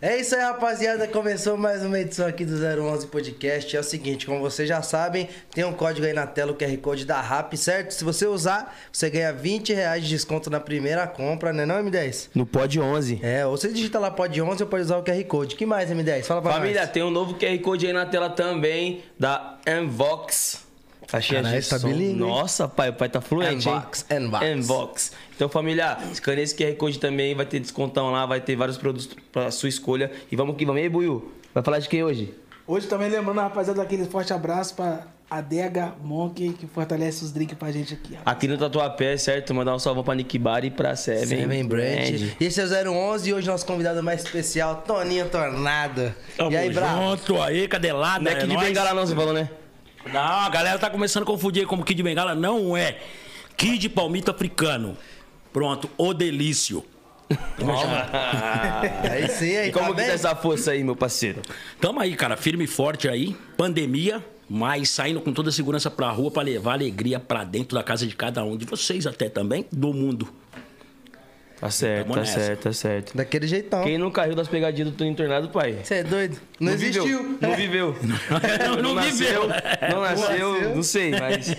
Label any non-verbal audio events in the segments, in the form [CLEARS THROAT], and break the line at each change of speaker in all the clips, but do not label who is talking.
É isso aí, rapaziada. Começou mais uma edição aqui do 011 Podcast. É o seguinte, como vocês já sabem, tem um código aí na tela, o QR Code da RAP, certo? Se você usar, você ganha 20 reais de desconto na primeira compra, né não, M10?
No Pod 11.
É, ou você digita lá pode 11 ou pode usar o QR Code. que mais, M10? Fala pra
Família,
nós.
tem um novo QR Code aí na tela também, da Envox. Achei
Caralho, tá bilingue, hein?
Nossa, pai, o pai tá fluente,
Envox,
hein?
Envox.
Envox. Então, família, escaneia esse QR Code também, vai ter descontão lá, vai ter vários produtos pra sua escolha. E vamos que vamos. E aí, Buiu? Vai falar de quem hoje?
Hoje também lembrando, rapaziada, aquele forte abraço pra Adega Monkey, que fortalece os drinks pra gente aqui. rapaz.
Aqui no Tatuapé, certo? Mandar um salve pra Nick Bar e pra Seven.
Seven Brand. E esse é o 011 e hoje nosso convidado mais especial, Toninho Tornado.
Tamo
e aí, Bravo?
junto, aí, cadelada,
Não é Kid
nóis.
Bengala não, você falou, né?
Não, a galera tá começando a confundir aí como Kid Bengala. Não é. Kid Palmito Africano. Pronto, o delício. é
Aí sim, aí
E como
tá
que
bem?
tá essa força aí, meu parceiro? Tá
Tamo aí, cara, firme e forte aí. Pandemia, mas saindo com toda a segurança pra rua pra levar alegria pra dentro da casa de cada um de vocês até também, do mundo.
Tá certo,
Tamo
tá
nessa.
certo, tá certo.
Daquele jeitão.
Quem nunca riu das pegadinhas do Tuninho Tornado, pai?
Você é doido? Não,
viveu,
existiu.
[LAUGHS] Não viveu. É,
Não viveu.
Não nasceu, não sei, mas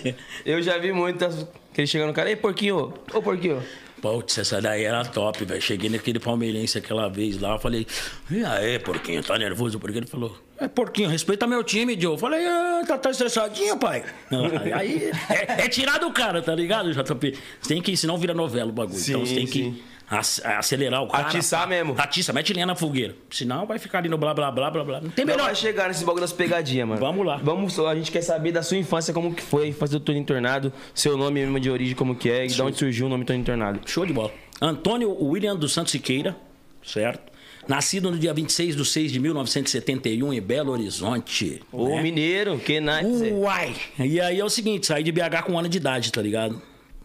eu já vi muito das- que ele chega no cara, ei, porquinho, ô porquinho.
Putz, essa daí era top, velho. Cheguei naquele palmeirense aquela vez lá, eu falei, e aí, porquinho, tá nervoso? Porque ele falou, é porquinho, respeita meu time, Joe. Eu falei, ah, tá, tá estressadinho, pai. Não, aí é, é tirar do cara, tá ligado, JP? Você tem que, senão vira novela o bagulho. então você tem
sim.
que ac- acelerar o cara.
Atiçar mesmo.
Atiça, mete lenha na fogueira. Senão vai ficar ali no blá, blá, blá, blá, blá. Não tem
Melhor
É melhor.
vai chegar nesse bagulho das pegadinhas, mano.
Vamos lá.
Vamos, a gente quer saber da sua infância, como que foi, a infância do Tuninho Tornado, seu nome mesmo de origem, como que é, e de onde surgiu o nome Tuninho Tornado.
Show de bola. Antônio William dos Santos Siqueira, certo? Nascido no dia 26 de 6 de 1971 em Belo Horizonte.
Ô
né?
mineiro, que nice.
Uai! E aí é o seguinte, saí de BH com um ano de idade, tá ligado?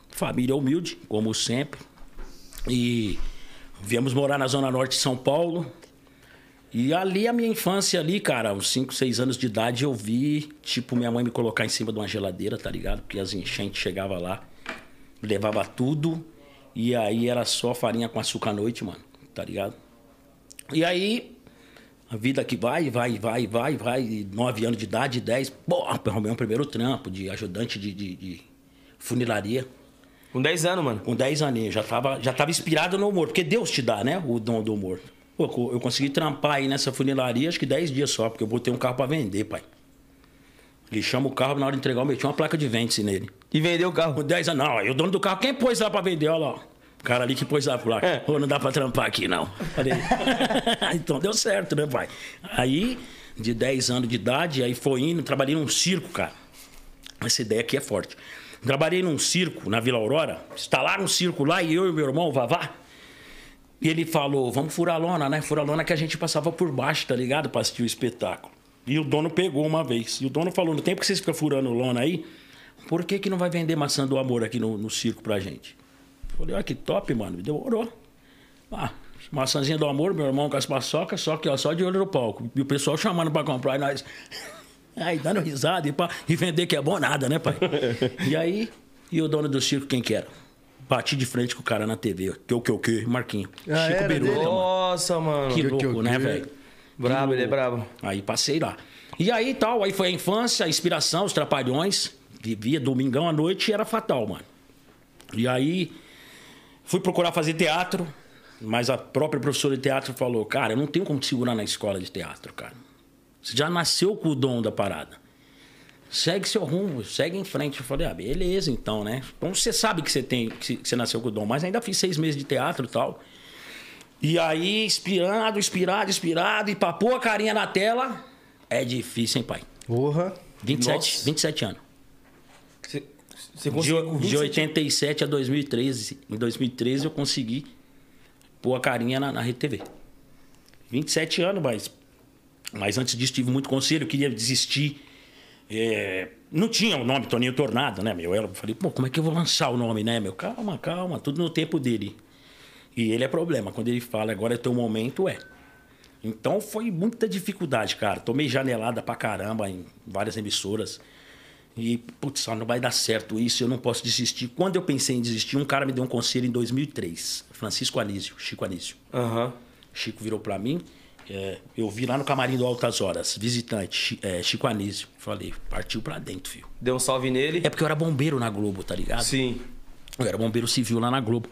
Família humilde, como sempre. E viemos morar na Zona Norte de São Paulo. E ali, a minha infância ali, cara, aos 5, 6 anos de idade, eu vi, tipo, minha mãe me colocar em cima de uma geladeira, tá ligado? Porque as enchentes chegavam lá, levava tudo. E aí era só farinha com açúcar à noite, mano, tá ligado? E aí, a vida que vai, vai, vai, vai, vai. e Nove anos de idade, dez. Pô, arrumei um primeiro trampo de ajudante de, de, de funilaria.
Com 10 anos, mano.
Com dez aninhos, já tava, já tava inspirado no humor. Porque Deus te dá, né? O dom do humor. Pô, co- eu consegui trampar aí nessa funilaria, acho que dez dias só. Porque eu botei um carro pra vender, pai. Lixamos o carro, na hora de entregar, eu meti uma placa de vende nele.
E vendeu o
Com
carro.
10 anos, não, aí o dono do carro, quem pôs lá pra vender? Olha lá, ó. O cara ali que pôs lá pra lá.
É.
Ô, não dá pra trampar aqui, não. Falei, [LAUGHS] então deu certo, né, pai? Aí, de 10 anos de idade, aí foi indo, trabalhei num circo, cara. Essa ideia aqui é forte. Trabalhei num circo na Vila Aurora, instalaram um circo lá e eu e meu irmão, o Vavá, e ele falou, vamos furar a lona, né? Furar a lona que a gente passava por baixo, tá ligado? Pra assistir o espetáculo. E o dono pegou uma vez. E o dono falou, no tempo que vocês ficam furando lona aí, por que que não vai vender maçã do amor aqui no, no circo pra gente? Eu falei, olha que top, mano. Me demorou. Ah, maçãzinha do amor, meu irmão com as paçocas, só que ó, só de olho no palco. E o pessoal chamando pra comprar, e nós... [LAUGHS] Aí, dando risada, e, pá, e vender que é bom nada,
[LAUGHS]
né, pai? e aí, e o dono do circo, quem que era? Bati de frente com o cara na TV. Que o que o que? Marquinho.
Ah,
Chico
era
Beruta,
dele? Oh,
mano.
Nossa, mano.
Que
Que- que-
louco, né,
que-
velho?
Brabo,
Que
ele é
louco.
brabo.
Aí passei lá. E aí tal, aí foi a infância, a inspiração, os trapalhões. Vivia domingão à noite e era fatal, mano. E aí fui procurar fazer teatro, mas a própria professora de teatro falou: Cara, eu não tenho como te segurar na escola de teatro, cara. Você já nasceu com o dom da parada. Segue seu rumo, segue em frente. Eu falei, ah, beleza, então, né? Então você sabe que você tem, que você nasceu com o dom, mas ainda fiz seis meses de teatro e tal. E aí, inspirado, inspirado, inspirado, e papou a carinha na tela. É difícil, hein, pai?
Porra.
27,
Nossa.
27 anos.
Você você
De,
conseguiu. 27
de 87 a 2013. Em 2013 eu consegui pôr a carinha na, na RTV. 27 anos, mas. Mas antes disso tive muito conselho, eu queria desistir. É, não tinha o nome Toninho Tornado, né, meu? Eu falei, pô, como é que eu vou lançar o nome, né, meu? Calma, calma, tudo no tempo dele. E ele é problema, quando ele fala agora é teu momento, é. Então foi muita dificuldade, cara. Tomei janelada pra caramba em várias emissoras. E, putz, só não vai dar certo isso, eu não posso desistir. Quando eu pensei em desistir, um cara me deu um conselho em 2003, Francisco Anísio, Chico Anísio.
Aham.
Chico virou pra mim É, eu vi lá no camarim do Altas Horas, visitante, Chi- é, Chico Anísio. Falei, partiu pra dentro, filho.
Deu um salve nele.
É porque eu era bombeiro na Globo, tá ligado?
Sim.
Eu era bombeiro civil lá na Globo.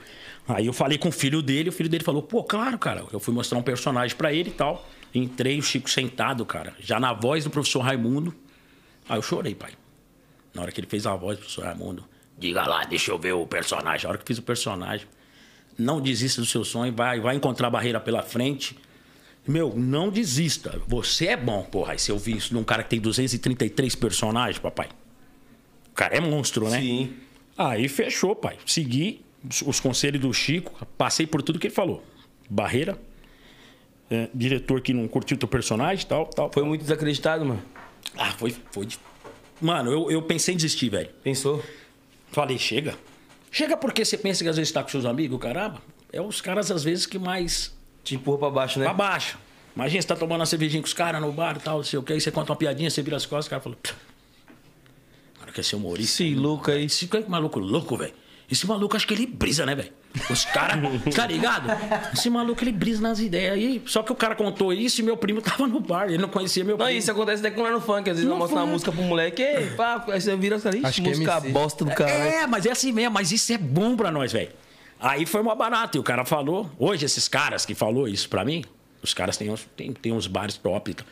Aí eu falei com o filho dele, o filho dele falou: pô, claro, cara. Eu fui mostrar um personagem pra ele e tal. Entrei, o Chico sentado, cara, já na voz do professor Raimundo. Aí eu chorei, pai. Na hora que ele fez a voz do professor Raimundo, diga lá, deixa eu ver o personagem. A hora que eu fiz o personagem, não desista do seu sonho, vai, vai encontrar barreira pela frente. Meu, não desista. Você é bom, porra. Aí se eu vi isso de um cara que tem 233 personagens, papai. O cara é monstro, né?
Sim.
Aí fechou, pai. Segui os, os conselhos do Chico, passei por tudo que ele falou. Barreira, é, diretor que não curtiu teu personagem, tal, tal.
Foi muito desacreditado, mano.
Ah, foi. foi de- Mano, eu, eu pensei em desistir, velho.
Pensou?
Falei, chega. Chega porque você pensa que às vezes tá com seus amigos, caramba. É os caras, às vezes, que mais
Te empurra pra baixo, né?
pra baixo. Imagina, você tá tomando uma cervejinha com os caras no bar e tal, não sei o que, aí você conta uma piadinha, você vira as costas, o cara fala. "Pff, O cara quer ser humorista. né?
Esse louco aí.
Esse que maluco louco, velho. Esse maluco, acho que ele brisa, né, velho? Os caras, tá ligado? Esse maluco, ele brisa nas ideias. Aí, só que o cara contou isso e meu primo tava no bar. Ele não conhecia meu
Não,
primo.
isso acontece até com lá no funk. Às vezes eu
No
mostro uma
funk.
música pro moleque, ei, pá, aí você vira essa
Acho que é
música
MC.
bosta do caralho.
É, mas é assim mesmo, mas isso é bom pra nós, velho. Aí foi uma barata, e o cara falou. Hoje, esses caras que falou isso pra mim, os caras têm uns, têm, têm uns bares top. e tal.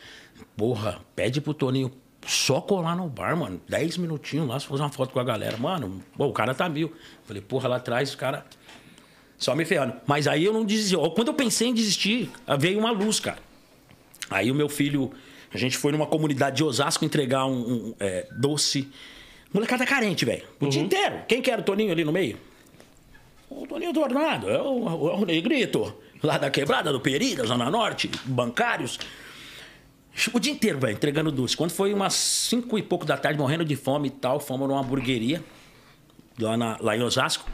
Porra, pede pro Toninho só colar no bar, mano. Dez minutinhos lá, se fazer uma foto com a galera. Mano, pô, o cara tá mil. Falei, porra, lá atrás, o cara. Só me ferrando. Mas aí eu não desisti. Quando eu pensei em desistir, veio uma luz, cara. Aí o meu filho, a gente foi numa comunidade de Osasco entregar um, um, é, doce. Molecada carente, velho. O dia inteiro. Quem que era o Toninho ali no meio? O Toninho Tornado, é o, é o Negrito, lá da quebrada do Peri, da Zona Norte, bancários. O dia inteiro, velho, entregando doce. Quando foi umas cinco e pouco da tarde, morrendo de fome e tal, fomos numa hamburgueria lá, na- lá em Osasco.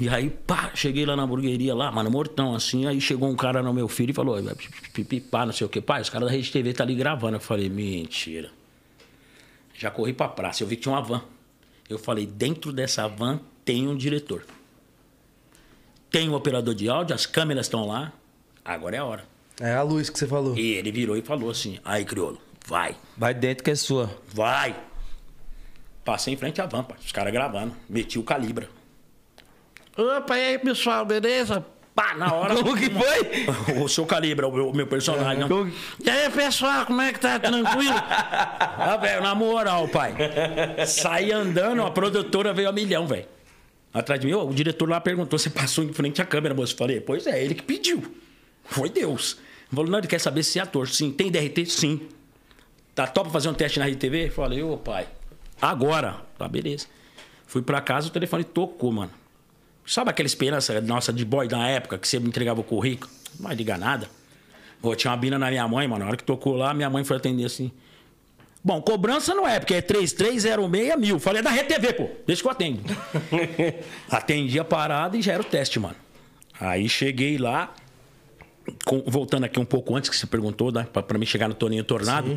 E aí, pá, cheguei lá na hamburgueria lá, mano, mortão assim. Aí chegou um cara no meu filho e falou: "Oi, pipipá, não sei o que, pai, os caras da Rede TV tá ali gravando. Eu falei: mentira. Já corri pra praça, eu vi que tinha uma van. Eu falei: dentro dessa van tem um diretor. Tem um operador de áudio, as câmeras estão lá. Agora é a hora.
É a luz que você falou.
E ele virou e falou assim: aí, crioulo, vai.
Vai dentro que é sua.
Vai! Passei em frente à van, pai. Os caras gravando. Meti o calibra. Opa, e aí, pessoal, beleza? Pá, na hora.
Como que foi?
o seu calibra, o meu, o meu personagem.
É,
não.
como-
E aí, pessoal, como é que tá? Tranquilo? [LAUGHS] ah, velho, na moral, pai. Saí andando, a produtora veio a milhão, velho. Atrás de mim, Ô, o diretor lá perguntou: você passou em frente à câmera, moço? Eu Falei, pois é, ele que pediu. Foi Deus. Falou, não, ele quer saber se é ator. Sim, tem DRT? Sim. Tá top fazer um teste na RTV? Falei, ô pai, agora. Tá, beleza. Fui pra casa, o telefone tocou, mano. Sabe aquela esperança nossa de boy da época que você me entregava o currículo? Não vai ligar nada. Pô, tinha uma bina na minha mãe, mano. Na hora que tocou lá, minha mãe foi atender assim. Bom, cobrança não é, porque é 3306 mil. Falei, é da RTV, pô. Deixa que
[LAUGHS]
eu atendo. Atendi a parada e já era o teste, mano. Aí cheguei lá, com- voltando aqui um pouco antes que você perguntou, né? Pra, pra mim chegar no Toninho Tornado.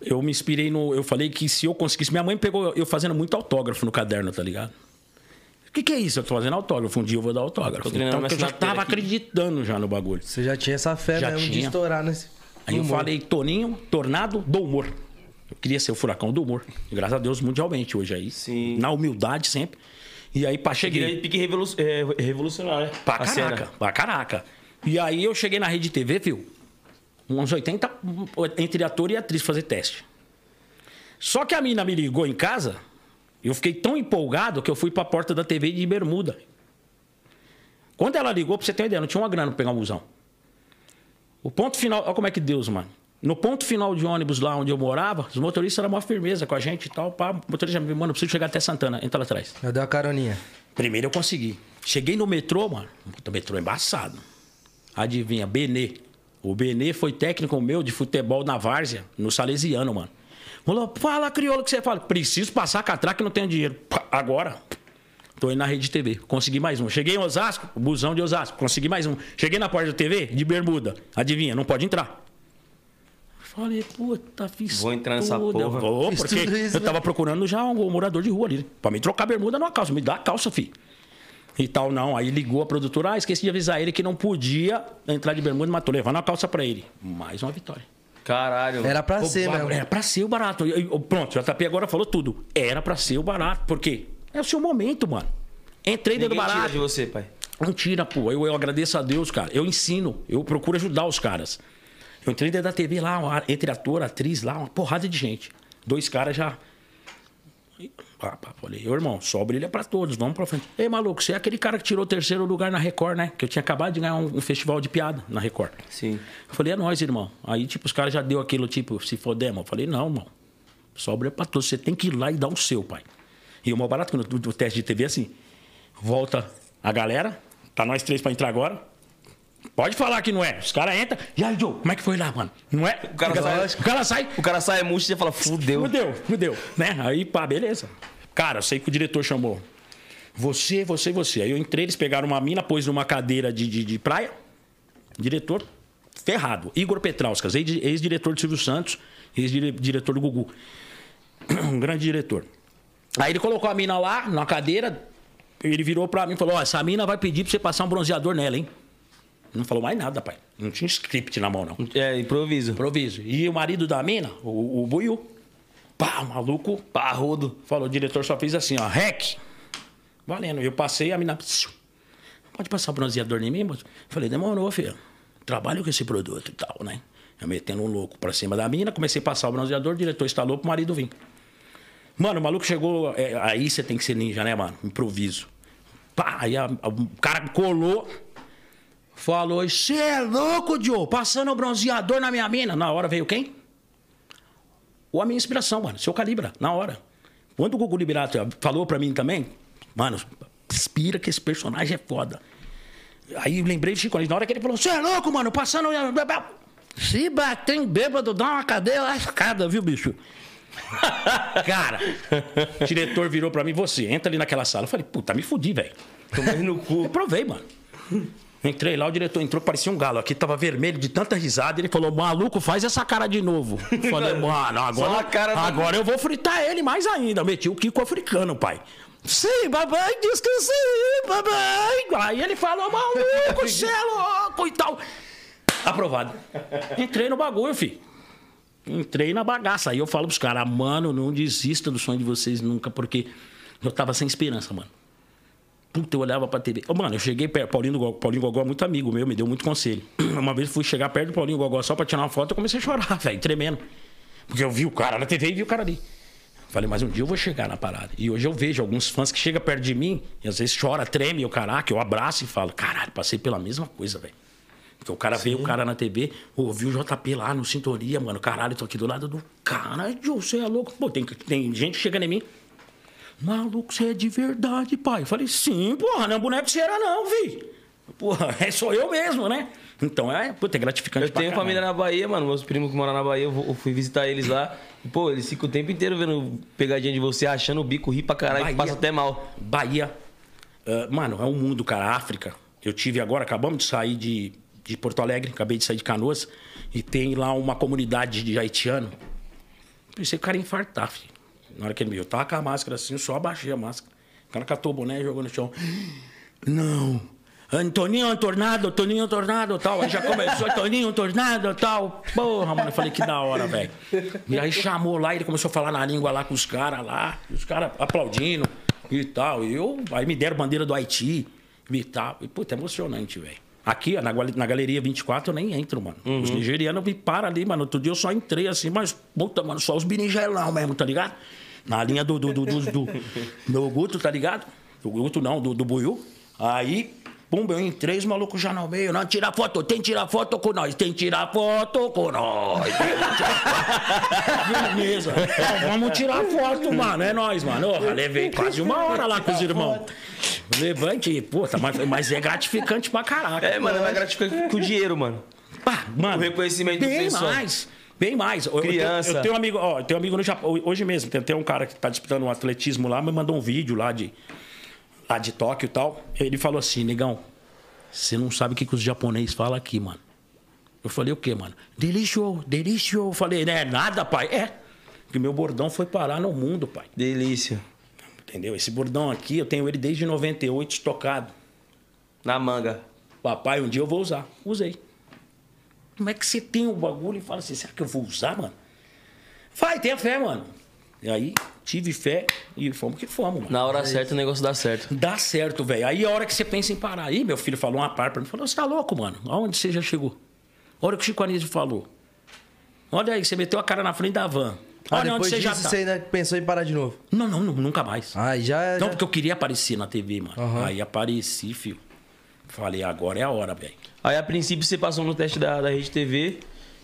Eu me inspirei no. Eu falei que se eu conseguisse. Minha mãe pegou eu fazendo muito autógrafo no caderno, tá ligado? O que, que é isso? Eu tô fazendo autógrafo. Um dia eu vou dar autógrafo.
Tô treinando
Então,
minha
porque eu já
assinatura
tava
aqui.
acreditando já no bagulho.
Você já tinha essa fé
Já
mesmo de
tinha.
estourar nesse.
Aí eu
humor.
falei, Toninho, tornado do humor. Eu queria ser o furacão do humor. E graças a Deus, mundialmente hoje aí.
Sim.
Na humildade sempre. E aí, pá, cheguei.
Pique, pique revolu é, revolucionário, né?
Pra
A
caraca,
cena.
pra caraca. E aí eu cheguei na rede TV, viu? Uns 80 entre ator e atriz fazer teste. Só que a mina me ligou em casa, eu fiquei tão empolgado que eu fui pra porta da TV de bermuda. Quando ela ligou, pra você ter uma ideia, não tinha uma grana pra pegar um busão. O ponto final, olha como é que Deus, mano. No ponto final de ônibus lá onde eu morava, os motoristas eram uma firmeza com a gente e tal. Pá, o motorista me mano, eu preciso chegar até Santana, entra lá atrás.
Já deu a caroninha.
Primeiro eu consegui. Cheguei no metrô, mano. Puta, O metrô é embaçado. Adivinha, Benê. O Benê foi técnico meu de futebol na Várzea, no Salesiano, mano. Falou, fala crioulo que você fala. Preciso passar catraca que não tenho dinheiro. Pá, Agora, tô indo na rede TV. Consegui mais um. Cheguei em Osasco, busão de Osasco. Consegui mais um. Cheguei na porta da TV, de bermuda. Adivinha, não pode entrar. Falei, puta, fiz
Vou entrar nessa
tudo. Eu
porra.
vou,
Fiz
porque
tudo isso,
eu tava procurando já um morador de rua ali. né? Pra me trocar bermuda numa calça. Me dá a calça, filho. e tal, não. Aí ligou a produtora, ah, esqueci de avisar ele que não podia entrar de bermuda, matou, levando a calça pra ele. Mais uma vitória.
Caralho.
Era pra
Pô,
ser,
É,
Bárbara,
mesmo.
Era pra ser o barato. Eu- eu- Pronto, o JP agora falou tudo. Era pra ser o barato. Por quê? É o seu momento, mano. Entrei
né?
dentro
Ninguém
do
tira
barato.
de você, pai.
Não tira, pô. Eu, eu agradeço a Deus, cara. Eu ensino. Eu procuro ajudar os caras. Eu entrei dentro da TV lá, uma- entre ator, atriz lá, uma porrada de gente. Dois caras já. Pá, pá, Falei, eu, irmão, só brilha pra todos, vamos pra frente. Ei, maluco, você é aquele cara que tirou o terceiro lugar na Record, né? Que eu tinha acabado de ganhar um, um festival de piada na Record.
Sim.
Eu falei, é nóis, irmão. Aí, tipo, os caras já deu aquilo, tipo, se fodemos. Eu falei, não, irmão. Sobra pra todos. Você tem que ir lá e dar o seu, pai. E o mais barato, quando o teste de TV é assim, volta a galera, tá nós três pra entrar agora. Pode falar que não é. Os caras entram. E aí, Joe, como é que foi lá, mano? Não é? O
cara sai.
O cara sai.
O cara sai murcho e já fala, fudeu.
Fudeu, fudeu. Né? Aí, pá, beleza. Cara, eu sei que o diretor chamou. Você, você, você. Aí eu entrei, eles pegaram uma mina, pôs numa cadeira de, de, de praia. Diretor ferrado. Igor Petrauskas, ex- ex-diretor do Silvio Santos, ex-diretor do Gugu. [CLEARS THROAT] Um grande diretor. Aí ele colocou a mina lá, na cadeira. Ele virou pra mim e falou: Ó, essa mina vai pedir pra você passar um bronzeador nela, hein? Não falou mais nada, pai. Não tinha script na mão, não.
É, improviso.
Improviso. E o marido da mina, o, o Buiu, pá, o maluco, parrudo, falou, o diretor só fez assim, ó, rec. Valendo. Eu passei, a mina, psiu. pode passar o bronzeador em mim, moço? Falei, demorou, filho. Trabalho com esse produto e tal, né? Eu metendo um louco pra cima da mina, comecei a passar o bronzeador, o diretor instalou pro marido vir. Mano, o maluco chegou. é, aí você tem que ser ninja, né, mano? Improviso. Pá, aí a- a- o cara colou. Falou, você é louco, Joe, passando o bronzeador na minha mina. Na hora veio quem? Ou a minha inspiração, mano. Seu Calibra, na hora. Quando o Gugu Liberato falou pra mim também, mano, inspira que esse personagem é foda. Aí eu lembrei de Chico Anísio. Na hora que ele falou, você é louco, mano, passando... Se bater em bêbado, dá uma cadeia lascada, viu, bicho? [LAUGHS] Cara, o diretor virou pra mim, você, entra ali naquela sala. Eu falei, puta, me fudi, velho.
Tomei no
Eu
cu.
provei, mano. Entrei lá, o diretor entrou, parecia um galo. Aqui tava vermelho de tanta risada. Ele falou, maluco, faz essa cara de novo.
[LAUGHS]
Eu Falei, mano,
Só
agora,
a cara do-
agora eu vou fritar ele mais ainda. Eu meti o Kiko africano, pai. Sim, babai, diz que sim, babai. Aí ele
[LAUGHS]
falou, maluco, cê é louco e tal. Aprovado. Entrei no bagulho, filho. Entrei na bagaça. Aí eu falo pros caras, mano, não desista do sonho de vocês nunca, porque eu tava sem esperança, mano. Puta, eu olhava pra TV. Ô, mano, eu cheguei perto. Paulinho, do Gogó, Paulinho Gogó é muito amigo meu, me deu muito conselho. [CLEARS THROAT] Uma vez eu fui chegar perto do Paulinho Gogó só pra tirar uma foto, eu comecei a chorar, [LAUGHS] velho, tremendo. Porque eu vi o cara na TV e vi o cara ali. Falei, mas um dia eu vou chegar na parada. E hoje eu vejo alguns fãs que chegam perto de mim e às vezes chora, treme, eu caraca, eu abraço e falo, caralho, passei pela mesma coisa, velho. Porque o cara veio o cara na TV, ouviu o JP lá no Sintonia, mano, caralho, tô aqui do lado do cara, Joe, você é louco. Pô, tem, tem gente chegando em mim, Maluco, você é de verdade, pai. Eu falei, sim, porra, não é um boneco de cera, não, vi. Porra, [LAUGHS] é só eu mesmo, né? Então é, puta, é gratificante
Eu tenho
pra
família na Bahia, mano. Meus primos que moram na Bahia, eu vou- eu fui visitar eles lá. E, pô, eles ficam o tempo inteiro vendo pegadinha de você, achando o bico, ri pra caralho,
Bahia.
e passa até mal.
Bahia. ah, mano, é um mundo, cara. África. Eu tive agora, acabamos de sair de, de Porto Alegre, acabei de sair de Canoas, e tem lá uma comunidade de haitiano. Pensei que o cara ia infartar, filho. Na hora que ele me viu, eu tava com a máscara assim, eu só abaixei a máscara. O cara catou o boné e jogou no chão. Não! Antoninho Tornado, Toninho Tornado tal. Aí já começou, Toninho Tornado tal. Porra, mano, eu falei que da hora, velho. E aí chamou lá, ele começou a falar na língua lá com os caras lá, e os caras aplaudindo e tal. E eu, aí me deram bandeira do Haiti e tal. E, puta, é emocionante, velho. Aqui, ó, na, gual- na Galeria 24, eu nem entro, mano. Os nigerianos me param ali, mano. Outro dia eu só entrei assim, mas, puta, mano, só os berinjelão mesmo, tá ligado? Na linha do, do, do, do, do, do Guto, tá ligado? Do Guto não, do, do Buiu. Aí, pum, eu entrei, os malucos já no meio. Não, tira foto, tem que tirar foto com nós, tem que tirar foto com nós. tem que tirar foto. [LAUGHS] Beleza. Ó, vamos tirar foto, mano, é nós, mano. Ó, levei quase uma hora lá com os irmãos. Levante, puta, mas, mas é gratificante pra caraca.
É, mano, é mais gratificante que o dinheiro, mano.
Pá, mano.
O reconhecimento do
Bem
pessoal.
mais. Bem mais. Eu- eu tenho-
Criança.
Eu tenho, um amigo, ó, eu tenho um amigo no Japão. Hoje mesmo, tem, tem um cara que tá disputando um atletismo lá, me mandou um vídeo lá de, lá de Tóquio e tal. Ele falou assim, negão, você não sabe o que, que os japoneses falam aqui, mano. Eu falei, o quê, mano? Delício, delício. Eu falei, né? Nada, pai. É. Que meu bordão foi parar no mundo, pai.
Delícia.
Entendeu? Esse bordão aqui, eu tenho ele desde 98 estocado.
Na manga.
Papai, um dia eu vou usar. Usei. Como é que você tem o bagulho e fala assim, será que eu vou usar, mano? Vai, tenha fé, mano. E aí, tive fé e fomos que fomos, mano.
Na hora certa o negócio dá certo.
Dá certo, velho. Aí a hora que você pensa em parar. Aí meu filho falou uma par pra mim. Falou, você tá louco, mano? Aonde você já chegou? A hora que o Chico Anísio falou. Olha aí, você meteu a cara na frente da van.
Ah,
Olha onde
depois
você já
disso,
tá.
você ainda pensou em parar de novo.
Não, não, nu- nunca mais.
Ah, já...
Não,
já...
Então, porque eu queria aparecer na TV, mano. Aí apareci, filho. Falei, agora é a hora, velho.
Aí a princípio você passou no teste da, da Rede TV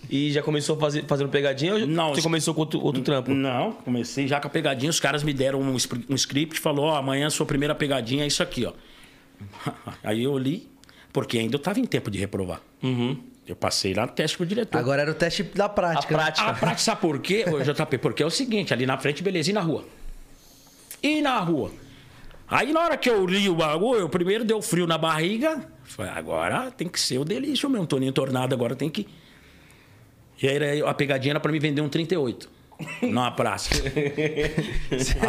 e já começou a fazer, fazendo pegadinha ou
Não,
você
isso-
começou com outro, outro trampo?
Não, comecei já com a pegadinha. Os caras me deram um, spri- um script e falou: Ó, amanhã a sua primeira pegadinha é isso aqui, ó. [LAUGHS] Aí eu li, porque ainda eu tava em tempo de reprovar. Eu passei lá no teste com o diretor.
Agora era o teste da
A
prática.
prática.
A prática, sabe por quê, ô, JP? Porque é o seguinte, ali na frente, beleza, e na rua? E na rua? Aí na hora que eu li o bagulho, eu primeiro deu frio na barriga. Falei, agora tem que ser o delício mesmo, Toninho Tornado, agora tem que. E aí era- a pegadinha era pra me vender um 38. Numa praça.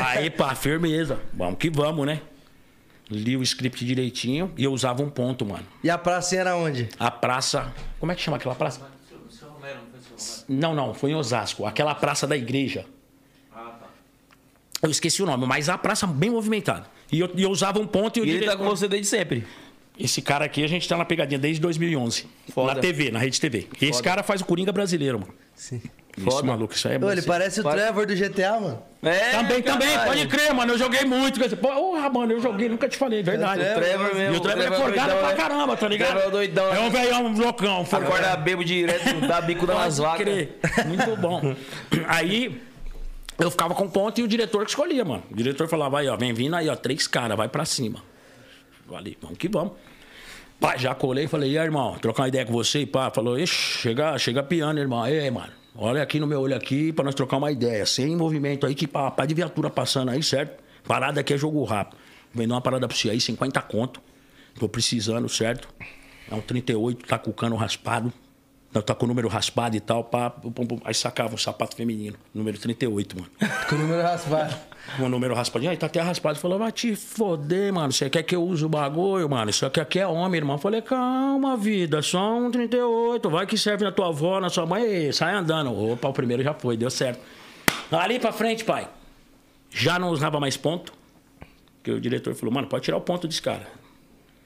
aí, pá, firmeza. Vamos que vamos, né? Li o script direitinho e eu usava um ponto, mano.
E a praça era onde?
A praça. Como é que chama aquela praça? Não, não, foi em Osasco. Aquela praça da igreja. Eu esqueci o nome, mas a praça bem movimentada. E eu, e eu usava um ponto e o
E ele tá
diretor-
com você desde sempre.
Esse cara aqui, a gente tá na pegadinha desde 2011.
Foda.
Na TV, na Rede TV. E esse cara faz o Coringa brasileiro, mano.
Sim.
Isso, maluco, isso aí é
Ô, ele
brasileiro.
parece o Trevor do GTA, mano.
É,
Também, também,
caralho.
pode crer, mano. Eu joguei muito. quer dizer, Pô, porra, mano, eu joguei, nunca te falei, é verdade.
O Trevor mesmo.
E o Trevor é forgado
doidão,
pra
é.
caramba, tá ligado?
O Trevor é doidão.
É um velhão loucão, forgado.
Acorda bebo direto, dá bico nas
Pode
vacas.
crer. Muito bom. Aí eu ficava com ponto e o diretor que escolhia, mano. O diretor falava, aí, ó, vem vindo aí, ó, três caras, vai pra cima. Falei, vamos que vamos. Pá, já colei e falei, e aí, irmão, trocar uma ideia com você e pá. Falou, ixi, chega, chega piano, irmão. E aí, mano, olha aqui no meu olho aqui pra nós trocar uma ideia. Sem movimento aí, que pá, pá de viatura passando aí, certo? Parada aqui é jogo rápido. Vendo uma parada pra você aí, 50 conto. Tô precisando, certo? É um 38, tá com o cano raspado. Não, Tá com o número raspado e tal, pá. pum, pum, pum. Aí sacava um sapato feminino, número 38, mano.
Com o número raspado.
Com o número raspadinho, aí tá até raspado. Falou, vai te foder, mano. Você quer que eu use o bagulho, mano? Isso aqui, aqui é homem, irmão. Falei, calma, vida, só um 38. Vai que serve na tua avó, na sua mãe. Ei, sai andando. Opa, o primeiro já foi, deu certo. Ali pra frente, pai. Já não usava mais ponto. Porque o diretor falou, mano, pode tirar o ponto desse cara.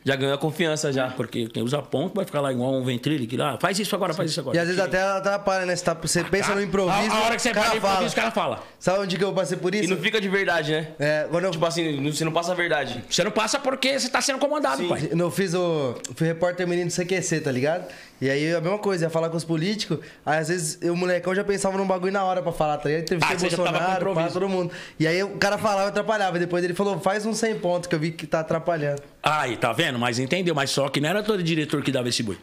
Já ganhou a confiança já.
Porque quem usa ponto vai ficar lá igual um ventrílico. Lá, faz isso agora, faz isso agora.
E às vezes até ela atrapalha, né? Você, tá- você pensa no improviso.
Ah, A, a hora que você
o cara
para de
fala.
improviso, o cara fala.
Sabe onde que eu passei por
E
isso?
não fica de verdade, né?
É, quando eu
Tipo assim, não- você não passa a verdade.
Você não passa porque você tá sendo comandado, pai.
Não, eu fiz o. Fui repórter menino do CQC, tá ligado? E aí a mesma coisa, ia falar com os políticos, aí às vezes eu, o molecão já pensava num bagulho na hora pra falar, tá ligado? Entrevistei
Ah, você já tava com
Bolsonaro, pá,
improviso.
todo mundo. E aí o cara falava e atrapalhava. Depois ele falou, faz um 100 pontos que eu vi que tá atrapalhando.
Aí, tá vendo? Mas entendeu? Mas só que não era todo diretor que dava esse boi.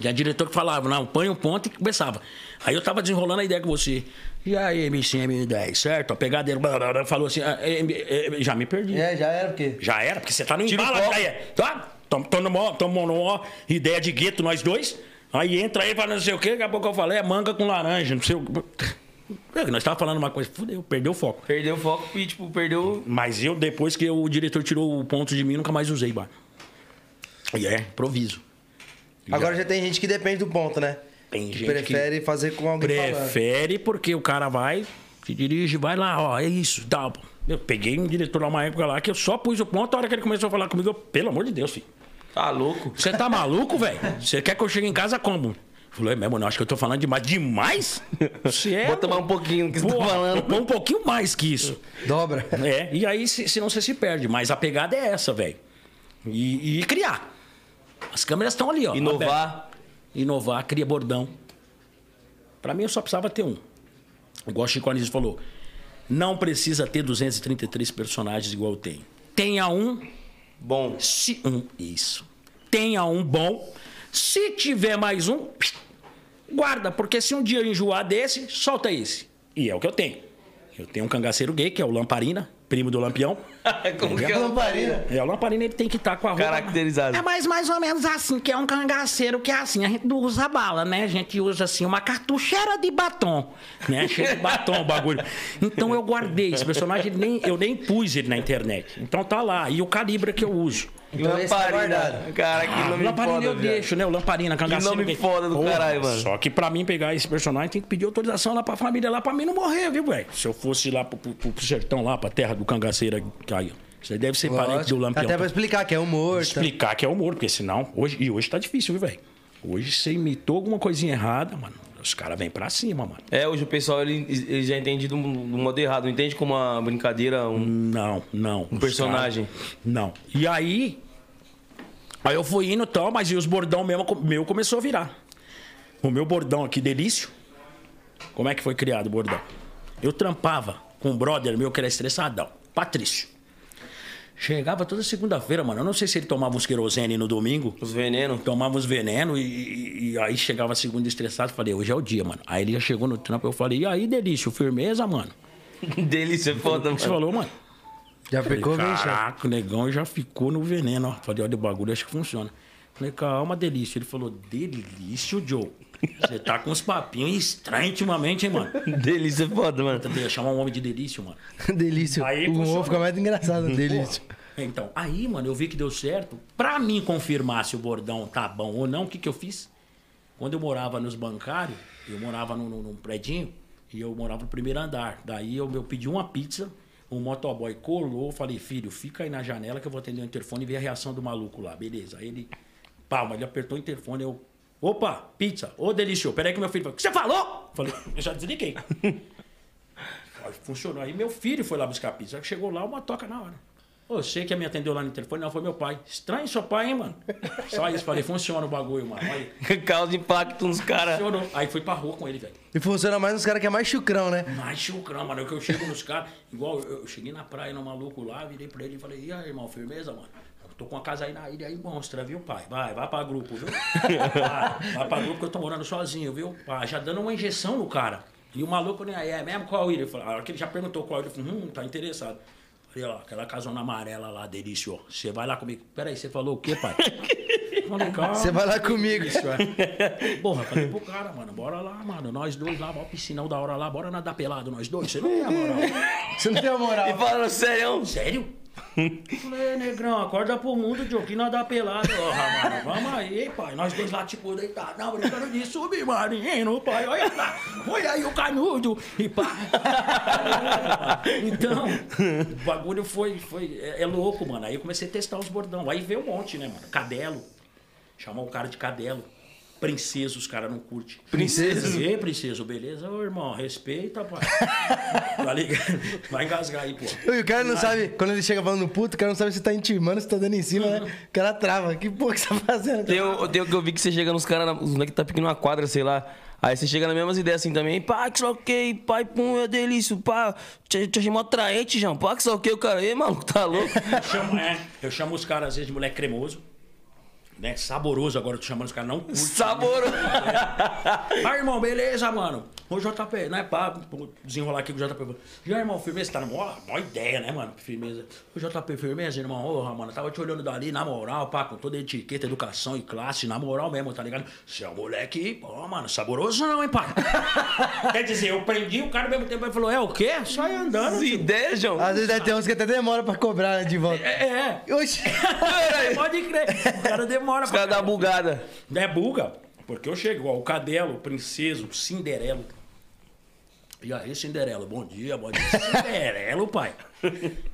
Tinha diretor que falava, não, põe um ponto e começava. Aí eu tava desenrolando a ideia com você. E aí, MC M10, certo? A pegadeira blá, blá, blá, falou assim, ah, eh, eh, já me perdi.
É, já era, porque.
Já era, porque você tá no
Tira o
embalo,
foco.
já é. Tá? Tom- Tô numa tô numa ideia de gueto, nós dois. Aí entra aí, fala não sei o quê, daqui a pouco eu falei, é manga com laranja, não sei o quê. Nós tava falando uma coisa, fudeu, perdeu o foco.
Perdeu o foco e, tipo, perdeu.
Mas eu, depois que o diretor tirou o ponto de mim, nunca mais usei, bar. E é, improviso.
Agora já tem gente que depende do ponto, né?
Tem
que
gente
prefere fazer com alguém falando.
Prefere porque o cara vai, se dirige, vai lá, ó, é isso, tal. pô. Eu peguei um diretor lá uma época lá que eu só pus o ponto, a hora que ele começou a falar comigo, eu, pelo amor de Deus, filho.
Tá louco.
Você tá maluco, [LAUGHS] velho? Você quer que eu chegue em casa como? Falou, é mesmo, não, acho que eu tô falando demais. Demais? Você é?
Vou tomar um pouquinho do que você tá
Porra,
falando.
Um pouquinho mais que isso.
Dobra.
É, e aí se- senão você se perde. Mas a pegada é essa, velho. E, e criar. As câmeras estão ali, ó. abertas.
Inovar.
Inovar, cria bordão. Pra mim, eu só precisava ter um. Igual o Chico Anísio falou. Não precisa ter 233 personagens igual eu tenho. Tenha um, [LAUGHS]
Bom.
se um. Isso. Tenha um bom. Se tiver mais um, guarda, porque se um dia eu enjoar desse, solta esse. E é o que eu tenho. Eu tenho um cangaceiro gay, que é o Lamparina. primo do Lampião.
Como que é?
Lamparina.
É, o Lamparina ele tem que estar com a roupa.
Caracterizado.
É mais, mais ou menos assim, que é um cangaceiro que é assim, a gente não usa bala, né? A gente usa assim uma cartucheira de batom,
né? Cheio de batom o bagulho. Então eu guardei esse personagem, nem, eu nem pus ele na internet. Então tá lá. E o calibre que eu uso.
Então esse tá guardado.
Lamparina. Cara, que
O
nome
Lamparina
foda,
eu
viado.
deixo, né? O Lamparina, cangaceiro.
nome
que-
foda do caralho, mano.
Só que pra mim pegar esse personagem tem que pedir autorização lá pra família, lá pra mim não morrer, viu, velho? Se eu fosse lá pro, pro- pro sertão, lá pra terra do cangaceiro, caiu. Você deve ser parente
Lógico.
do Lampião.
Até pra explicar que é humor. tá?
explicar que é humor, porque senão. Hoje, e hoje tá difícil, viu, velho? Hoje você imitou alguma coisinha errada, mano. Os caras vêm pra cima, mano.
É, hoje o pessoal ele, ele já entende do, do modo errado. Não entende como uma brincadeira, um.
Não, não. Um
personagem.
Não. E aí. Aí eu fui indo e tal, mas e os bordão mesmo, co- meu começou a virar. O meu bordão aqui, delício. Como é que foi criado o bordão? Eu trampava com um brother meu que era estressadão, Patrício. Chegava toda segunda-feira, mano. Eu não sei se ele tomava uns querosene no domingo.
Os venenos.
Tomava uns veneno e, e- e aí chegava segunda estressado. Falei, hoje é o dia, mano. Aí ele já chegou no trampo. Eu falei, e aí, delício, firmeza, mano?
[LAUGHS] Delícia, é foda,
Você
mano.
falou, mano.
Já ficou,
Falei,
bicho?
Caraca, o negão já ficou no veneno, ó. Falei, olha o bagulho, acho que funciona. Falei, calma, delícia. Ele falou, delício, Joe. Você tá com uns papinhos estranhos ultimamente, hein, mano?
Delícia, é foda, mano.
Eu ia chamar um homem de delício, mano.
Delício.
Aí,
o humor
funcionou.
fica mais engraçado.
[LAUGHS]
Delício.
Então, aí, mano, eu vi que deu certo. Pra mim confirmar se o bordão tá bom ou não, o que, que eu fiz? Quando eu morava nos bancários, eu morava num, num, num predinho e eu morava no primeiro andar. Daí eu, eu pedi uma pizza, o motoboy colou, eu falei, filho, fica aí na janela que eu vou atender o interfone e ver a reação do maluco lá. Beleza. Aí ele, palma, ele apertou o interfone, eu. Opa, pizza, ô delício, peraí que meu filho falou, o que você falou? Eu Falei, eu já desliguei. Aí Funcionou. Aí meu filho foi lá buscar a pizza. Aí Chegou lá, uma toca na hora. Ô, Você que me atendeu lá no telefone, não, foi meu pai. Estranho seu pai, hein, mano? Só isso, falei, funciona o bagulho, mano. Aí,
Causa impacto nos caras.
funcionou. Aí fui pra rua com ele, velho.
E funciona mais nos caras que é mais chucrão, né?
Mas chucrão, mano, é que eu chego nos caras, igual eu eu cheguei na praia, no maluco lá, virei pra ele e falei, e aí, irmão, firmeza, mano? Eu tô com uma casa aí na ilha aí, monstra, viu, pai? Vai, vai pra grupo, viu? Vai, vai pra grupo que eu tô morando sozinho, viu? Pá, já dando uma injeção no cara. E o maluco, né, aí, é mesmo qual ilha? Eu falei, a hora que ele já perguntou qual ilha, eu falei, hum, tá interessado. Falei, ó, aquela casona amarela lá, delícia, ó. Você vai lá comigo. Peraí, você falou o quê,
[LAUGHS]
pai? Eu Falei, calma.
Você vai lá comigo.
Ah. Isso, é. Porra, falei pro cara, mano, bora lá, mano. Nós dois lá, bora piscinão da hora lá, bora nadar pelado, nós dois. Você não tem a moral.
Você não tem a
E
moral.
falando sério,
Sério? Falei, "Ei, negrão, acorda pro mundo, Diogo, que nadar pelado. Porra, mano, vamos aí, pai. Nós dois lá, tipo, deitado, não, brincando de submarino, pai. Olha lá, olha aí o canudo. E pá. Então, o bagulho foi, foi é, é louco, mano. Aí eu comecei a testar os bordão. Aí veio um monte, né, mano? Cadelo. Chamar o cara de cadelo. Princesa, os caras não curtem.
Princesa.
Ei, princesa, beleza? Ô, irmão, respeita, pai. tá ligado? Vai engasgar aí, pô.
E o cara não sabe, quando ele chega falando puto, o cara não sabe se tá intimando, se tá dando em cima, né? O cara trava. Que porra que você tá fazendo?
tem o, tem o que eu vi que você chega nos caras, na- os moleques tá pequeno uma quadra, sei lá. Aí você chega nas mesmas ideias assim também, pá, que só que, pai, pum, é delício, pá, te, te achei mó atraente, João, pá, que só que, o cara, ei, maluco, tá louco?
Eu chamo, é, eu chamo os caras, às vezes, de moleque cremoso. Né? Saboroso agora, eu tô chamando os caras, não curte.
Saboroso. [LAUGHS]
Ah, irmão, beleza, mano. Ô, JP, não é pá, vou desenrolar aqui com o JP. Já, irmão, firmeza, tá na maior, maior ideia, né, mano? Firmeza. Ô, JP, firmeza, irmão. Porra, mano, eu tava te olhando dali, na moral, pá, com toda a etiqueta, educação e classe, na moral mesmo, tá ligado? Você é um moleque, ó, mano, saboroso não, hein, pai? [LAUGHS] Quer dizer, eu prendi o cara ao mesmo tempo, ele falou, é o quê? Sai andando.
As ideias, João.
Ah.
Às vezes deve ter uns que até demora pra cobrar né, de volta.
É, é.
Oxi.
Peraí.
Pode crer. O cara demora
Os caras dão uma
[LAUGHS]
bugada.
É buga, porque eu chego, ó, o Cadelo, o Princeso, o Cinderelo. E aí, Cinderelo, bom dia, bom dia. Cinderelo, pai.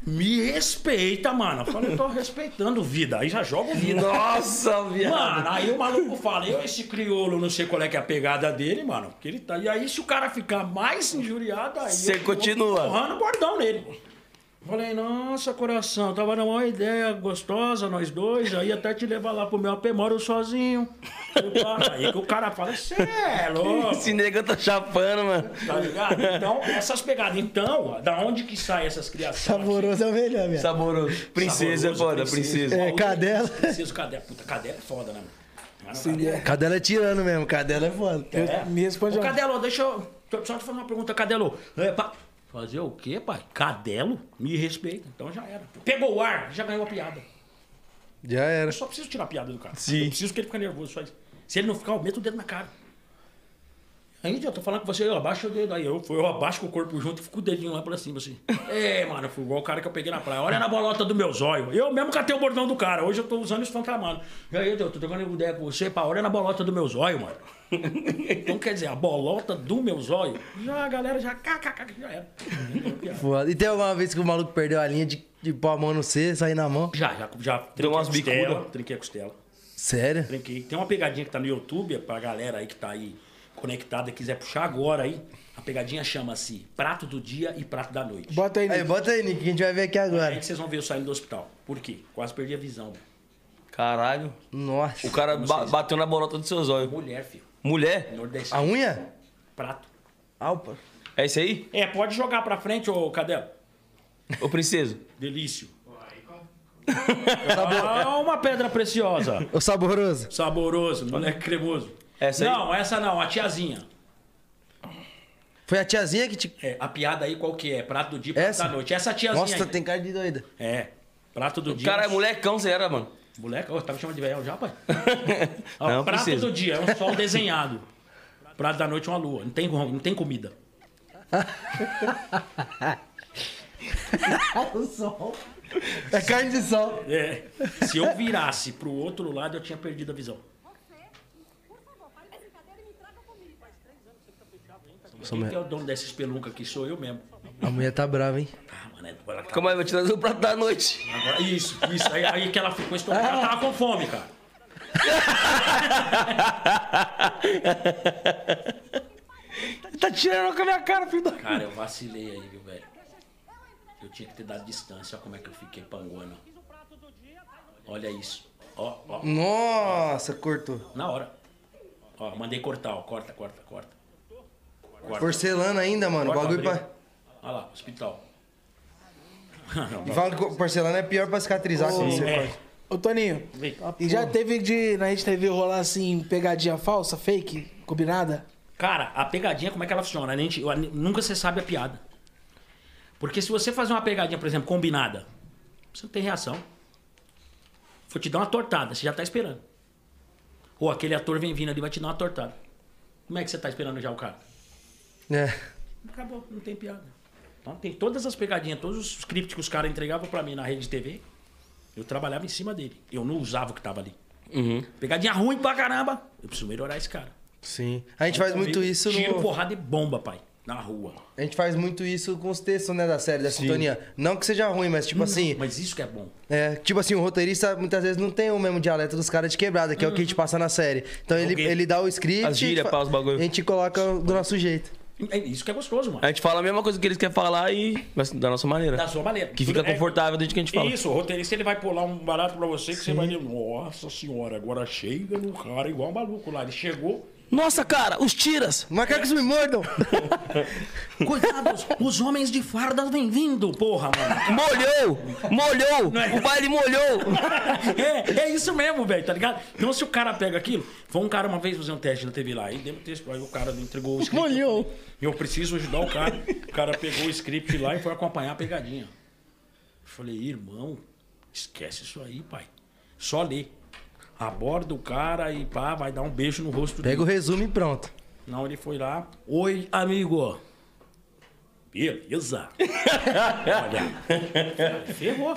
Me respeita, mano. Eu falei, eu tô respeitando vida. Aí já jogo vida.
Nossa, viado.
Mano, aí o
[LAUGHS]
maluco fala, eu esse crioulo, não sei qual é que é a pegada dele, mano. Porque ele tá. E aí, se o cara ficar mais injuriado, aí.
Você
eu vou
continua.
Porrando o bordão nele. Falei, nossa, coração, tava na maior ideia gostosa, nós dois, aí até te levar lá pro meu AP, moro sozinho. Eu, pá, Aí que o cara fala, você é louco.
Esse nega tá chapando, mano.
Tá ligado? Então, essas pegadas. Então, da onde que saem essas criações?
Saboroso é o melhor, velho.
Saboroso. Princesa é
Saboroso,
foda, princesa.
É, cadela.
Preciso, cadela. Puta, cadela é foda, né, mano? Cara, cadela-
Cadela é tirando mesmo, cadela é foda.
Eu- Me responde
Ô,
uma-
Cadelo, deixa eu. Só te fazer uma pergunta, Cadelo. É, pa- Fazer o quê, pai? Cadelo? Me respeita. Então já era. Pegou o ar, já ganhou a piada.
Já era.
Eu só preciso tirar a piada do cara.
Sim.
Eu preciso que ele fique nervoso. Só isso. Se ele não ficar, eu meto o dedo na cara. Aí eu tô falando com você, eu abaixo o dedo. Aí eu, eu abaixo com o corpo junto e fico com o dedinho lá pra cima, assim. É, mano, foi igual o cara que eu peguei na praia. Olha na bolota do meu zóio. Eu mesmo catei o bordão do cara. Hoje eu tô usando isso fantasmado. E aí, eu tô trocando ideia com você, pá. Olha na bolota do meu zóio, mano. Então quer dizer, a bolota do meu zóio. Já a galera já. Kkk, já era.
Foda. E tem alguma vez que o maluco perdeu a linha de, de pôr a mão no C, sair na mão?
Já, já, já.
Deu umas
trinquei a
bicuda.
costela, Trinquei a costela.
Sério?
Brinquei. Tem uma pegadinha que tá no YouTube, pra galera aí que tá aí conectada, quiser puxar agora aí. A pegadinha chama-se Prato do Dia e Prato da Noite.
Bota aí,
Aí,
Nick.
bota aí, Nick, que a gente vai ver aqui
Aí é
agora.
que vocês vão ver eu saindo do hospital. Por quê? Quase perdi a visão. velho.
Caralho.
Nossa.
O cara ba- bateu na bolota dos seus olhos.
Mulher, filho.
Mulher?
A um?
Nordestino.
unha?
Prato.
Alpa.
É isso aí?
É, pode jogar pra frente, ô Cadelo.
Ô, princeso.
Delício. [LAUGHS] Ah, uma pedra preciosa.
Ô, saboroso.
Saboroso, moleque cremoso.
Essa aí?
Não, essa não, a tiazinha.
Foi a tiazinha que te.
É, a piada aí qual que é? Prato do dia, prato
Essa?
da noite. Essa tiazinha
Nossa,
aí.
tem é cara de doida.
É, prato do dia.
Caralho, molecão você era, mano.
Moleque, oh, tava chamando de velho já, pai? Ó,
Não,
prato
princeso.
do dia, é um sol desenhado. Prato da noite é uma lua. Não tem, rom- não tem comida.
É carne de sol.
É. Se eu virasse pro outro lado, eu tinha perdido a visão. Quem que é o dono dessa espelunca aqui? Sou eu mesmo.
A mulher tá brava, hein?
Ah, mano, agora tá.
Calma aí, vou te trazer o prato da noite.
Agora, isso, isso. Aí, aí que ela ficou estourada. Ela tava com fome, cara.
Tá tirando com a minha cara, filho da...
Cara, eu vacilei aí, viu, velho? Eu tinha que ter dado distância. Olha como é que eu fiquei panguana. Olha isso. Ó, ó.
Nossa, cortou.
Na hora. Ó, mandei cortar, ó. Corta, corta, corta. Corta.
Porcelana ainda, mano. O
Corta,
bagulho
abriu.
pra.
Olha lá, hospital.
E falam que porcelana é pior pra cicatrizar quando você corta.
É,
Ô, Toninho.
Vem.
Tá
E já teve de, na gente teve rolar assim, pegadinha falsa, fake, combinada?
Cara, a pegadinha, como é que ela funciona? A gente, eu- nunca você sabe a piada. Porque se você fazer uma pegadinha, por exemplo, combinada, você não tem reação. Vou te dar uma tortada, você já tá esperando. Ou aquele ator vem vindo ali e vai te dar uma tortada. Como é que você tá esperando já o cara?
É.
Acabou, não tem piada. Então, tem todas as pegadinhas, todos os scripts que os caras entregavam pra mim na rede de TV, eu trabalhava em cima dele. Eu não usava o que tava ali. Pegadinha ruim pra caramba. Eu preciso melhorar esse cara.
Sim. A gente faz muito isso
Tiro,
no.
porrada e bomba, pai. Na rua.
A gente faz muito isso com os textos, né, da série, da sintonia. Não que seja ruim, mas
Hum.
tipo assim.
Mas isso que é bom.
É, tipo assim, o roteirista muitas vezes não tem o mesmo dialeto dos caras de quebrada, que é o que a gente passa na série. Então ele,
Ok.
ele dá o script.
Uhum. As gírias,
fa-
pá, os bagulho.
A gente coloca do nosso jeito.
É Isso que é gostoso, mano.
A gente fala a mesma coisa que eles querem falar e... Mas da nossa maneira.
Da sua maneira.
Que fica
Tudo- é-
confortável desde que a gente fala.
Isso, o roteirista ele vai pular um barato pra você que você vai dizer, nossa senhora, agora chega no cara igual um maluco lá. Ele chegou.
Nossa, cara, os tiras.
Macacos me mordam!
Coitados, [LAUGHS] os homens de farda vêm vindo, porra, mano.
Molhou! Molhou!
Não é?
O baile molhou!
[LAUGHS] É, é isso mesmo, velho, tá ligado? Então se o cara pega aquilo, foi um cara uma vez fazer um teste na TV lá, e deu um texto, aí o cara entregou o script.
Molhou.
Eu preciso ajudar o cara. O cara pegou o script lá e foi acompanhar a pegadinha. Eu falei, irmão, esquece isso aí, pai. Só lê. Aborda o cara e pá, vai dar um beijo no rosto
Pega
dele.
o resumo e pronto.
Não, ele foi lá. Oi, amigo. Beleza. Olha, ferrou.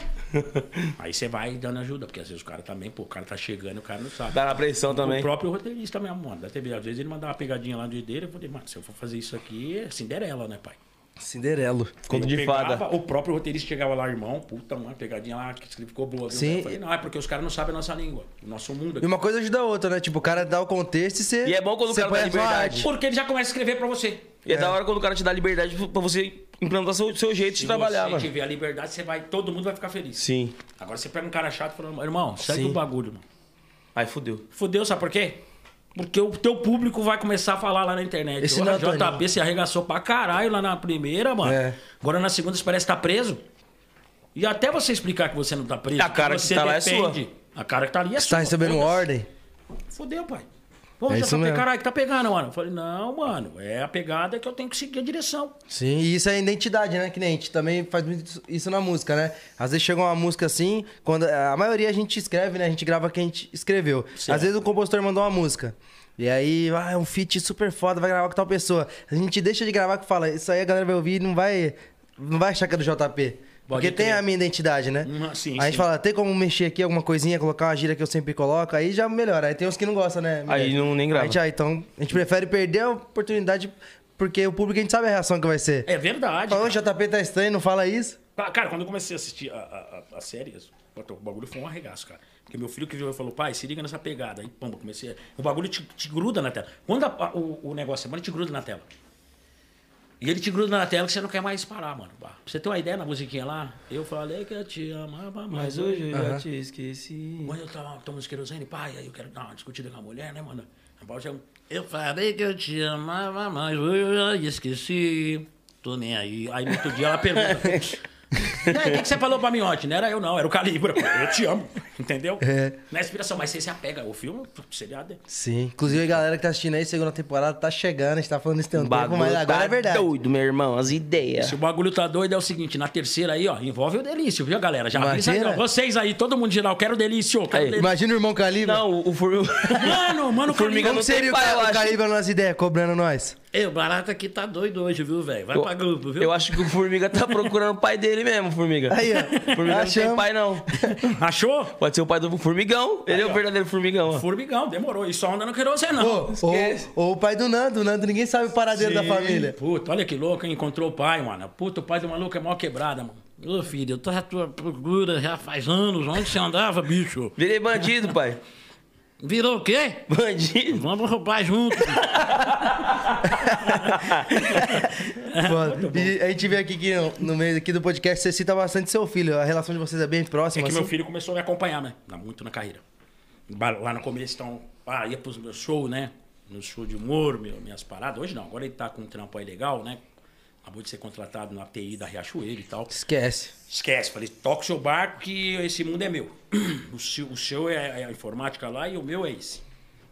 Aí você vai dando ajuda, porque às vezes o cara também, pô, o cara tá chegando e o cara não sabe.
Dá na pressão
O
também.
próprio roteirista mesmo, mano, da TV. Às vezes ele mandava uma pegadinha lá do jeito dele, eu falei, mano, se eu for fazer isso aqui, é Cinderela, né, pai?
Cinderelo.
Conto de
Pegava,
fada.
O próprio roteirista chegava lá, irmão, puta, uma pegadinha lá, que ficou boa. Viu?
Sim.
Eu falei, não, é porque os caras não sabem a nossa língua, o nosso mundo.
E
Aqui.
uma coisa ajuda a outra, né? Tipo, o cara dá o contexto e você.
E é bom quando o
você
cara dá
põe a sua
liberdade.
arte.
Porque ele já começa a escrever pra você.
E é, da hora quando o cara te dá liberdade pra você implantar seu, seu jeito de
Se
trabalhar,
você
mano.
tiver a liberdade, você vai, todo mundo vai ficar feliz.
Sim.
Agora você pega um cara chato e fala, irmão, sai
Sim.
do bagulho, mano.
Aí fudeu.
Fudeu, sabe por quê? Porque o teu público vai começar a falar lá na internet.
Esse
Esse
não é
o JB
Toninho.
se arregaçou pra caralho lá na primeira, mano.
É.
Agora na segunda você parece estar preso. E até você explicar que você não tá preso,
A cara que
você
tá lá é
depende. A cara que tá ali é
Você tá
sua.
recebendo
Foda-se.
ordem.
Fudeu, pai. Pô,
É
já
isso
tá pe-
mesmo.
caralho, que tá pegando, mano. Eu falei, não, mano, é a pegada que eu tenho que seguir a direção.
Sim, e isso é identidade, né? Que nem a gente também faz muito isso- isso na música, né? Às vezes chega uma música assim, quando a maioria a gente escreve, né? A gente grava o que a gente escreveu. Às vezes o compositor mandou uma música. E aí, ah, é um feat super foda, vai gravar com tal pessoa. A gente deixa de gravar que fala, isso aí a galera vai ouvir e não vai, não vai achar que é do JP.
Pode
porque tem
crer.
a minha identidade, né?
Hum, sim,
a gente
sim.
fala, tem como mexer aqui alguma coisinha, colocar uma gíria que eu sempre coloco, aí já melhora. Aí tem uns que não gostam, né?
Aí
Miguel?
não- nem grava.
A gente, ah, então, a gente prefere perder a oportunidade porque o público a gente sabe a reação que vai ser.
É verdade.
Fala, "Ô, JP tá estranho, não fala isso.
Ca- Cara, quando eu comecei a assistir a, a, a- a série, isso- puta, o bagulho foi um arregaço, cara. Porque meu filho que viu falou, pai, se liga nessa pegada. Aí, pamba, comecei. a- O bagulho te, te gruda na tela. Quando a- a- o, o negócio é bom, ele te gruda na tela. E ele te gruda na tela que você não quer mais parar, mano. Bah, pra você ter uma ideia na musiquinha lá? Eu falei que eu te amava, mas hoje.
eu já te esqueci.
Quando eu tava tomando querosene, pai, aí eu quero dar uma discutida com a mulher, né, mano? Aí pode chegar um, Eu falei que eu te amava, mas hoje eu já esqueci. Tô nem aí. Aí no outro dia ela pergunta. [LAUGHS] E aí, É, o que que você falou pra mim ontem? Não era eu, não, era o Calibra. pô. Eu te amo, entendeu?
É.
Na inspiração, mas você se apega. O filme, o seriado. é-
Sim. Inclusive, a galera que tá assistindo aí, segunda temporada, tá chegando, a gente tá falando isso tem um
O
tempo,
bagulho
mas agora
tá
é verdade.
doido, meu irmão, as ideias.
Se o bagulho tá doido, é o seguinte: na terceira aí, ó, envolve o Delício, viu, galera? Já avisa aí, ó.
Imagina.
vocês aí, todo mundo geral, quero o Delício. Quero
Aí,
o Delício.
Imagina o irmão Calibre.
Não, o, o [LAUGHS] fur-
Mano, mano,
Formiga
o Calibra-
Como
não
seria
tem
o,
pai, eu
Ca- o
acho.
Calibre nas ideias, cobrando nós?
Ei, o barato aqui tá doido hoje, viu, velho? Vai
Eu-
pra grupo, viu?
Eu acho que o Formiga tá procurando o pai dele mesmo, Formiga.
Aí, ó.
Formiga não tem
Achamos.
pai, não.
[LAUGHS]
Achou?
Pode ser o pai do Formigão. Ele é o verdadeiro Formigão, ó.
Formigão, demorou. E só anda no querosene, não.
Ou, ou o pai do Nando, o Nando, ninguém sabe o paradeiro da [LAUGHS] família.
Puta, olha que louco, hein? Encontrou o pai, mano. Puta, o pai do maluco é mó quebrada, mano. Ô, filho, eu tô à tua procura já faz anos. Onde você andava, bicho?
Virei é bandido, pai. [LAUGHS]
Virou o quê?
Bandido.
Vamos roubar junto.
Foda. E a gente vê aqui que no- no meio aqui do podcast você cita bastante seu filho. A relação de vocês é bem
[LAUGHS] É
próxima.
que
assim.
meu filho começou a me acompanhar, né? Dá Muito na carreira. Ba- Lá no começo, então, ah, ia pros meus shows, né? No show de humor, meu, minhas paradas. Hoje não, agora ele tá com um trampo aí legal, né? Acabou de ser contratado na TI da Riachuelo e tal.
Esquece.
Esquece, falei, toca o seu barco que esse mundo é meu. [CLEARS THROAT] O seu, o seu é, é a informática lá e o meu é esse.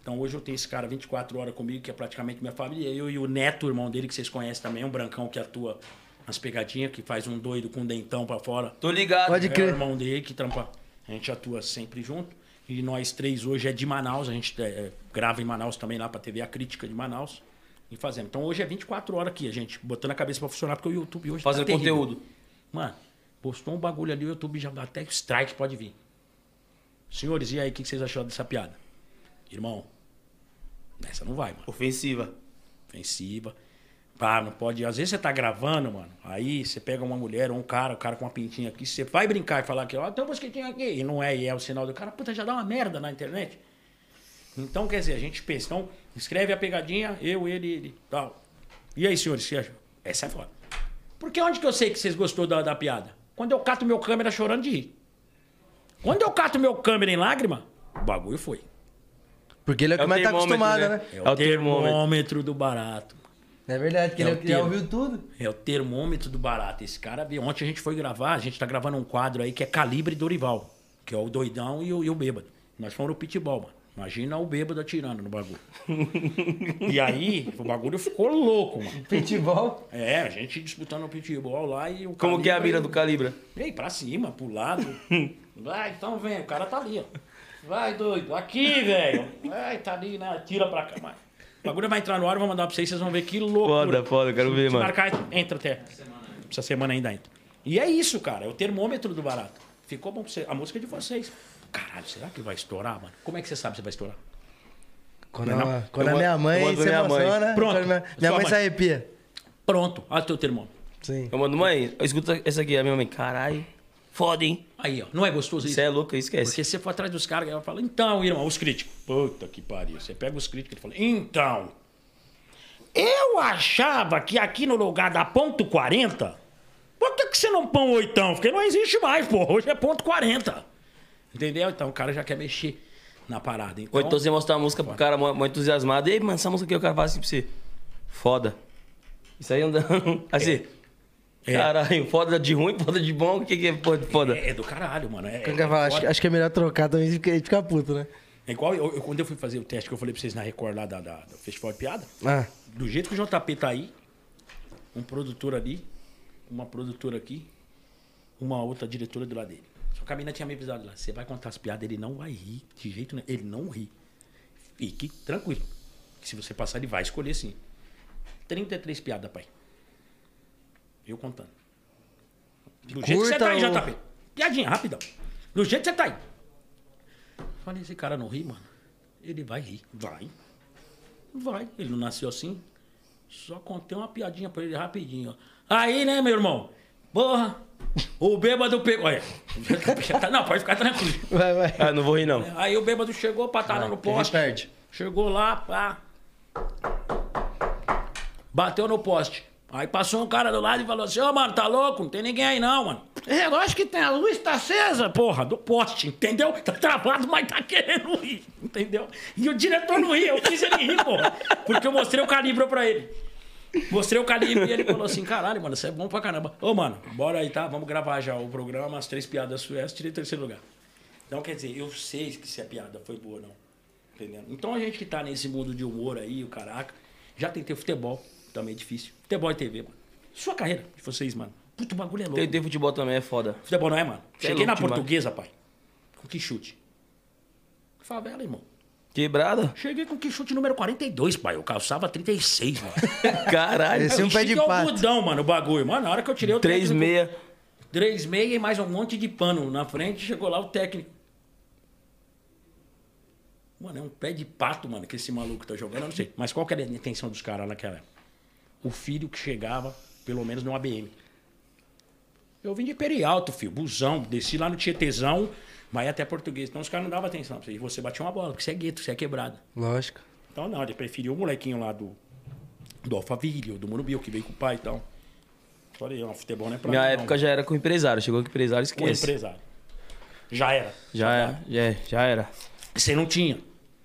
Então hoje eu tenho esse cara 24 horas comigo, que é praticamente minha família. Eu e o neto, o irmão dele, que vocês conhecem também, um brancão que atua nas pegadinhas, que faz um doido com um dentão pra fora.
Tô ligado.
Pode
É o
crer.
irmão dele que trampa. A gente atua sempre junto. E nós três hoje é de Manaus, a gente é, grava em Manaus também lá pra TV A Crítica de Manaus. E fazendo. Então hoje é 24 horas aqui, a gente botando a cabeça pra funcionar, porque o YouTube hoje
Fazendo
tá terrível.
conteúdo.
Mano, postou um bagulho ali, o YouTube já dá até strike, pode vir. Senhores, e aí, o que que vocês acharam dessa piada? Irmão, essa não vai, mano
Ofensiva.
ofensiva. Pá, não pode. Às vezes você tá gravando, mano. Aí você pega uma mulher ou um cara, o cara com uma pintinha aqui, você vai brincar e falar que, ó, tem um mosquitinho aqui. E não é, e é o sinal do cara, puta, já dá uma merda na internet. Então, quer dizer, a gente pensa, então, escreve a pegadinha, eu, ele, ele, tal. E aí, senhores, você acha? Essa é foda. Porque onde que eu sei que vocês gostou da, da piada? Quando eu cato meu câmera chorando de rir. Quando eu cato meu câmera em lágrima, o bagulho foi.
Porque ele é o que
É o
mais tá
termômetro,
acostumado, né?
né?
É
É
o,
o
termômetro.
termômetro.
do barato.
É verdade, que
É
ele
o
ele já
termo.
ouviu tudo.
É o termômetro do barato. Esse cara veio. Ontem a gente foi gravar, a gente tá gravando um quadro aí que é Calibre Dorival, que é o doidão e o, e o bêbado. Nós fomos no pitbull, mano. Imagina o bêbado atirando no bagulho. e aí, o bagulho ficou louco, mano.
Futebol.
É, a gente disputando o pitbull lá e o
Como que é a mira
Calibra-
do Calibra?
Ei, pra cima, pro lado. Vai, então vem, o cara tá ali, ó. Vai, doido, aqui, velho. Vai, tá ali, né? Tira pra cá, vai. O bagulho vai entrar no ar, eu vou mandar pra vocês, vocês vão ver que loucura.
Foda, foda, eu quero ver,
Se
mano.
marcar, entra até. Essa semana ainda entra. E é isso, cara, é o termômetro do barato. Ficou bom pra vocês, a música é de vocês. Caralho, será que vai estourar, mano? Como é que você sabe se vai estourar?
Quando,
Não,
a, quando
eu
a
mando-
minha
eu
mãe
mando
se
minha mãe.
emociona,
Pronto.
quando minha, minha
Sua
mãe se
mãe.
arrepia.
Pronto, olha o teu termômetro.
Sim.
Eu mando, mãe, escuta essa aqui, a minha mãe. Caralho. Foda, hein?
Aí, ó, não é gostoso isso?
Você é louco, esquece.
Porque se você for atrás dos caras, ela fala, então, irmão, os críticos. Puta que pariu. Você pega os críticos e fala, então. Eu achava que aqui no lugar da ponto 40, por que, que você não põe um oitão? Porque não existe mais, pô. Hoje é ponto 40. Entendeu? Então o cara já quer mexer na parada. Então,
Ou então você mostra uma música pro cara mó mó entusiasmado. Ei, mano, essa música aqui o cara fala assim pra você. Foda. Isso aí andando. [LAUGHS] Assim.
É.
Caralho, foda de ruim, foda de bom. O que, que é foda? foda?
é, é do caralho, mano. É,
Quem quer falar,
é
acho,
foda.
acho que é melhor trocar também, porque a gente fica puto, né?
É igual eu, eu- quando eu fui fazer o teste que eu falei pra vocês na Record lá da, da- do Festival de Piada,
Ah,
do jeito que o JP tá aí, um produtor ali, uma produtora aqui, uma outra diretora do lado dele. Só que a mina tinha me avisado lá, você vai contar as piadas, ele não vai rir, de jeito nenhum, ele não ri. Fique tranquilo, que se você passar ele vai escolher sim. 33 piadas, pai. Eu contando. Do jeito que você
Curta
tá aí,
o-
JP. Piadinha, rapidão. Do jeito que você tá aí. Falei, esse cara não ri, mano. Ele vai rir. Vai. Vai. Ele não nasceu assim. Só contei uma piadinha pra ele rapidinho. ó. Aí, né, meu irmão? Porra! O bêbado pegou. Olha. [LAUGHS] Não, pode ficar tranquilo.
vai, vai.
Ah, não vou rir, não.
Aí o bêbado chegou, patada no poste.
Perde.
Chegou lá, pá. Bateu no poste. Aí passou um cara do lado e falou assim: Ô, mano, tá louco? Não tem ninguém aí não, mano.
É, lógico que tem, a luz tá acesa, pô.
Porra, do poste, entendeu? Tá travado, mas tá querendo rir, entendeu? E o diretor não ria, eu fiz ele rir, porra. Porque eu mostrei o calibre pra ele. Mostrei o calibre e ele falou assim: caralho, mano, isso é bom pra caramba. Ô, mano, bora aí, tá? Vamos gravar já o programa, as três piadas suas, tirei terceiro lugar. Então, quer dizer, eu sei que se a piada foi boa ou não. Entendendo? Então, a gente que tá nesse mundo de humor aí, o caraca, já tentei futebol, também é difícil. Futebol e TV, mano. Sua carreira, de vocês, mano. Puta, o bagulho é louco.
Tem, tem futebol também, é foda.
Futebol não é, mano?
Cê é
Cheguei na
louco demais.
portuguesa, pai. Com que chute? Favela, irmão. [LAUGHS]
Quebrada?
Cheguei com que chute número 42, pai. Eu calçava 36, mano.
Caralho.
Esse é um pé de pato.
algodão, mano, o bagulho. Mano, na hora que eu tirei o
3 meia.
3 meia e mais um monte de pano na frente, chegou lá o técnico. Mano, é um pé de pato, mano, que esse maluco tá jogando, eu não sei. Mas qual que era a intenção dos caras naquela época? O filho que chegava, pelo menos no ABM. Eu vim de Perialto, filho, busão, desci lá no Tietezão, mas ia até português. Então os caras não davam atenção pra você. E você batia uma bola, porque você é gueto, você é quebrado.
Lógico.
Então não, ele preferiu o molequinho lá do, do Alphaville, do Morumbi, o que veio com o pai e tal. Falei, ó, futebol não é pra
Minha
mim, não.
época já era com empresário. Chegou com empresário,
Com
esquece.
empresário. Já tá. era.
Já, é- já, é- já era.
Você não tinha.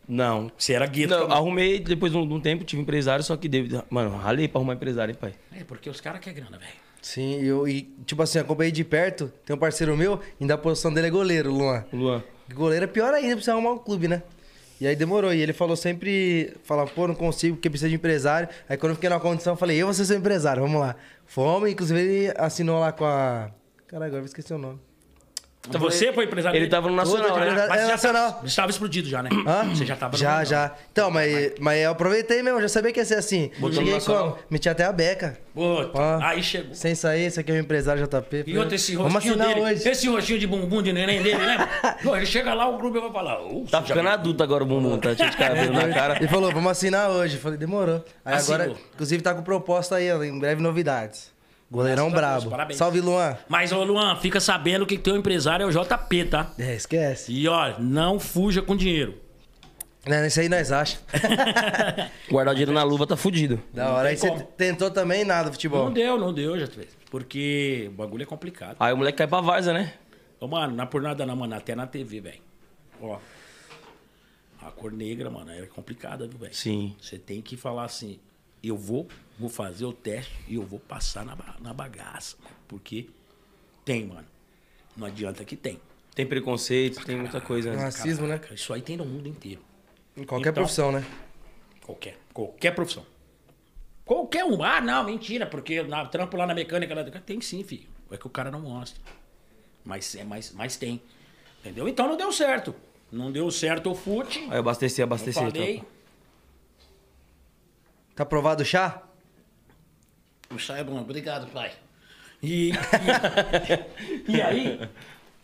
Não.
Você era gueto.
Não, arrumei, depois de um, de um tempo tive empresário, só que deve. Mano, ralei pra arrumar empresário, hein, pai.
É, porque os caras querem grana, velho.
[LAUGHS] Sim, eu, e tipo assim, acompanhei de perto, tem um parceiro meu, ainda a posição dele é goleiro, Luan.
O Luan.
Goleiro é pior ainda pra você arrumar um clube, né? E aí demorou. E ele falou sempre, falava, pô, não consigo, porque precisa de empresário. Aí quando eu fiquei na condição, eu falei, eu vou ser seu empresário, vamos lá. Fomos, inclusive ele assinou lá com a. Caralho, agora eu esqueci o nome.
Você foi empresário
Então Ele
dele?
tava no
Ô,
Nacional,
Nacional.
né?
É
já
nacional.
tava- já tava explodido já, né?
Hã?
Você já tava... no
Já,
Nacional.
já. Então, mas, mas eu aproveitei mesmo, já sabia que ia ser assim.
Botou no
Cheguei
Nacional.
como? Meti até a beca.
Puta,
Ah.
aí chegou.
Sem sair, esse aqui é o empresário JP.
E outro, esse
Vamos
rostinho
assinar
dele.
hoje.
Esse rostinho de bumbum de neném dele, né?
[LAUGHS]
Pô, ele chega lá, o clube vai falar... "Ô,
Tá
você
ficando
já-
adulto agora o bumbum, tá cheio de
[LAUGHS]
cabelo na cara.
Ele falou, vamos assinar hoje. Eu falei, demorou. Aí
Assinou.
agora, inclusive, tá com proposta aí, ó, em breve novidades. Goleirão
Graças a Deus,
brabo.
parabéns.
Salve, Luan.
Mas, ô Luan, fica sabendo que teu empresário é o JP, tá?
É, esquece.
E, ó, não fuja com dinheiro.
Não, isso aí nós acha.
Guardar o dinheiro na luva tá fudido.
da hora. Aí
tem
você
como.
tentou também nada futebol.
Não deu, não deu, JP. Porque o bagulho é complicado.
Aí o moleque cai pra várzea, né?
Ô, mano, não é por nada não, mano. Até na TV, velho. Ó. A cor negra, mano, é complicada, viu, velho?
Sim.
Você tem que falar assim, eu vou, vou fazer o teste e eu vou passar na, ba- na bagaça. mano, Porque tem, mano. Não adianta que tem.
Tem preconceito, tem muita coisa. né?
Racismo, né?
Isso aí tem no mundo inteiro.
Em qualquer
Então.
profissão, né?
Qualquer. Qualquer profissão. Qualquer uma. Ah, não, mentira, porque na trampo lá na mecânica. Lá, tem sim, filho. É que o cara não mostra. Mas, é, mas, mas tem. Entendeu? Então não deu certo. Não deu certo o fute.
Aí eu abasteci,
Eu
abasteci.
falei.
tropa.
Tá aprovado o chá?
O chá é bom. Obrigado, pai.
[LAUGHS]
E, e, e aí,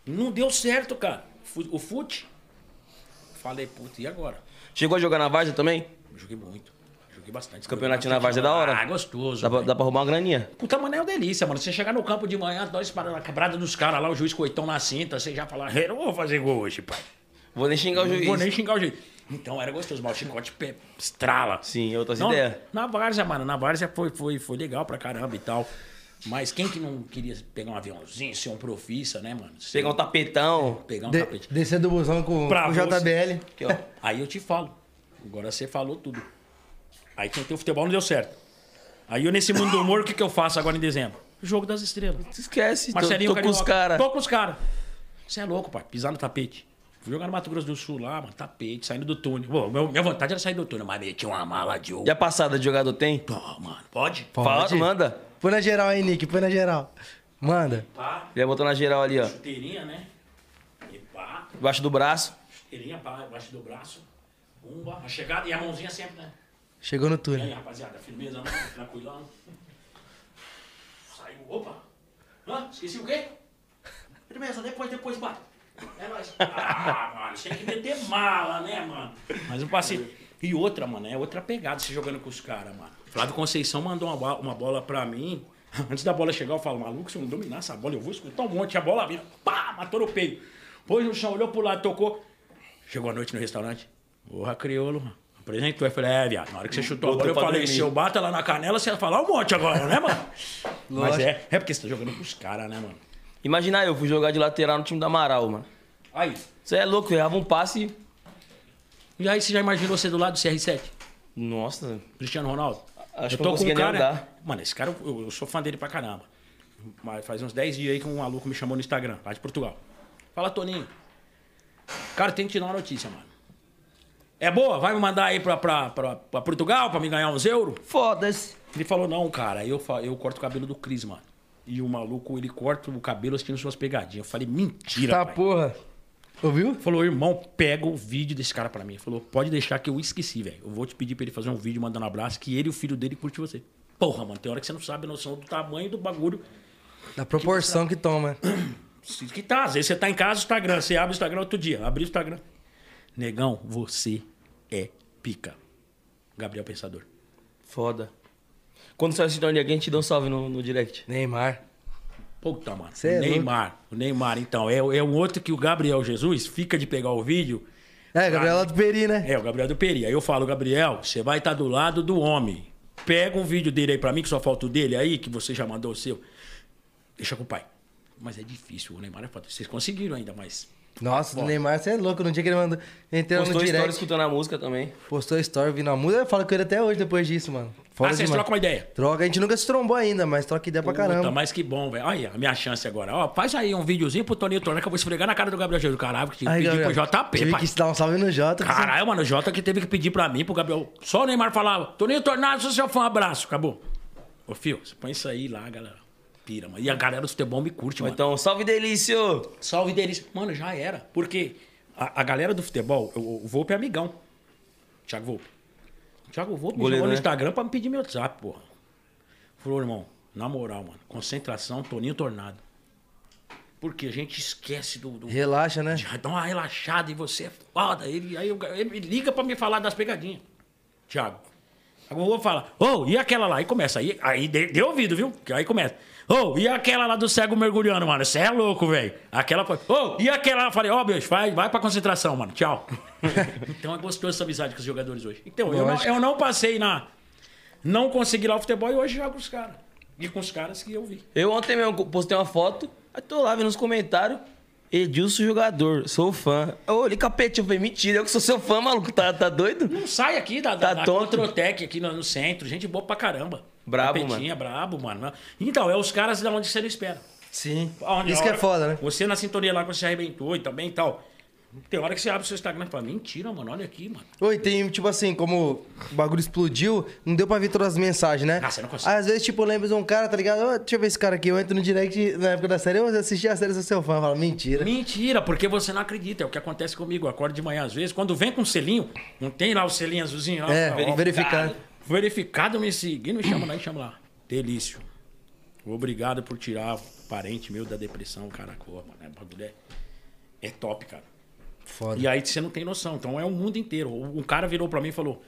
não deu certo, cara. Fu- O fute. Falei, puta, e agora?
Chegou a jogar na várzea também?
Eu Joguei muito. Joguei bastante.
Campeonatinho na várzea é da hora.
Ah, gostoso.
Dá pra,
velho.
dá pra arrumar uma graninha.
Puta, mano, é uma delícia, mano. Você chegar no campo de manhã, nós parando na quebrada dos caras lá, o juiz coitão na cinta, você já fala, eu não vou fazer gol hoje, pai.
Vou nem xingar o
Não
juiz.
vou nem xingar o juiz. Então era gostoso, mas o chicote pe- estrala.
Sim, outras
Não,
ideias.
Na várzea, mano, na várzea foi, foi, foi legal pra caramba e tal. Mas quem que não queria pegar um aviãozinho, ser um profissa, né, mano? Ser-
Pegar um tapetão.
pegar um
De-
tapete.
descer do busão com,
Pra
com o
você.
JBL.
Aqui, ó.
Aí eu te falo. Agora você falou tudo. Aí tentei o futebol, não deu certo. Aí eu, nesse mundo do humor, o que, que eu faço agora em dezembro? Jogo das estrelas.
Esquece, Então, tô,
Marcelinho
tô com os
Carioca.
caras.
Tô com os caras. Você é louco, pai. Pisar no tapete. Fui jogar no Mato Grosso do Sul lá, mano, tapete, saindo do túnel. Pô, meu- minha vontade era sair do túnel, mas meti uma mala de ouro.
E a passada de jogador tem?
Pô, mano, pode?
Fala, manda.
Põe na geral aí, Nick, põe na geral. Manda.
Pá,
Já botou na geral ali, ó.
chuteirinha, né? E pá,
Embaixo do braço.
chuteirinha, pá, embaixo do braço. Pumba, a chegada e a mãozinha sempre, né?
Chegou no
E aí,
túnel.
rapaziada, firmeza, não? Tranquilão. Saiu, opa. Hã? Esqueci o quê? Firmeza, depois, depois, bate. É nóis. Ah, mano, tinha que meter mala, né, mano? Mas eu passei. E outra, mano, é outra pegada se jogando com os caras, mano. Flávio Conceição mandou uma, ba- uma bola pra mim. [LAUGHS] Antes da bola chegar, eu falo, maluco, se eu não dominar essa bola, eu vou escutar um monte. A bola vira, pá, matou no peito. Pôs no chão, olhou pro lado, tocou. Chegou à noite no restaurante. Porra, crioulo, mano. Apresentou. Eu falei, é, viado, na hora que você chutou a bola,
Botou
eu
pra
falei,
dormir.
se eu bato lá na canela, você ia falar um monte agora, né, mano? Mas é, é porque você tá jogando com os caras, né, mano?
Imagina eu, fui jogar de lateral no time do Amaral, mano.
Aí.
Você é louco, eu errava um passe. e-
E aí você já imaginou ser do lado do CR7?
Nossa.
Cristiano Ronaldo?
Acho que eu não conseguia nem andar.
Mano, esse um cara, eu, eu sou fã dele pra caramba. Mas faz uns 10 dias aí que um maluco me chamou no Instagram, lá de Portugal. Fala, Toninho. Cara, tem que te dar uma notícia, mano. É boa? Vai me mandar aí pra, pra, pra, pra Portugal pra me ganhar uns euros?
Foda-se.
Ele falou, não, cara, eu, fa- eu corto o cabelo do Cris, mano. E o maluco, ele corta o cabelo assistindo suas pegadinhas. Eu falei, mentira,
Tá,
pai.
porra. Ouviu?
Falou, irmão, pega o vídeo desse cara pra mim. Ele falou, pode deixar que eu esqueci, velho. Eu vou te pedir pra ele fazer um vídeo mandando abraço, que ele e o filho dele curte você. Porra, mano, tem hora que você não sabe a noção do tamanho do bagulho.
Na proporção que toma.
Que tá, às vezes você tá em casa, Instagram, você abre o Instagram outro dia, abre o Instagram. Negão, você é pica. Gabriel Pensador.
Foda. Quando você assistir alguém, a gente dá um salve no, no direct.
Neymar.
Puta, mano.
Cê é
o Neymar. O Neymar, então. É, é um outro que o Gabriel Jesus fica de pegar o vídeo.
É, Gabriel lá do Peri, né?
É, o Gabriel do Peri. Aí eu falo, Gabriel, você vai estar do lado do homem. Pega um vídeo dele aí pra mim, que só falta o dele aí, que você já mandou o seu. Deixa com o pai. Mas é difícil, o Neymar é foda. Vocês conseguiram ainda, mas.
Nossa, do Neymar, você é louco. No dia que ele mandou. Entrou
Postou
no
história
direct,
escutando a música também.
postou story, vindo a música. Eu falo com ele até hoje depois disso, mano. Foda
ah, vocês
demais.
trocam uma ideia.
Troca, a gente nunca se trombou ainda, mas troca ideia pra
Puta,
caramba.
mas que bom, velho. Olha a minha chance agora. Ó, faz aí um videozinho pro Toninho Tornar que eu vou esfregar na cara do Gabriel Jesus. Caralho, que tinha
Aí,
que pedir pro
Gabriel,
JP,
Tive
pai.
que dar um salve no Jota. que
Caralho, mano, o Jota que teve que pedir pra mim, pro Gabriel. Só o Neymar falava, Toninho Tornado, sou seu fã, abraço. Acabou. Ô, Fio, você põe isso aí lá, galera. Pira, mano. E a galera do futebol me curte,
Ou
mano.
então, salve delício!
Salve delícia. Mano, já era. Porque a, a galera do futebol, o, o Volpe é amigão. Thiago Volpe. O Thiago Volpe me
Goleiro,
chamou no
né?
Instagram pra me pedir meu WhatsApp, porra. Falou, irmão, na moral, mano, concentração, Toninho Tornado. Porque a gente esquece do- do,
Relaxa, né?
já dá uma relaxada e você é foda. Ele, aí eu- ele liga pra me falar das pegadinhas. Thiago. Agora eu vou falar. Ô, e aquela lá? Aí começa. Aí, aí de- deu ouvido, viu? Que Aí começa. Ô, e aquela lá do cego mergulhando, mano? Você é louco, velho. Aquela foi. Ô, e aquela lá? Eu falei, ó, bicho, vai, vai pra concentração,
[LAUGHS]
mano. Tchau. então é gostoso essa amizade com os jogadores hoje. Então, eu não,
Lógico.
eu não passei na. Não consegui lá o futebol e hoje jogo com os caras. E com os caras que eu vi.
Eu ontem mesmo postei uma foto, aí tô lá vendo os comentários. Edilson jogador, sou fã. Eu olhei capete, eu falei, mentira, eu que sou seu fã, maluco, tá, tá doido?
Não sai aqui da,
Tá
da, da
tonto.
Controtec aqui no, no centro. Gente boa pra caramba.
Brabo,
Capetinha, brabo, mano. Então, é os caras da onde você não espera.
Sim.
Aonde-
Isso
a
que é
hora-
foda, né?
Você na sintonia lá, quando você arrebentou e também e tal. Tem hora que você abre o seu Instagram e fala, mentira, mano, olha aqui, mano.
Oi, tem, tipo assim, como o bagulho explodiu, não deu pra ver todas as mensagens, né?
Ah, você não consegue.
Às vezes, tipo, eu lembro de um cara, tá ligado? Ô, deixa eu ver esse cara aqui, eu entro no direct na época da série, eu assisti a série, sou seu fã. Eu falo, mentira.
Mentira, porque você não acredita. É o que acontece comigo. Eu acordo de manhã às vezes. Quando vem com um selinho, não tem lá o selinho azulzinho? Lá,
É,
Ó,
verificado.
Verificado me seguindo, me chama lá e chama lá. Delício. Obrigado por tirar o parente meu da depressão, cara. Pô, mano, é, bagulho é, é top, cara.
Foda.
E aí você não tem noção. Então é o mundo inteiro. Um cara virou pra mim e falou.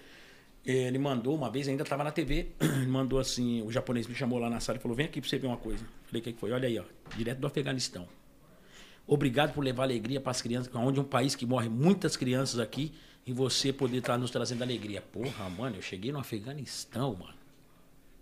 eh, Ele mandou uma vez, ainda tava na TV, [CLEARS THROAT] ele mandou assim, o japonês me chamou lá na sala e falou: vem aqui pra você ver uma coisa. Falei, o que que foi? Olha aí, ó, direto do Afeganistão. Obrigado por levar alegria para as crianças, onde é um país que morre muitas crianças aqui, e você poder estar nos trazendo alegria. Porra, mano, eu cheguei no Afeganistão, mano.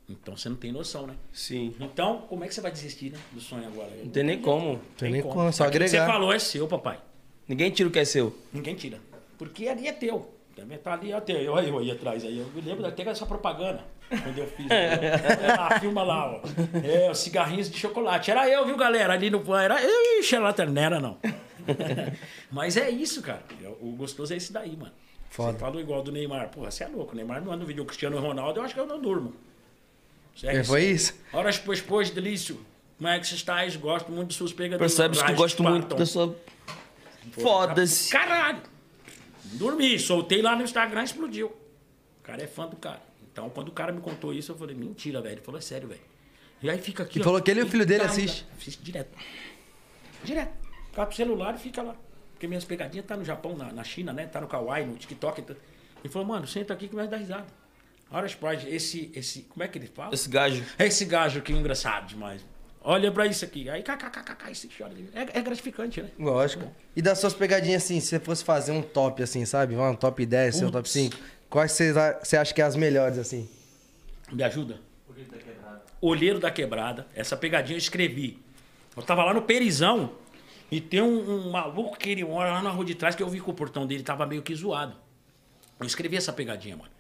Então você não tem noção, né?
Sim.
Então, como é que você vai desistir, né? Do sonho agora?
Não tem nem como.
Tem nem como, só
Aquilo que Você
agregar.
falou é seu, papai.
Ninguém tira o que é seu.
Ninguém tira. Porque ali é teu. Também tá ali, é teu. Eu aí, eu aí atrás aí. Eu me lembro até dessa propaganda. Quando eu fiz. Olha lá, filma lá, ó. É, os cigarrinhos de chocolate. Era eu, viu, galera? Ali no. Era. Ixi, era lá, não [LAUGHS] era, não. Mas é isso, cara. O gostoso é esse daí, mano.
Foda.
Você falou igual do Neymar. Porra, você é louco. O Neymar não anda no vídeo. O Cristiano Ronaldo, eu acho que eu não durmo. Sério,
É, foi
sério.
isso?
Horas depois, pois, delício. Como é que vocês estáis? Gosto muito de suas pegadinhas.
Percebes que eu
Raios
gosto muito
partam.
da sua. Foda-se.
Caralho! Dormi, soltei lá no Instagram e explodiu. O cara é fã do cara. Então, quando o cara me contou isso, eu falei, mentira, velho. Ele falou, é sério, velho. E aí fica aqui.
E falou que ele e o filho dele
Fica,
assiste.
Assiste direto. Direto. Fica pro celular e fica lá. Porque minhas pegadinhas tá no Japão, na, na China, né? Tá no Kawaii, no TikTok. tá- Ele falou, mano, senta aqui que vai dar risada. Horas Pride, esse, esse. Como é que ele fala?
Esse gajo.
Esse gajo aqui é engraçado demais. Olha pra isso aqui. Aí, kkkk, isso chora. É, é gratificante, né?
Lógico. E das suas pegadinhas, assim, se você fosse fazer um top, assim, sabe? Um top 10, um top
Putz.
5. Quais você você acha que é as melhores, assim?
Me ajuda? Olheiro da Quebrada. Essa pegadinha eu escrevi. Eu tava lá no Perizão e tem um, um maluco que ele mora lá na rua de trás que eu vi que o portão dele tava meio que zoado. Eu escrevi essa pegadinha, mano.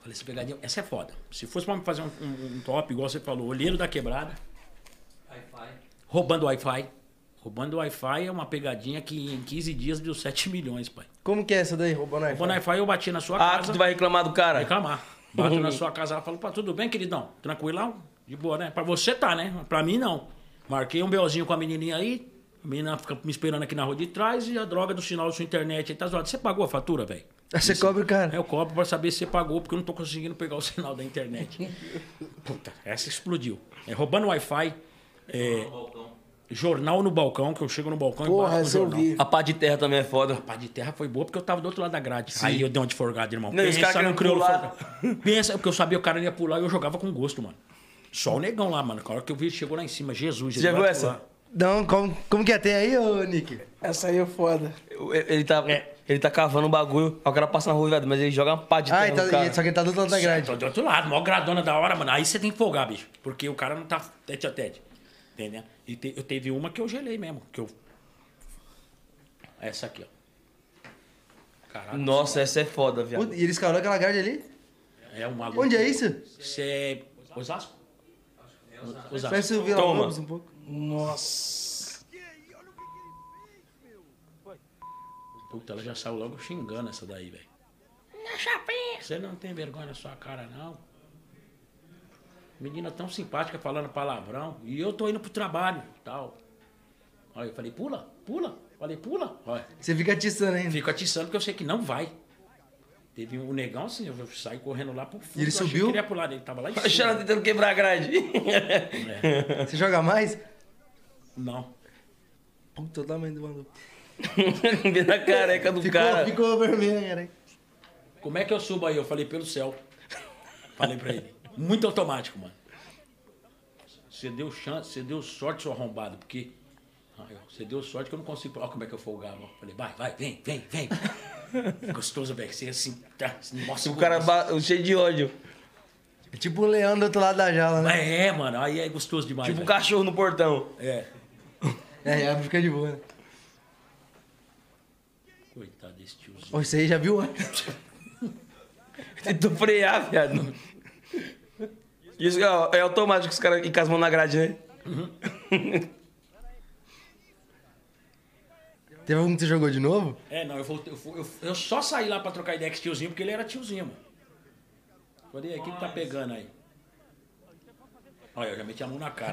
Falei, essa pegadinha, essa é foda. Se fosse pra me fazer um, um- um top, igual você falou, Olheiro da Quebrada. Roubando Wi-Fi. Roubando Wi-Fi é uma pegadinha que em 15 dias deu 7 milhões, pai.
Como que é essa daí, roubando
Roubando
iPhone?
Wi-Fi eu bati na sua
Ah,
casa.
que tu vai reclamar do cara?
Reclamar. Bato na sua casa, ela fala, pá, tudo bem, queridão? Tranquilão? De boa, né? Pra você tá, né? Pra mim, não. Marquei um BOzinho com a menininha aí, a menina fica me esperando aqui na rua de trás e a droga do sinal da sua internet aí tá zoada. Você pagou a fatura, velho?
Ah, Você cobra o
Aí
cara.
eu cobro pra saber se você pagou, porque eu não tô conseguindo pegar o [LAUGHS] sinal da internet. Puta, essa explodiu. É, roubando Wi-Fi, é, jornal no balcão, que eu chego no balcão e
Porra,
bato no
essa eu
jornal.
vi.
A pá de terra também é foda.
A parte de terra foi boa porque eu tava do outro lado da grade. Aí eu dei uma de forgada, irmão.
Não, esse cara
no
querendo
crioulo
pular.
folgado. Pensa, porque eu sabia que o cara ia pular e eu jogava com gosto, mano. Só o negão lá, mano. A hora que eu vi, ele chegou lá em cima. Jesus,
Você já
ele
viu
vai
essa?
pular.
Não, como, como que é? Tem aí, ô, Nick?
Essa aí é foda.
Eu- Ele tá, ele tá cavando um bagulho, aí o cara passa na rua, viado, mas ele joga uma pá de terra
Ah, então,
no cara.
só que ele tá do outro lado da grade.
Tô do outro lado, maior gradona da hora, mano. Aí você tem que folgar, bicho. Porque o cara não tá tete a tete. Entendeu? E te- eu teve uma que eu gelei mesmo. Que eu... Essa aqui, ó. Caraca.
Nossa, essa é foda, viado.
Puta, E ele escalou aquela grade ali?
É um maluco.
Onde é isso?
Você é... Osasco? Osasco.
Parece o Vila
Toma.
Lobos um pouco.
Nossa.
Puta, ela já saiu logo xingando essa daí, velho. Você não tem vergonha na sua cara, não. Menina tão simpática falando palavrão. E eu tô indo pro trabalho, tal. Aí eu falei, pula, pula. Falei, pula. Olha,
Você fica atiçando ainda.
fico atiçando porque eu sei que não vai. Teve um negão assim, eu saí correndo lá pro fundo.
ele
eu achei
subiu?
Que ele ia pular, ele tava lá em
A
cima.
Xana tentando quebrar a grade. [LAUGHS]
Você joga mais?
Não.
Puta, o tamanho do maluco.
Vendo a careca do
Ficou,
cara.
ficou vermelho, cara.
Como é que eu subo aí? Eu falei, pelo céu. [LAUGHS] Falei pra ele. Muito automático, mano. Você deu chance, você deu sorte, seu arrombado, porque. Ai, ó, Você deu sorte que eu não consigo. Olha como é que eu folgava. ó. Falei, vai, vai, vem, vem, vem. [LAUGHS] Gostoso, velho. Você assim, tá. Nossa,
Tipo, O cara ba- cheio de ódio.
É tipo o leão do outro lado da jaula, né?
É, mano, aí é gostoso demais.
Tipo um
velho.
cachorro no portão.
É.
É, é, fica de boa, né?
Coitado desse tiozinho.
Ô, isso aí já viu antes.
Tentou frear, viado. Isso ó, é automático que os caras ficam com as mãos na grade, né?
Teve algum que você jogou de novo?
É, não, eu, voltei, eu, fui- eu- eu só saí lá pra trocar ideia com esse tiozinho, porque ele era tiozinho, mano. Falei, o que que tá pegando aí? Olha, eu já meti a mão na cara.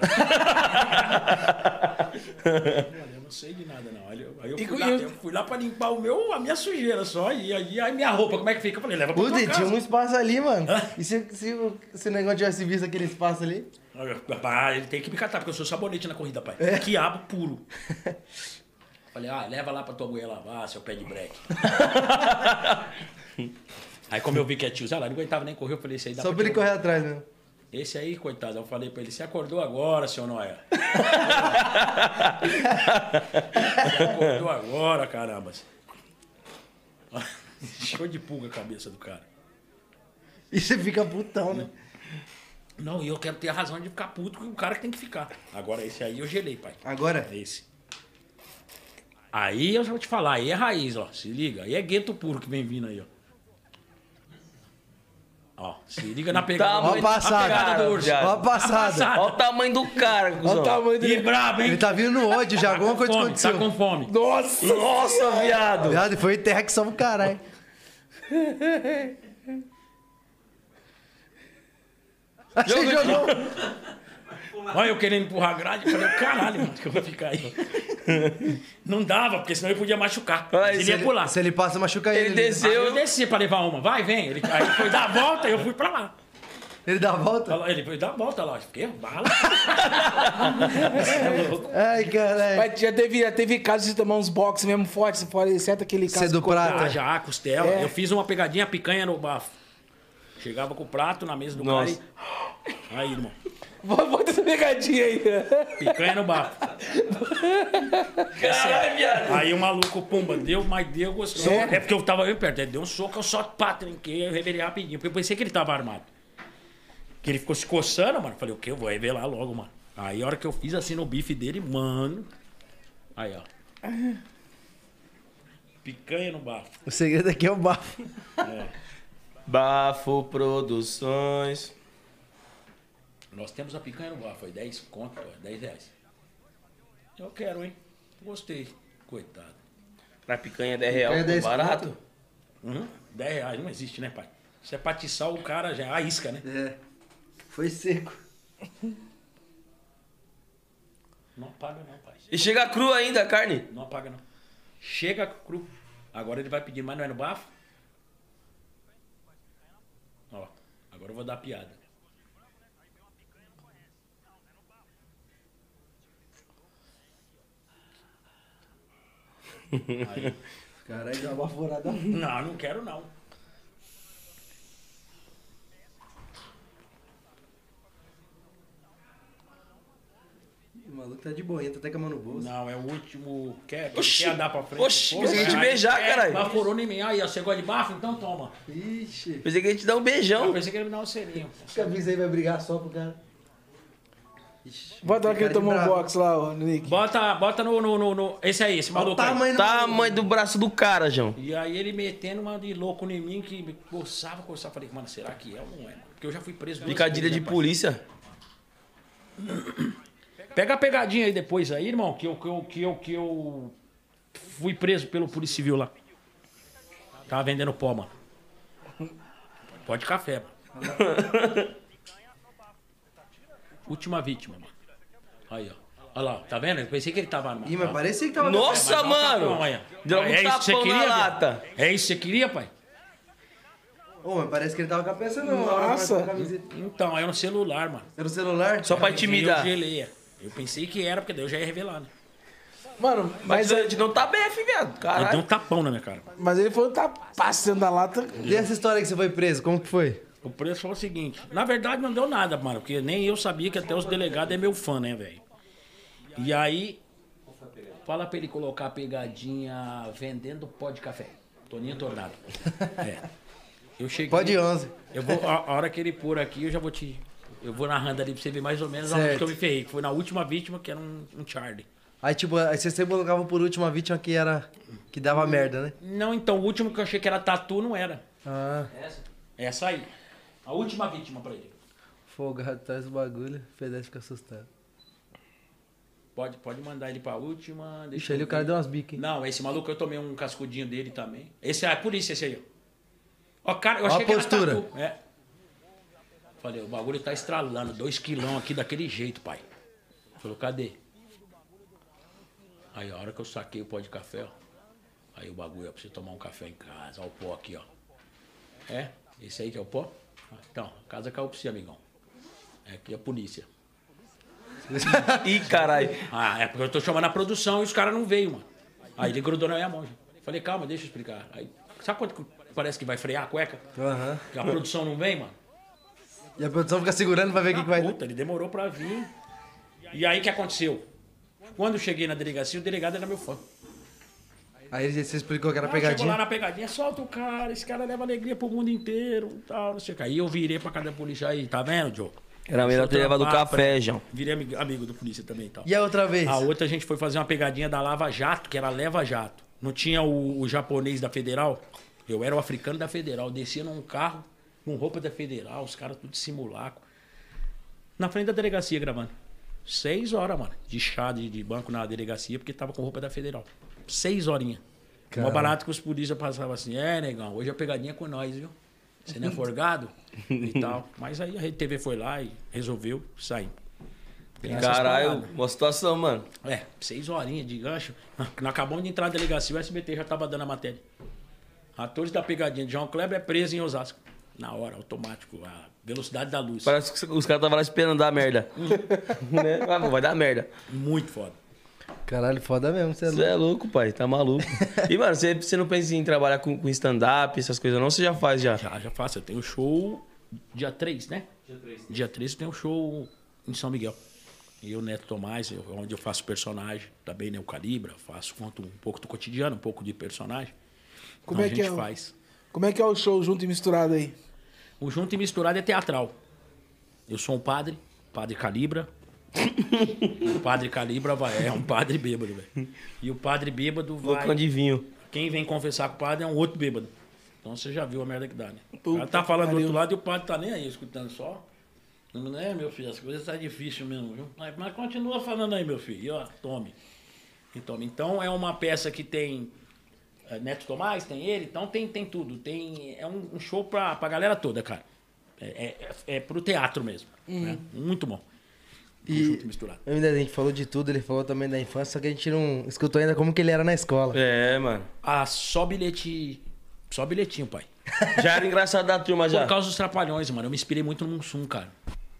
Olha, eu não sei de nada, não. Aí eu, aí eu
E
fui,
com-
lá,
e-
eu fui lá pra limpar o meu, a minha sujeira só, e aí aí minha roupa, como é que fica? Eu falei, leva pra
Puta,
tua
e tinha um
casa.
espaço ali, mano. E se, se, o- se o negócio tivesse visto aquele espaço ali?
Aí eu, "Pá, ele tem que me catar, porque eu sou sabonete na corrida, pai. Quiabo puro. [LAUGHS] Falei, ah, leva lá pra tua mulher lavar, seu pé de breque. aí como eu vi que é tiozão, ela não aguentava nem correr, eu falei, isso aí dá
Só pra ele
tirar
correr atrás né? mesmo.
um- Esse aí, coitado, eu falei pra ele, você acordou agora, seu Noia. Você acordou agora, caramba. [LAUGHS] Show de pulga a cabeça do cara.
E você fica putão, né?
Não, e eu quero ter a razão de ficar puto com o cara que tem que ficar. Agora esse aí eu gelei, pai.
Agora,
É Esse. Aí eu já vou te falar, aí é raiz, ó. Se liga. Aí é gueto puro que vem vindo aí, ó. Ó, se liga na pegada,
Tá
do- Tá
Ó a
muito-
passada.
a pegada do urso.
Ó a passada.
Olha o tamanho do cara,
Olha
cuzão.
o tamanho
E
dele.
brabo, hein?
Ele tá vindo no ódio já, alguma coisa
Tá, fome,
aconteceu.
tá com fome.
Nossa, nossa, viado.
Viado, foi terra que salva o
[LAUGHS]
caralho. Você
Joga
jogou.
Olha eu querendo empurrar a grade, eu falei, caralho, mano, que eu vou
[LAUGHS]
ficar aí. Não dava, porque senão eu podia machucar.
Olha,
Mas ele
se
ia pular.
Se ele passa, machuca ele.
Ele
né?
Aí
desceu.
eu desci pra levar uma, vai, vem. Ele, aí ele foi dar a volta e eu fui pra lá.
Ele dá a volta?
Ele foi dar a volta lá, fiquei bala.
Ai,
É.
caralho.
Mas já teve, já teve casos de tomar uns boxes mesmo fortes, fora, exceto aquele caso.
Você do
Ah,
prata.
já, costela.
É.
Eu fiz uma pegadinha, a picanha no bafo. Chegava com o prato na mesa do
Nossa.
cara e... Aí, irmão,
[LAUGHS] Bota essa pegadinha aí. [LAUGHS]
picanha no bafo. é
Caralho, viado.
Aí o maluco, pumba, deu, mas deu gostoso.
Sério?
É porque eu tava bem perto. Ele deu um soco, eu só pá, trinquei, eu revelei rapidinho. Porque eu pensei que ele tava armado. Que ele ficou se coçando, mano. Falei, o quê? Eu vou revelar logo, mano. Aí a hora que eu fiz assim no bife dele, mano. Aí, ó. Picanha no bafo.
O segredo aqui é o bafo.
Bafo Produções.
Nós temos a picanha no bafo, foi 10 conto, ó, 10 reais. Eu quero, hein? Gostei. Coitado.
Na picanha é 10 real,
Picanha é 10
barato.
conto.
Uhum. 10 reais, não existe, né, pai? Isso é pra atiçar o cara já, a isca, né?
É. Foi seco.
Não paga não, pai.
E chega cru ainda a carne.
Não apaga, não. Chega cru. Agora ele vai pedir, mas não é no bafo? Ó, agora eu vou dar a piada.
Caralho, deu uma baforada.
Não, não quero não.
O maluco tá de boinha, tá até com a mão no bolso.
Não, é o último. Quer,
Oxi.
quer dar pra frente?
Oxi,
Pô,
pensei que ia te
caralho.
beijar, caralho.
Baforou em mim. Aí, ó, você gosta de bafo? Então toma.
Ixi.
Pensei que ia te dar um
Eu
beijão.
pensei que ele me dar um selinho.
Esse camisa aí vai brigar só pro cara. Ixi.
Bota lá que
Cara de
ele tomou um
bravo.
box lá, ó, Nick.
Bota, bota no, no, no, no- Esse aí, esse
Olha o
maluco aí.
tamanho do
Tamanho do braço do cara, João.
E aí ele metendo uma de louco em mim que me coçava, coçava. Falei, mano, será que é ou não é? Porque eu já fui preso. duas
Picadilha
vezes,
de
né, pai?
polícia.
Pega a pegadinha aí depois aí, irmão, que eu, que eu, que eu, que eu fui preso pelo Polícia Civil lá. Tava vendendo pó, mano. Pó de café, mano. Última vítima, mano. Aí, ó. Olha lá, tá vendo? Eu pensei que ele tava armado.
Ih, mas
Ó.
parecia que tava...
Nossa, mano.
um Tapão, aí, ó.
Deu um
é isso que você
tapão
queria,
na
viado?
lata.
É isso que você queria, pai?
Ô, mas parece que ele tava com a peça não.
Nossa.
Olha, camiseta.
Então, aí no celular, mano.
Era o celular?
Só pra
Eu
intimidar.
geleia. Eu pensei que era, porque daí eu já ia revelar, né?
Mano,
Mas
mas,
a gente não tá bem, fi, viado.
Eu dei um
Caralho.
tapão na minha cara.
mas ele foi um tapaço dentro da lata.
E essa história que você foi preso, como que foi?
O preço foi o seguinte. Na verdade, não deu nada, mano. Porque nem eu sabia que até os delegados é meu fã, né, velho? E aí... Fala pra ele colocar a pegadinha vendendo pó de café. Toninho Tornado. É. Eu cheguei...
Pode 11.
Eu vou, a, a hora que ele pôr aqui, eu já vou te... Eu vou narrando ali pra você ver mais ou menos aonde
Certo.
que eu me ferrei. Que foi na última vítima, que era um, um Charlie.
Aí, tipo, aí você sempre colocava por último a vítima que era... Que dava merda, né?
Não, então, o último que eu achei que era Tatu, não era.
Ah,
Essa? Essa aí. A última vítima pra ele.
folgado traz o bagulho. Fedez fica assustado.
Pode, pode mandar ele pra última. deixa
Ixi,
eu
ali o
ver.
cara deu umas bicas, hein?
Não, esse maluco eu tomei um cascudinho dele também. Esse é a polícia, esse aí, ó. Ó, cara, eu
Ó a
achei que
postura.
era tatu. É. Falei, o bagulho tá estralando, dois quilão aqui daquele jeito, pai. Falou, cadê? Aí a hora que eu saquei o pó de café, ó. Aí o bagulho, ó, pra você tomar um café em casa, ó, o pó aqui, ó. É? Esse aí que é o pó? Ah, Então, a casa caiu pra você, amigão. É aqui a polícia.
[LAUGHS]
Ih, caralho.
Ah, é porque eu tô chamando a produção e os caras não veio, mano. Aí ele grudou na minha mão. já. Falei, calma, deixa eu explicar. Aí, sabe quanto que parece que vai frear a cueca?
Aham.
Que
[LAUGHS]
a produção não vem, mano? Ah,
E a produção fica segurando pra ver o que, que vai...
Puta, ele demorou pra vir. E aí o que aconteceu? Quando eu cheguei na delegacia, o delegado era meu fã.
Aí você explicou que era
Ah, chegou lá
pegadinha.
na pegadinha, solta o cara, esse cara leva alegria pro mundo inteiro e tal, não sei o que. Aí eu virei pra cada policial aí, tá vendo, Joe?
Era melhor ter levado
Trampar,
café, João.
Virei ami- amigo do polícia também e tal.
E a outra vez?
A outra a gente foi fazer uma pegadinha da Lava Jato, que era Leva Jato. Não tinha o, o japonês da Federal? Eu era o africano da Federal. Descia num carro, com roupa da federal, os caras tudo de simulaco. Na frente da delegacia gravando. Seis horas, mano, de chá de, de banco na delegacia, porque tava com roupa da federal. Seis horinhas. Mó barato que os polícia passavam assim, é, negão, hoje a pegadinha é com nós, viu? Você não é forgado? e tal. Mas aí a Rede TV foi lá e resolveu sair. Tem essas
Caralho,
paradas.
uma situação, mano.
É, seis horinhas de gancho. Nós acabamos de entrar na delegacia, o SBT já tava dando a matéria. Atores da pegadinha de João Kleber é preso em Osasco. Na hora, automático, a velocidade da luz.
Parece que os caras estavam lá esperando dar
[LAUGHS]
merda. Né? Ah, vai dar merda.
Muito foda.
Caralho, foda mesmo, você é
Você
louco.
é louco, pai, tá maluco. E, mano, você, você não pensa em trabalhar com, com stand-up, essas coisas, não? Você já faz já.
Já, já faço. Eu tenho show dia 3, né? Dia 3. Dia 3 eu tenho show em São Miguel. E eu, Neto Tomás, eu- onde eu faço personagem também, né? O Calibra, faço, conto um pouco do cotidiano, um pouco de personagem.
Como
Então,
é
a
que
gente
é o-
faz.
Como é que é o show junto e misturado aí?
O Junto e Misturado é teatral. Eu sou um padre, padre Calibra. o padre Calibra vai, é um padre bêbado, velho. E o padre bêbado vai.
Loucão de vinho.
Quem vem confessar com o padre é um outro bêbado. Então você já viu a merda que dá, né? O cara tá falando do outro lado e o padre tá nem aí, escutando só. Não é, meu filho, as coisas tá difícil mesmo, viu? Mas, mas continua falando aí, meu filho. E, ó, tome. E tome. Então é uma peça que tem é, Neto Tomás, tem ele, então tem, tem tudo. Tem, é um, um show pra, pra galera toda, cara. É, é, é pro teatro mesmo. né? Muito bom. E... Junto e misturado.
Ainda a gente falou de tudo, ele falou também da infância, só que a gente não escutou ainda como que ele era na escola.
É, mano.
Ah, só bilhete. Só bilhetinho, pai.
Já era engraçado da turma já.
Por causa dos trapalhões, mano. Eu me inspirei muito no Mussum, cara.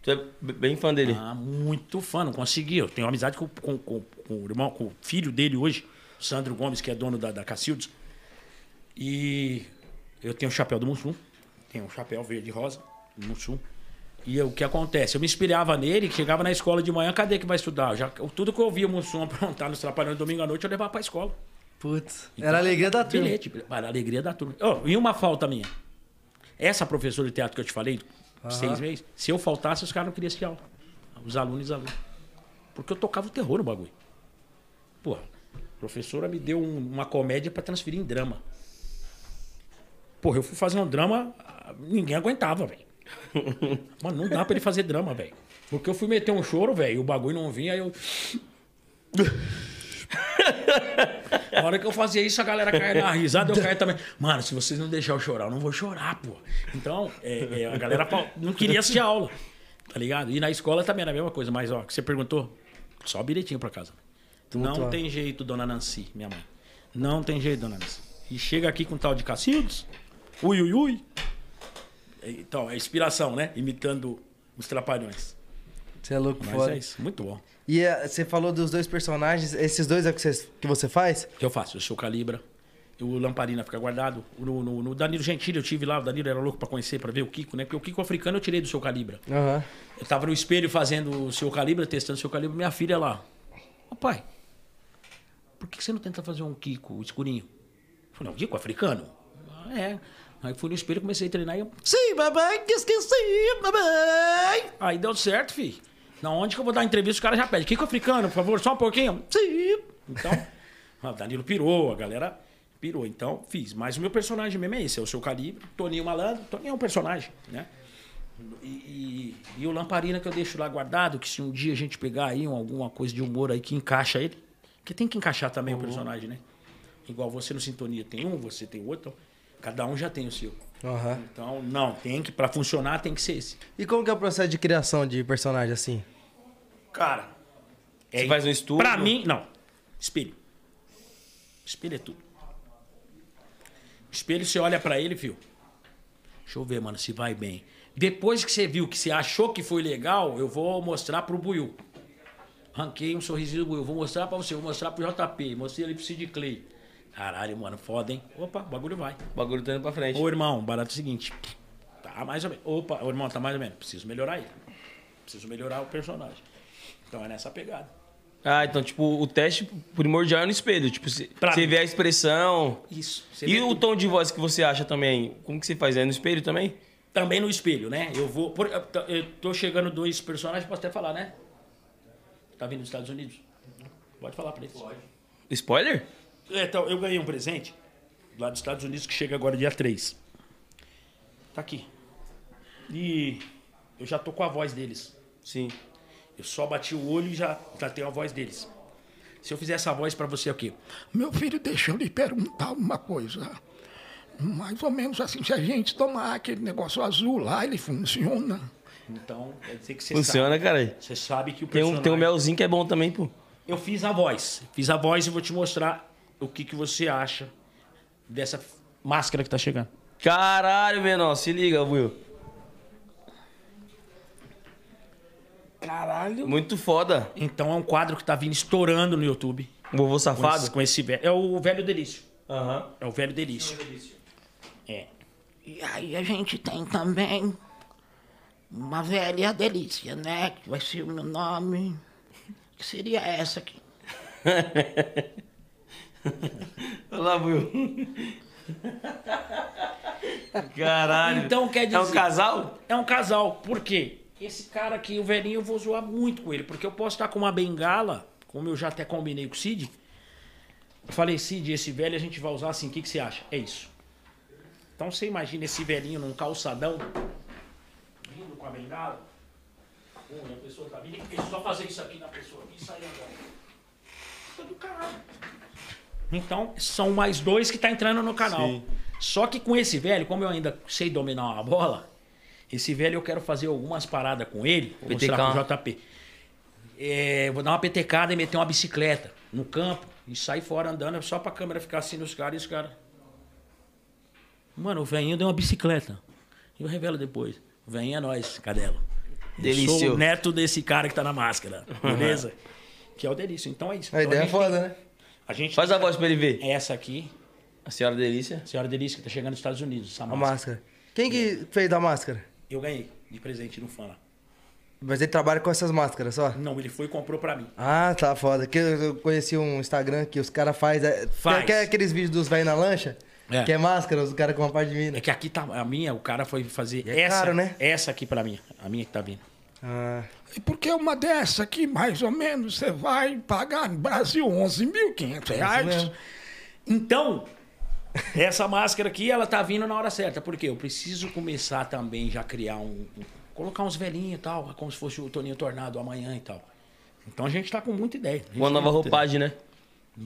Você é b- bem fã dele.
Ah, muito fã, não consegui. Eu tenho amizade com, com- com- com o irmão, com o filho dele hoje, o Sandro Gomes, que é dono da, da Cacildes. E eu tenho o chapéu do Mussum, tenho um chapéu verde e rosa do Mussum. E eu- o que acontece? Eu me inspirava nele, que chegava na escola de manhã, cadê que vai estudar? Eu já, eu- tudo que eu via o Mussum aprontar nos trapalhões domingo à noite, eu levava pra escola.
Putz, era a alegria da turma.
Bilhete, para a alegria da turma. Ó, e uma falta minha. Essa professora de teatro que eu te falei, seis meses, se eu faltasse, os caras não queriam assistir aula. Os alunos e os alunos. Porque eu tocava o terror no bagulho. Porra, a professora me deu um- uma comédia pra transferir em drama. Porra, eu fui fazer um drama, ah, ninguém aguentava, velho. Mano, não dá pra ele fazer drama, velho. Porque eu fui meter um choro, velho, e o bagulho não vinha, aí eu. Na hora que eu fazia isso, a galera caia na risada, eu caia também. Mano, se vocês não deixar eu chorar, eu não vou chorar, pô. Então, é, é, a galera pau- não queria assistir a aula, tá ligado? E na escola também era a mesma coisa, mas ó, que você perguntou, só bilhetinho pra casa. não
ó.
tem jeito, dona Nancy, minha mãe. Não tem jeito, dona Nancy. E chega aqui com tal de Cacildos, ui, ui, ui. Então, é inspiração, né? Imitando os trapalhões.
Você é louco,
Mas
foda.
é isso, muito bom.
E eh, você falou dos dois personagens, esses dois é o que você, que você faz?
O que eu faço? Eu sou Calibra. O Lamparina fica guardado. No, no- no Danilo Gentili eu tive lá. O Danilo era louco pra conhecer, pra ver o Kiko, né? Porque o Kiko africano eu tirei do seu Calibra.
Aham.
Eu tava no espelho fazendo o seu Calibra, testando o seu Calibra. Minha filha lá. Ô pai, por que que você não tenta fazer um Kiko escurinho? Eu falei, não, Kiko é africano? "Ah, É. Aí fui no espelho, comecei a treinar e eu... Sim, mamãe, que esqueci, mamãe. Aí deu certo, filho. Na onde que eu vou dar entrevista, os caras já pedem. Kiko africano, por favor, só um pouquinho. Sim. Então, [LAUGHS] o Danilo pirou, a galera pirou. Então, fiz. Mas o meu personagem mesmo é esse, é o seu calibre. Toninho Malandro, Toninho é um personagem, né? E, e- e o Lamparina que eu deixo lá guardado, que se um dia a gente pegar aí um- alguma coisa de humor aí que encaixa ele, porque tem que encaixar também o personagem, né? Igual você no Sintonia tem um, você tem outro, cada um já tem o seu.
Aham.
Então, não, tem que, pra funcionar, tem que ser esse.
E como que é o processo de criação de personagem assim?
Cara, é
Você faz um estudo?
Pra mim, não. Espelho. Espelho é tudo. Espelho, você olha pra ele, viu? Deixa eu ver, mano, se vai bem. Depois que você viu que você achou que foi legal, eu vou mostrar pro Buiu. Ranquei um sorrisinho do Buiu. Vou mostrar pra você, vou mostrar pro JP. Mostrei ali pro Sid Clay. Caralho, mano, foda, hein? Opa, o bagulho vai.
O bagulho tá indo pra frente.
Ô, irmão, barato é o seguinte. Tá mais ou menos. Opa, ô, irmão, tá mais ou menos. Preciso melhorar ele. Preciso melhorar o personagem. Então é nessa pegada.
Ah, então, tipo, o teste primordial é no espelho. Tipo, se-
Pra
você
mim.
vê a expressão.
Isso. Você
E
vê
o
tudo.
tom de voz que você acha também? Como que você faz? É no espelho também?
Também no espelho, né? Eu vou. por- eu tô- eu tô chegando dois personagens, posso até falar, né? Tá vindo dos Estados Unidos? Pode falar pra eles. Pode.
Spoiler?
Então, eu ganhei um presente lá dos Estados Unidos que chega agora dia 3. Tá aqui. E eu já tô com a voz deles.
Sim.
Eu só bati o olho e já, já tenho a voz deles. Se eu fizer essa voz pra você, é o quê?
Meu filho, deixa eu lhe perguntar uma coisa. Mais ou menos assim, se a gente tomar aquele negócio azul lá, ele funciona.
Então, quer dizer que você
Funciona,
sabe.
cara.
Você sabe que o
Tem um, tem um
personagem-
melzinho que é bom também, pô.
Eu fiz a voz. Fiz a voz e vou te mostrar o que, que você acha dessa máscara que tá chegando.
Caralho, menor, se liga, Will.
Caralho.
Muito foda.
Então é um quadro que tá vindo estourando no YouTube.
O vovô
Com esse,
safado.
com esse velho. É o velho delício.
Aham.
É o velho delício.
E aí a gente tem também uma velha delícia, né? Que vai ser o meu nome. Que seria essa aqui.
Olha Tá lá, Will. Caralho.
Então quer dizer.
É um casal?
É um casal. Por quê? Esse cara aqui, o velhinho, eu vou zoar muito com ele. Porque eu posso estar com uma bengala, como eu já até combinei com o Cid. Eu falei, Cid, esse velho a gente vai usar assim. O que, que você acha? É isso. Então você imagina esse velhinho num calçadão, vindo com a bengala. Bom, e a pessoa tá vindo, e ele só fazer isso aqui na pessoa aqui e sair andando. Puta do caralho. Então, são mais dois que tá entrando no canal. Só que com esse velho, como eu ainda sei dominar uma bola, esse velho eu quero fazer algumas paradas com ele. Vou mostrar pro JP. É, vou dar uma petecada e meter uma bicicleta no campo e sair fora andando só pra câmera ficar assim nos caras e os caras. Mano, o velhinho deu uma bicicleta. Eu revelo depois. O velhinho é nós, Cadelo. Eu
Delício.
Sou o neto desse cara que tá
[LAUGHS]
na máscara, beleza? que é o Delício. Então é isso.
A
Então
ideia é
gente tem-
foda, né?
a gente
Faz a voz pra ele ver.
é essa aqui,
A senhora delícia.
a senhora Delícia, que tá chegando nos Estados Unidos. Essa
A
máscara.
máscara. Quem que fez da máscara?
Eu ganhei de presente no fã lá.
Mas ele trabalha com essas máscaras só?
Não, ele foi e comprou pra mim.
Ah, tá foda. Que eu eu conheci um Instagram que os caras fazem.
Faz.
Quer aqueles vídeos dos velhos na lancha?
É.
Que é máscara, os caras com uma parte de mina.
É que aqui tá a minha, o cara foi fazer
E é
essa,
caro, né?
essa aqui pra mim, a minha que tá vindo.
Ah,
E porque uma dessa aqui, mais ou menos, você vai pagar no Brasil 11.500 reais.
mesmo.
Então, [LAUGHS] essa máscara aqui, ela tá vindo na hora certa. Por quê? Eu preciso começar também já criar um. um- colocar uns velhinhos e tal, como se fosse o Toninho Tornado amanhã e tal. Então a gente tá com muita ideia. A gente
Uma
tem
nova
muita-
roupagem, né?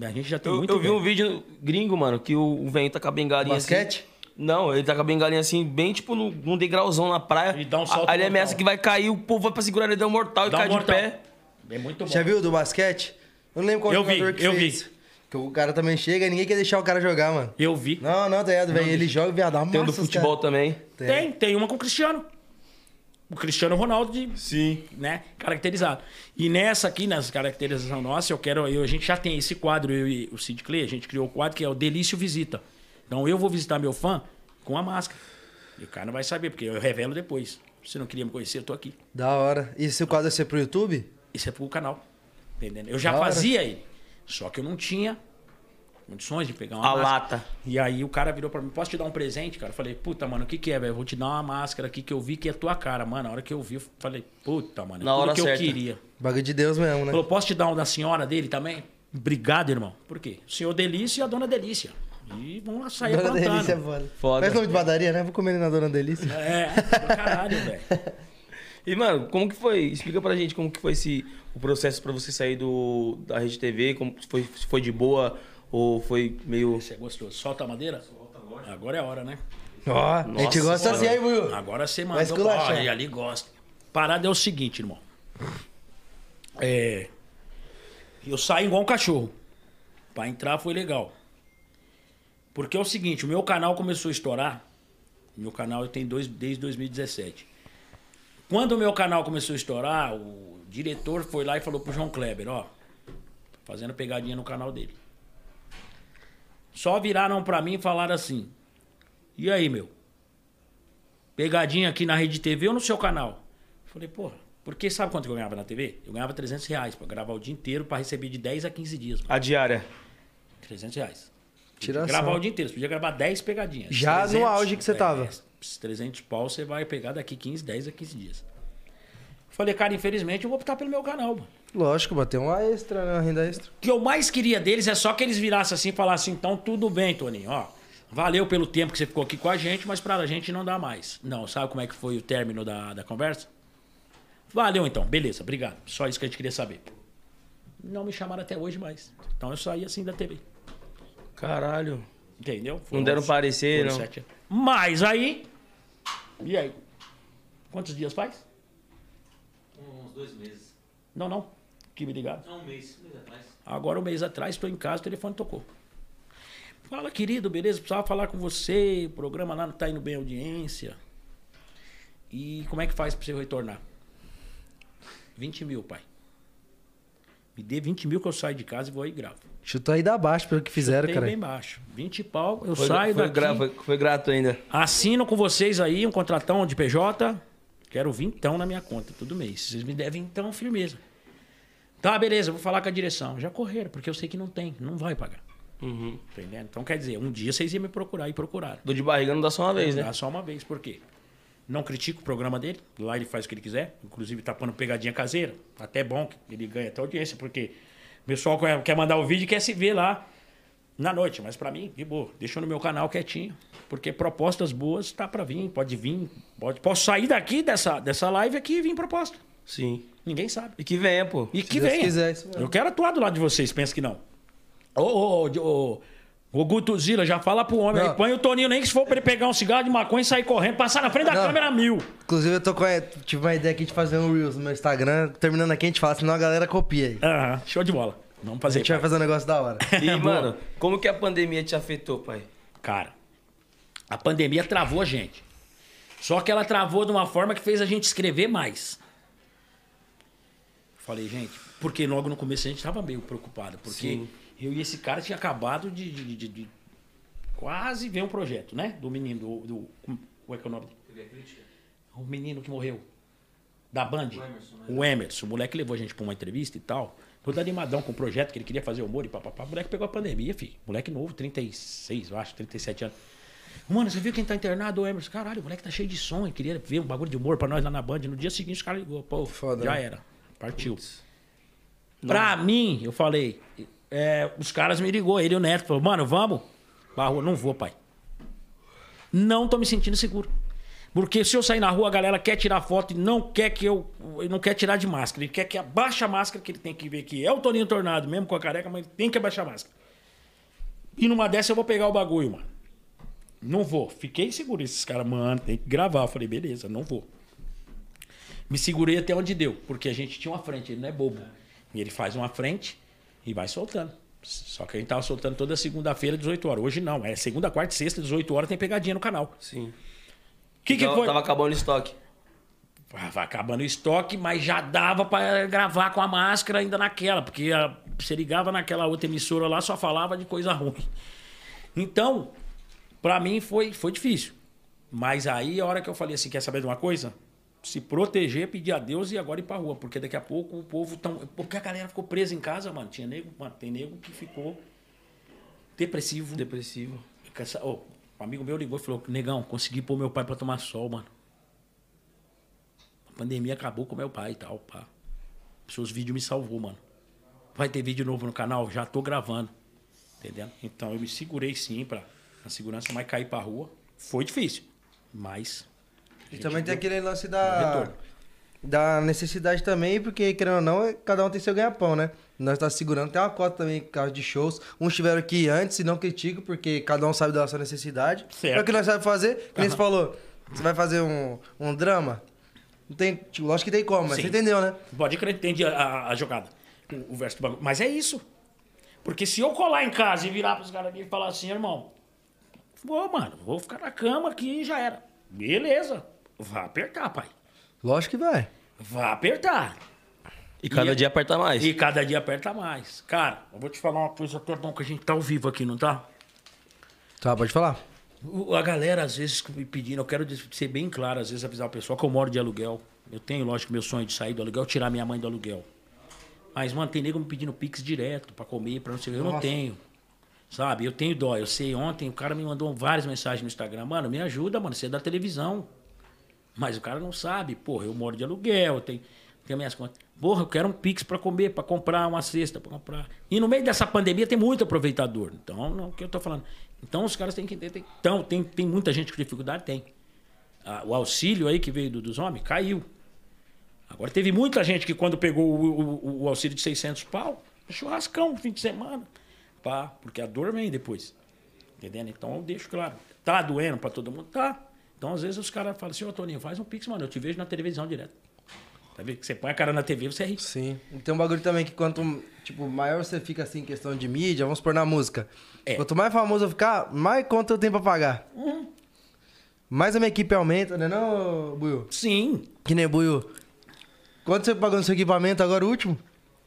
A gente já tem
Eu,
muito.
eu vi um vídeo gringo, mano, que o, o velho tá com a bengalinha
Basquete?
assim. Não, ele tá com a bengalinha assim, bem tipo num, num degrauzão na praia.
E dá um salto
Aí ele ameaça
mortal.
que vai cair, o povo vai pra segurar ele, dá um mortal e
Dá
cai
um mortal.
de pé.
É muito bom.
já viu o do basquete? Eu não lembro qual
Eu vi,
jogador que
eu
fez.
vi.
Que o cara também chega e ninguém quer deixar o cara jogar, mano.
Eu vi.
Não, não, tá ligado, velho. Ele joga e viadão.
Tem o do futebol também.
Tem, tem uma com o Cristiano. O Cristiano Ronaldo de, Sim. né, caracterizado. E nessa aqui, nessa caracterização nossa, eu quero eu, a gente já tem esse quadro eu e o Sid Clay, a gente criou o quadro que é o Delício Visita. Então eu vou visitar meu fã com a máscara. E o cara não vai saber porque eu revelo depois. Se não queria me conhecer, eu tô aqui.
Da hora. E se o quadro ia ser pro YouTube?
Isso é pro canal. tá Entendendo? Eu já
Da hora.
fazia ele, só que eu não tinha condições de pegar uma
A
máscara.
lata.
E aí o cara virou pra mim, posso te dar um presente, cara? Eu falei, puta, mano, o que que é, velho? Eu Vou te dar uma máscara aqui que eu vi que é tua cara, mano. A hora que eu vi, eu falei, puta, mano, é
Na
tudo
hora
que
certa.
eu queria.
Bagulho de Deus mesmo, né?
Falou, posso te dar um da senhora dele também? Obrigado, irmão. Por quê? O senhor Delícia e a dona Delícia. E vão lá sair
Dona
aprontando.
Delícia é foda.
Foda.
Parece nome de padaria, né? Vou comer ele na Dona Delícia.
[LAUGHS] É, do caralho, velho.
E, mano, como que foi? Explica pra gente como que foi esse, o processo pra você sair do, da Rede TV, como que foi, se foi de boa ou foi meio...
Você gostou? é Solta a madeira? Solta, lógico. Agora é a hora, né?
Ó, a gente
Nossa
gosta assim, aí, Will.
Agora você
Vai
mandou.
esculachar.
Olha, ali gosta. Parada é o seguinte, irmão. É. Eu saí igual um cachorro. Pra entrar foi legal. Porque é o seguinte, o meu canal começou a estourar. Meu canal eu tenho dois, desde 2017. Quando o meu canal começou a estourar, o diretor foi lá e falou pro João Kleber, ó, fazendo pegadinha no canal dele. Só viraram pra mim e falaram assim: "E aí, meu? pegadinha aqui na Rede TV ou no seu canal? Falei, porra, porque sabe quanto que eu ganhava na TV? Eu ganhava 300 reais pra gravar o dia inteiro pra receber de 10 a 15 dias. mano.
A diária.
300 reais.
Tira
gravar
só.
o dia inteiro, você podia gravar 10 pegadinhas.
Já no auge que você
é,
tava.
esses 300 pau você vai pegar daqui 15, 10 a 15 dias. Falei, cara, infelizmente eu vou optar pelo meu canal, mano.
Lógico, bater uma extra, né? Uma renda extra.
O que eu mais queria deles é só que eles virassem assim e falassem, então tudo bem, Toninho, ó. Valeu pelo tempo que você ficou aqui com a gente, mas pra gente não dá mais. Não, sabe como é que foi o término da, da conversa? Valeu então, beleza, obrigado. Só isso que a gente queria saber. Não me chamaram até hoje mais. Então eu saí assim da TV.
Caralho.
Entendeu?
Não deram parecer,
foram
não.
sete anos. Mas aí. E aí? Quantos dias faz?
Uns dois meses.
Não, não. Que me ligaram.
Não, um mês, um mês atrás.
Agora, um mês atrás, estou em casa, o telefone tocou. Fala, querido, beleza? Precisava falar com você. O programa lá não tá indo bem a audiência. E como é que faz para você retornar? 20 mil, pai. Me dê 20 mil que eu saio de casa e vou aí e gravo.
Chutou aí da baixo pelo que fizeram,
Tem
cara.
bem baixo. 20 pau, eu
Foi,
saio
foi,
daqui.
gra- foi- foi grato ainda.
Assino com vocês aí um contratão de PJ. Quero vintão na minha conta todo mês. Vocês me devem então firmeza. Tá, beleza, vou falar com a direção. Já correram, porque eu sei que não tem, não vai pagar. Entendendo? Então quer dizer, um dia vocês iam me procurar e procuraram.
Dor de barriga não dá só uma vez, né?
Dá só uma vez, por quê? Não critico o programa dele, lá ele faz o que ele quiser, inclusive tá pondo pegadinha caseira. Até bom que ele ganha até audiência, porque o pessoal quer- quer mandar o vídeo e quer se ver lá na noite, mas pra mim, de boa, deixa no meu canal quietinho, porque propostas boas tá pra vir, pode vir, pode, posso sair daqui dessa, dessa live aqui e vir proposta.
Sim.
Ninguém sabe.
E que venha, [LAUGHS] pô.
E que
Deus
venha.
quiser, isso mesmo.
Eu quero atuar do lado de vocês, pensa que não. Ô, ô, ô, ô, ô, Guto Zila, já fala pro homem
Não.
aí. Põe o Toninho, nem que se for pra ele pegar um cigarro de maconha e sair correndo, passar na frente da
Não.
câmera mil.
Inclusive, eu tô com a, tive uma ideia aqui de fazer um Reels no meu Instagram. Terminando aqui, a gente fala, senão a galera copia aí.
Aham, show de bola. Vamos
A
fazer.
gente vai fazer um negócio da hora.
E, mano, como que a pandemia te afetou, pai?
Cara, a pandemia travou a gente. Só que ela travou de uma forma que fez a gente escrever mais. Falei, gente, porque logo no começo a gente tava meio preocupado. Porque
Sim.
eu e esse cara tinha acabado de, de- de- de quase ver um projeto, né? Do menino, do. do como- como é que é o nome dele? O menino que morreu. Da Band. O Emerson, né? o moleque levou a gente pra uma entrevista e tal. Todo animadão com o projeto que ele queria fazer humor e papapá. O moleque pegou a pandemia, filho. Moleque novo, 36, eu acho, 37 anos. Mano, você viu quem tá internado, o Emerson? Caralho, o moleque tá cheio de som. Ele queria ver um bagulho de humor pra nós lá na Band. No dia seguinte, os caras ligou. Pô,
Foda,
já
né?
era. Partiu. Pra mim, eu falei, é, os caras me ligou, ele e o Neto, falou, mano, vamos? Pra rua, não vou, pai. Não tô me sentindo seguro. Porque se eu sair na rua, a galera quer tirar foto e não quer que eu. Ele não quer tirar de máscara. Ele quer que abaixe a máscara, que ele tem que ver que é o Toninho Tornado, mesmo com a careca, mas ele tem que abaixar a máscara. E numa dessa eu vou pegar o bagulho, mano. Não vou. Fiquei seguro. Esses caras, mano, tem que gravar. Eu falei, beleza, não vou. Me segurei até onde deu, porque a gente tinha uma frente, ele não é bobo. E ele faz uma frente e vai soltando. Só que a gente tava soltando toda segunda-feira, 18 horas. Hoje não, é segunda, quarta e sexta, 18 horas, tem pegadinha no canal.
Sim.
O que, que
tava,
foi?
Então, Tava acabando o estoque.
Ah, vai acabando o estoque, mas já dava pra gravar com a máscara ainda naquela, porque a, você ligava naquela outra emissora lá, só falava de coisa ruim. Então, pra mim foi, foi difícil. Mas aí a hora que eu falei assim, quer saber de uma coisa? Se proteger, pedir a Deus e agora ir pra rua, porque daqui a pouco o povo tão, porque a galera ficou presa em casa, mano. Tinha nego, mano, tem nego que ficou depressivo.
Depressivo.
Cansa- Ô, um amigo meu ligou e falou: Negão, consegui pôr meu pai pra tomar sol, mano. A pandemia acabou com meu pai e tal, pá. Seus vídeos me salvou, mano. Vai ter vídeo novo no canal? Já tô gravando. Entendendo? Então eu me segurei sim pra na segurança, mas cair pra rua foi difícil. Mas.
E também tem
deu-
aquele lance da,
Retorno.
da necessidade também, porque, querendo ou não, é- cada um tem seu ganha-pão, né? Nós tá segurando, tem uma cota também por causa de shows. Uns tiveram que ir antes e não critico, porque cada um sabe da sua necessidade.
Certo.
É o que nós sabemos fazer, que nem você falou, você vai fazer um, um drama? Não tem, tipo, lógico que tem como, mas
Sim.
você entendeu, né?
Pode crer, entendi a, a- a jogada. O, o verso do bagulho. Mas é isso. Porque se eu colar em casa e virar pros caras aqui e falar assim, irmão, vou, mano, vou ficar na cama aqui e já era. Beleza. Vai apertar, pai.
Lógico que vai.
Vai apertar.
E cada
E-
dia aperta mais.
E cada dia aperta mais. Cara, eu vou te falar uma coisa até bom que a gente tá ao vivo aqui, não tá?
Tá, pode falar.
O- A galera, às vezes, me pedindo, eu quero des- ser bem claro, às vezes, avisar o pessoal que eu moro de aluguel. Eu tenho, lógico, meu sonho de sair do aluguel, tirar minha mãe do aluguel. Mas, mano, tem nego me pedindo pix direto pra comer, pra não sei o que. Eu não tenho. Sabe? Eu tenho dó. Eu sei, ontem o cara me mandou várias mensagens no Instagram. Mano, me ajuda, mano, você é da televisão. Mas o cara não sabe. Porra, eu moro de aluguel, eu tenho... Tem minhas contas. Porra, eu quero um pix pra comer, pra comprar uma cesta, pra comprar. E no meio dessa pandemia tem muito aproveitador. Então, não, o que eu tô falando? Então, os caras têm que entender. Então, tem, tem muita gente com dificuldade? Tem. Ah, o auxílio aí que veio do- dos homens caiu. Agora, teve muita gente que quando pegou o, o- o auxílio de 600 pau, é churrascão, fim de semana. Pá, porque a dor vem depois. Entendendo? Então eu deixo claro. Tá doendo pra todo mundo? Tá. Então às vezes os caras falam assim, ô Toninho, faz um pix, mano, eu te vejo na televisão direto. Tá vendo? Que Você põe a cara na TV, você é rico.
Sim. E tem um bagulho também que quanto tipo, maior você fica assim em questão de mídia, vamos pôr na música.
É.
Quanto mais famoso eu ficar, mais conta eu tenho pra pagar. Mais a minha equipe aumenta, né não, Buiu?
Sim.
Que nem Buiu. Quanto você pagou no seu equipamento agora, o último?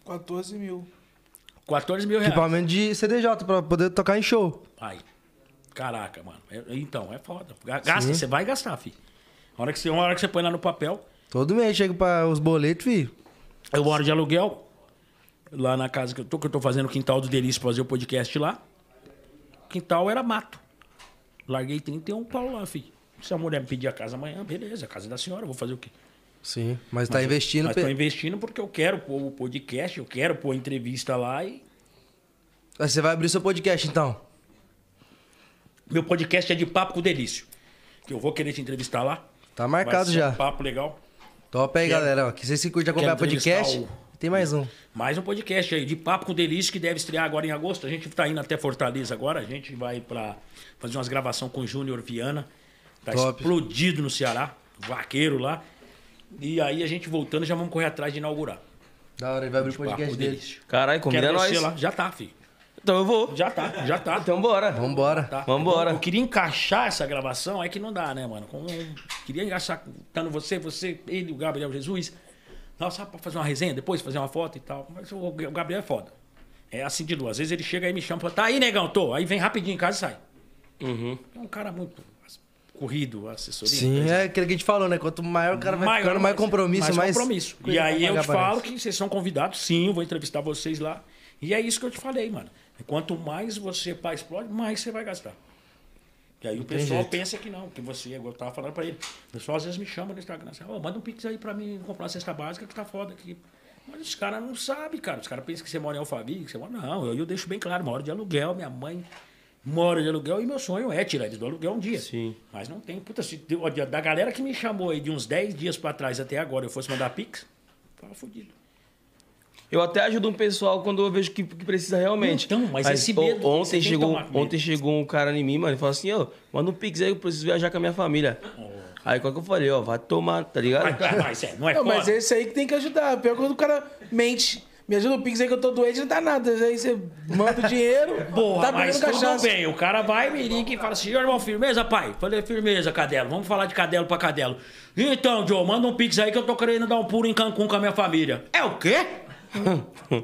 14 mil.
14 mil reais.
Equipamento de CDJ, pra poder tocar em show.
Ai, caraca, mano. É- Então, é foda. Ga- Gasta, você vai gastar, filho. A hora que você, a hora que você põe lá no papel,
Todo mês chega para os boletos, filho.
Eu moro de aluguel lá na casa que eu tô, que eu tô fazendo o quintal do Delício pra fazer o podcast lá. O quintal era mato. Larguei 31 pau lá, filho. Se a mulher me pedir a casa amanhã, beleza, a casa é da senhora, eu vou fazer o quê?
Sim, mas, tá investindo.
Mas
pe-
tô investindo porque eu quero pôr o podcast, eu quero pôr entrevista lá e.
Aí Você vai abrir seu podcast, então.
Meu podcast é de papo com o Delício. Que eu vou querer te entrevistar lá.
Tá
Vai
marcado
ser um
já.
papo legal.
Top aí,
Quero-
galera. Ó, que vocês se curtem acompanhar
Quero
podcast.
entrevistar
Tem mais um.
Mais um podcast aí, de Papo com Delício, que deve estrear agora em agosto. A gente tá indo até Fortaleza agora. A gente vai pra fazer umas gravações com o Júnior Viana. Tá
Top.
explodido no Ceará. Vaqueiro lá. E aí a gente voltando, já vamos correr atrás de inaugurar.
Da hora, ele vai abrir o
De Papo
podcast
com
dele.
Delício.
Caralho, convida
Quero
nós.
descer lá. Já tá, filho.
Então eu vou.
Já tá, já tá.
Então bora.
Vambora.
Tá.
Vambora.
Eu queria encaixar essa gravação, é que não dá, né, mano? Como eu queria encaixar, tá no você, você, ele, o Gabriel Jesus. Nossa, pra fazer uma resenha depois, fazer uma foto e tal. Mas o o Gabriel é foda. É assim de duas. Às vezes ele chega aí e me chama e fala, tá aí, negão, tô. Aí vem rapidinho em casa e sai. É um cara muito corrido, assessoria.
Sim,
empresa.
é aquilo que a gente falou, né? Quanto maior o cara vai ficando, mais compromisso, mais.
compromisso.
coisa
E aí
pra
eu
pagar,
te falo
parece.
que vocês são convidados, sim, eu vou entrevistar vocês lá. E é isso que eu te falei, mano. Quanto mais você pá, explode, mais você vai gastar. E aí o pessoal
jeito.
pensa que não, que você, eu tava falando pra ele. O pessoal às vezes me chama no Instagram, assim, "Ô, manda um pix aí pra mim comprar uma cesta básica que tá foda aqui. Mas os caras não sabem, cara. Os caras pensam que você mora em Alphaville, que você mora. Não, eu, eu deixo bem claro, moro de aluguel, minha mãe mora de aluguel e meu sonho é tirar eles do aluguel um dia.
Sim.
Mas não tem. Puta, se, deu- ó, da galera que me chamou aí de uns 10 dias pra trás até agora, eu fosse mandar pix, tava fudido.
Eu até ajudo um pessoal quando eu vejo que, que precisa realmente.
Então, mas esse
o-
medo, você tem
ontem
que
chegou,
tomar com medo.
ontem chegou um cara em mim, mano, e falou assim, ó, manda um pix aí, eu preciso viajar com a minha família. Aí qual que eu falei, ó, vai tomar, tá
Vai,
ligado?
vai, vai, sério, não é
Não,
foda.
mas é esse aí que tem que ajudar. Pior quando o cara mente. Me ajuda o Pix aí que eu tô doente, não dá nada. Aí você manda o
[LAUGHS]
dinheiro,
Porra,
tá
mas
bebendo
tudo
cachaça.
bem. O cara vai, me liga e fala assim, "Ô, irmão, firmeza, pai? Falei, firmeza, Cadelo. Vamos falar de Cadelo pra Cadelo. Então, Joe, manda um pix aí que eu tô querendo dar um pulo em Cancún com a minha família. É o quê?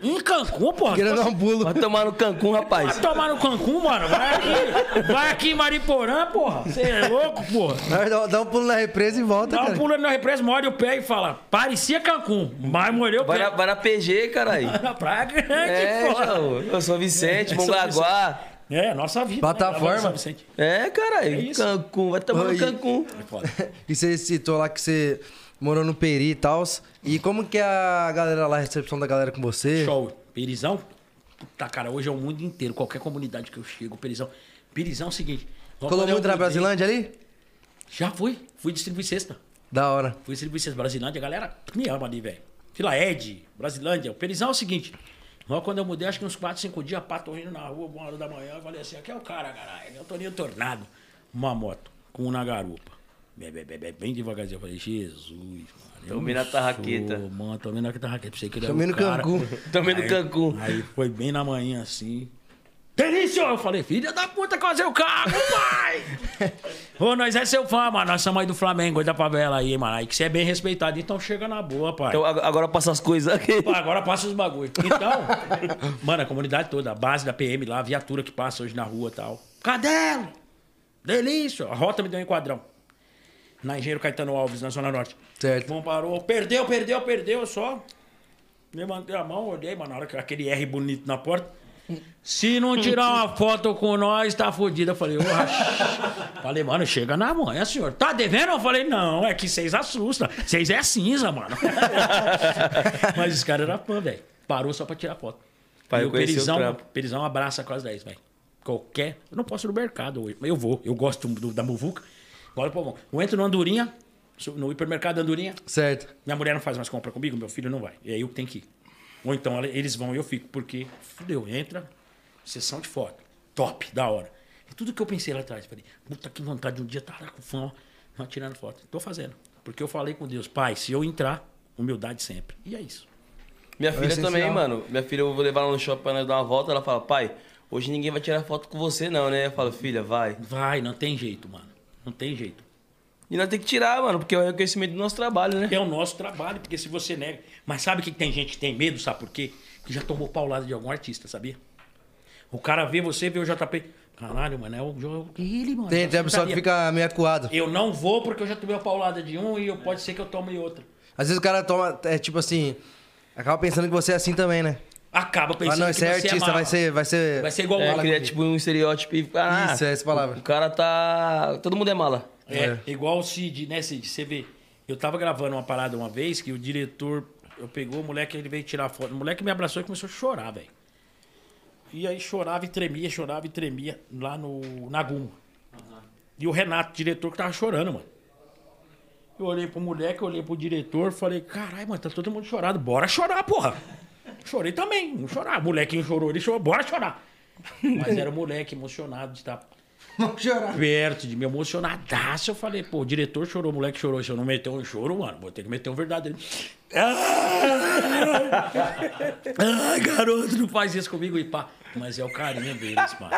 em Cancún, porra?
Querendo
[LAUGHS]
dar um pulo.
Vai tomar no Cancún, rapaz.
Vai tomar no Cancún, mano. Vai aqui, vai aqui em Mariporã, porra. Você é louco, porra.
Vai dar- Dá um pulo na represa e volta,
Dá um
cara.
pulo na represa, molha o pé e fala, parecia Cancún, mas molhou o
Vai na,
pé.
vai na PG, caralho.
[LAUGHS] Na praia grande,
É,
porra.
João, eu sou Vicente,
Eu sou
Mongaguá.
É, nossa vida. né?
Plataforma.
Gravando São Vicente.
É,
É
caralho,
isso.
Cancún, vai tomar
Oi.
no Cancún.
É foda.
E você citou lá que você morou no Peri e tal. E como que é a galera lá, a recepção da galera com você?
Show. Perizão? Puta, cara, hoje é o mundo inteiro. Qualquer comunidade que eu chego, Perizão. Perizão é o seguinte. logo
Colou
quando eu
muito na
mudei-
Brasilândia ali?
Já fui. Fui distribuir cesta.
Da hora.
Fui distribuir cesta. Brasilândia, a galera me ama ali, velho. Fila Ed, Brasilândia. O Perizão é o seguinte. Logo quando eu mudei, acho que uns 4, 5 dias, pá, tô indo na rua, uma hora da manhã. Eu falei assim: aqui é o cara, caralho. Eu tô Toninho Tornado. Uma moto, com um na garupa. Bem, bem, bem, bem, bem devagarzinho. Eu falei: Jesus, mano. eu
Tomei na
não
tarraqueta.
sou, Mano, tomei na tarraqueta. Pensei que ele era
Tomei
o
no
cara.
Cancún.
Tomei no
Aí-
Cancún.
Aí foi bem na manhã assim. Delício! Eu falei, filha da puta, quase o carro, pai! [LAUGHS] Ô, nós é seu fã, mano. Nós somos aí do Flamengo, aí da favela aí, mano. Aí que você é bem respeitado, então chega na boa, pai.
Então ag- agora passa as coisas aqui.
Pô, Agora passa os bagulho. Então, [LAUGHS] mano, a comunidade toda, a base da PM lá, a viatura que passa hoje na rua e tal. Cadelo! Delício! A rota me deu um enquadrão. Na Engenheiro Caetano Alves, na Zona Norte.
Certo.
Vão parou. Perdeu, perdeu, perdeu, eu só. Levantei a mão, olhei, mano, na hora que aquele R bonito na porta. Se não tirar uma foto com nós, tá fodida. Eu falei, oxe. Falei, mano, chega na manhã, senhor. Tá devendo? Eu falei, não, é que vocês assustam. Vocês é cinza, mano. [LAUGHS] Mas os caras eram fã, velho. Parou só pra tirar foto.
Pra
e o
reconhecer o
Perizão,
trampo.
Perizão abraça quase 10, velho. Qualquer. Eu não posso ir no mercado hoje, mas eu vou. Eu gosto do- da muvuca. Bora pro bom. Eu entro no Andorinha, no hipermercado Andorinha.
Certo.
Minha mulher não faz mais compra comigo, meu filho não vai. E aí eu que tenho que ir. Ou então ela- eles vão e eu fico, porque fudeu, entra, sessão de foto. Top, da hora. E tudo que eu pensei lá atrás, falei, puta que vontade de um dia estar com fã, mas tirando foto. Tô fazendo. Porque eu falei com Deus, pai, se eu entrar, humildade sempre. E é isso.
Minha filha
essencial.
também, mano. Minha filha, eu vou levar ela no shopping pra nós dar uma volta. Ela fala, pai, hoje ninguém vai tirar foto com você, não, né? Eu falo, filha, vai.
Vai, não tem jeito, mano. Não tem jeito.
E nós temos que tirar, mano, porque é o reconhecimento do nosso trabalho, né?
É o nosso trabalho, porque se você nega. Mas sabe o que que tem gente que tem medo, sabe por quê? Que já tomou paulada de algum artista, sabia? O cara vê você, vê o JP. Caralho, mano, é o João. Ele, mano.
Tem, tem a pessoa que fica meio acuado.
Eu não vou porque eu já tomei a paulada de um e eu, pode ser que eu tome outra.
Às vezes o cara toma, é tipo assim, acaba pensando que você é assim também, né?
Acaba
Ah,
pensando
não,
que
esse é
você
artista,
mal.
vai ser, vai ser...
Vai ser igual o
É,
Alan.
cria tipo um estereótipo e fica. ah,
Isso, é essa palavra.
O cara tá. Todo mundo é mala.
É, igual o Cid, né, Cid? Você vê. Eu tava gravando uma parada uma vez que o diretor. Eu pegou o moleque, ele veio tirar foto. O moleque me abraçou e começou a chorar, velho. E aí chorava e tremia, chorava e tremia lá no na Guma. E o Renato, diretor, que tava chorando, mano. Eu olhei pro moleque, eu olhei pro diretor, falei, caralho, mano, tá todo mundo chorado. Bora chorar, porra. Chorei também, não chorar. O molequinho chorou, ele chorou, bora chorar. Mas era o moleque emocionado de estar
Vamos chorar.
perto de mim, emocionadaço. Eu falei, pô, o diretor chorou, o moleque chorou. Se eu não meter um choro, mano, vou ter que meter
[LAUGHS]
um verdadeiro. Ah, Ah, garoto, não faz isso comigo e pá. Mas é o carinho deles, mano.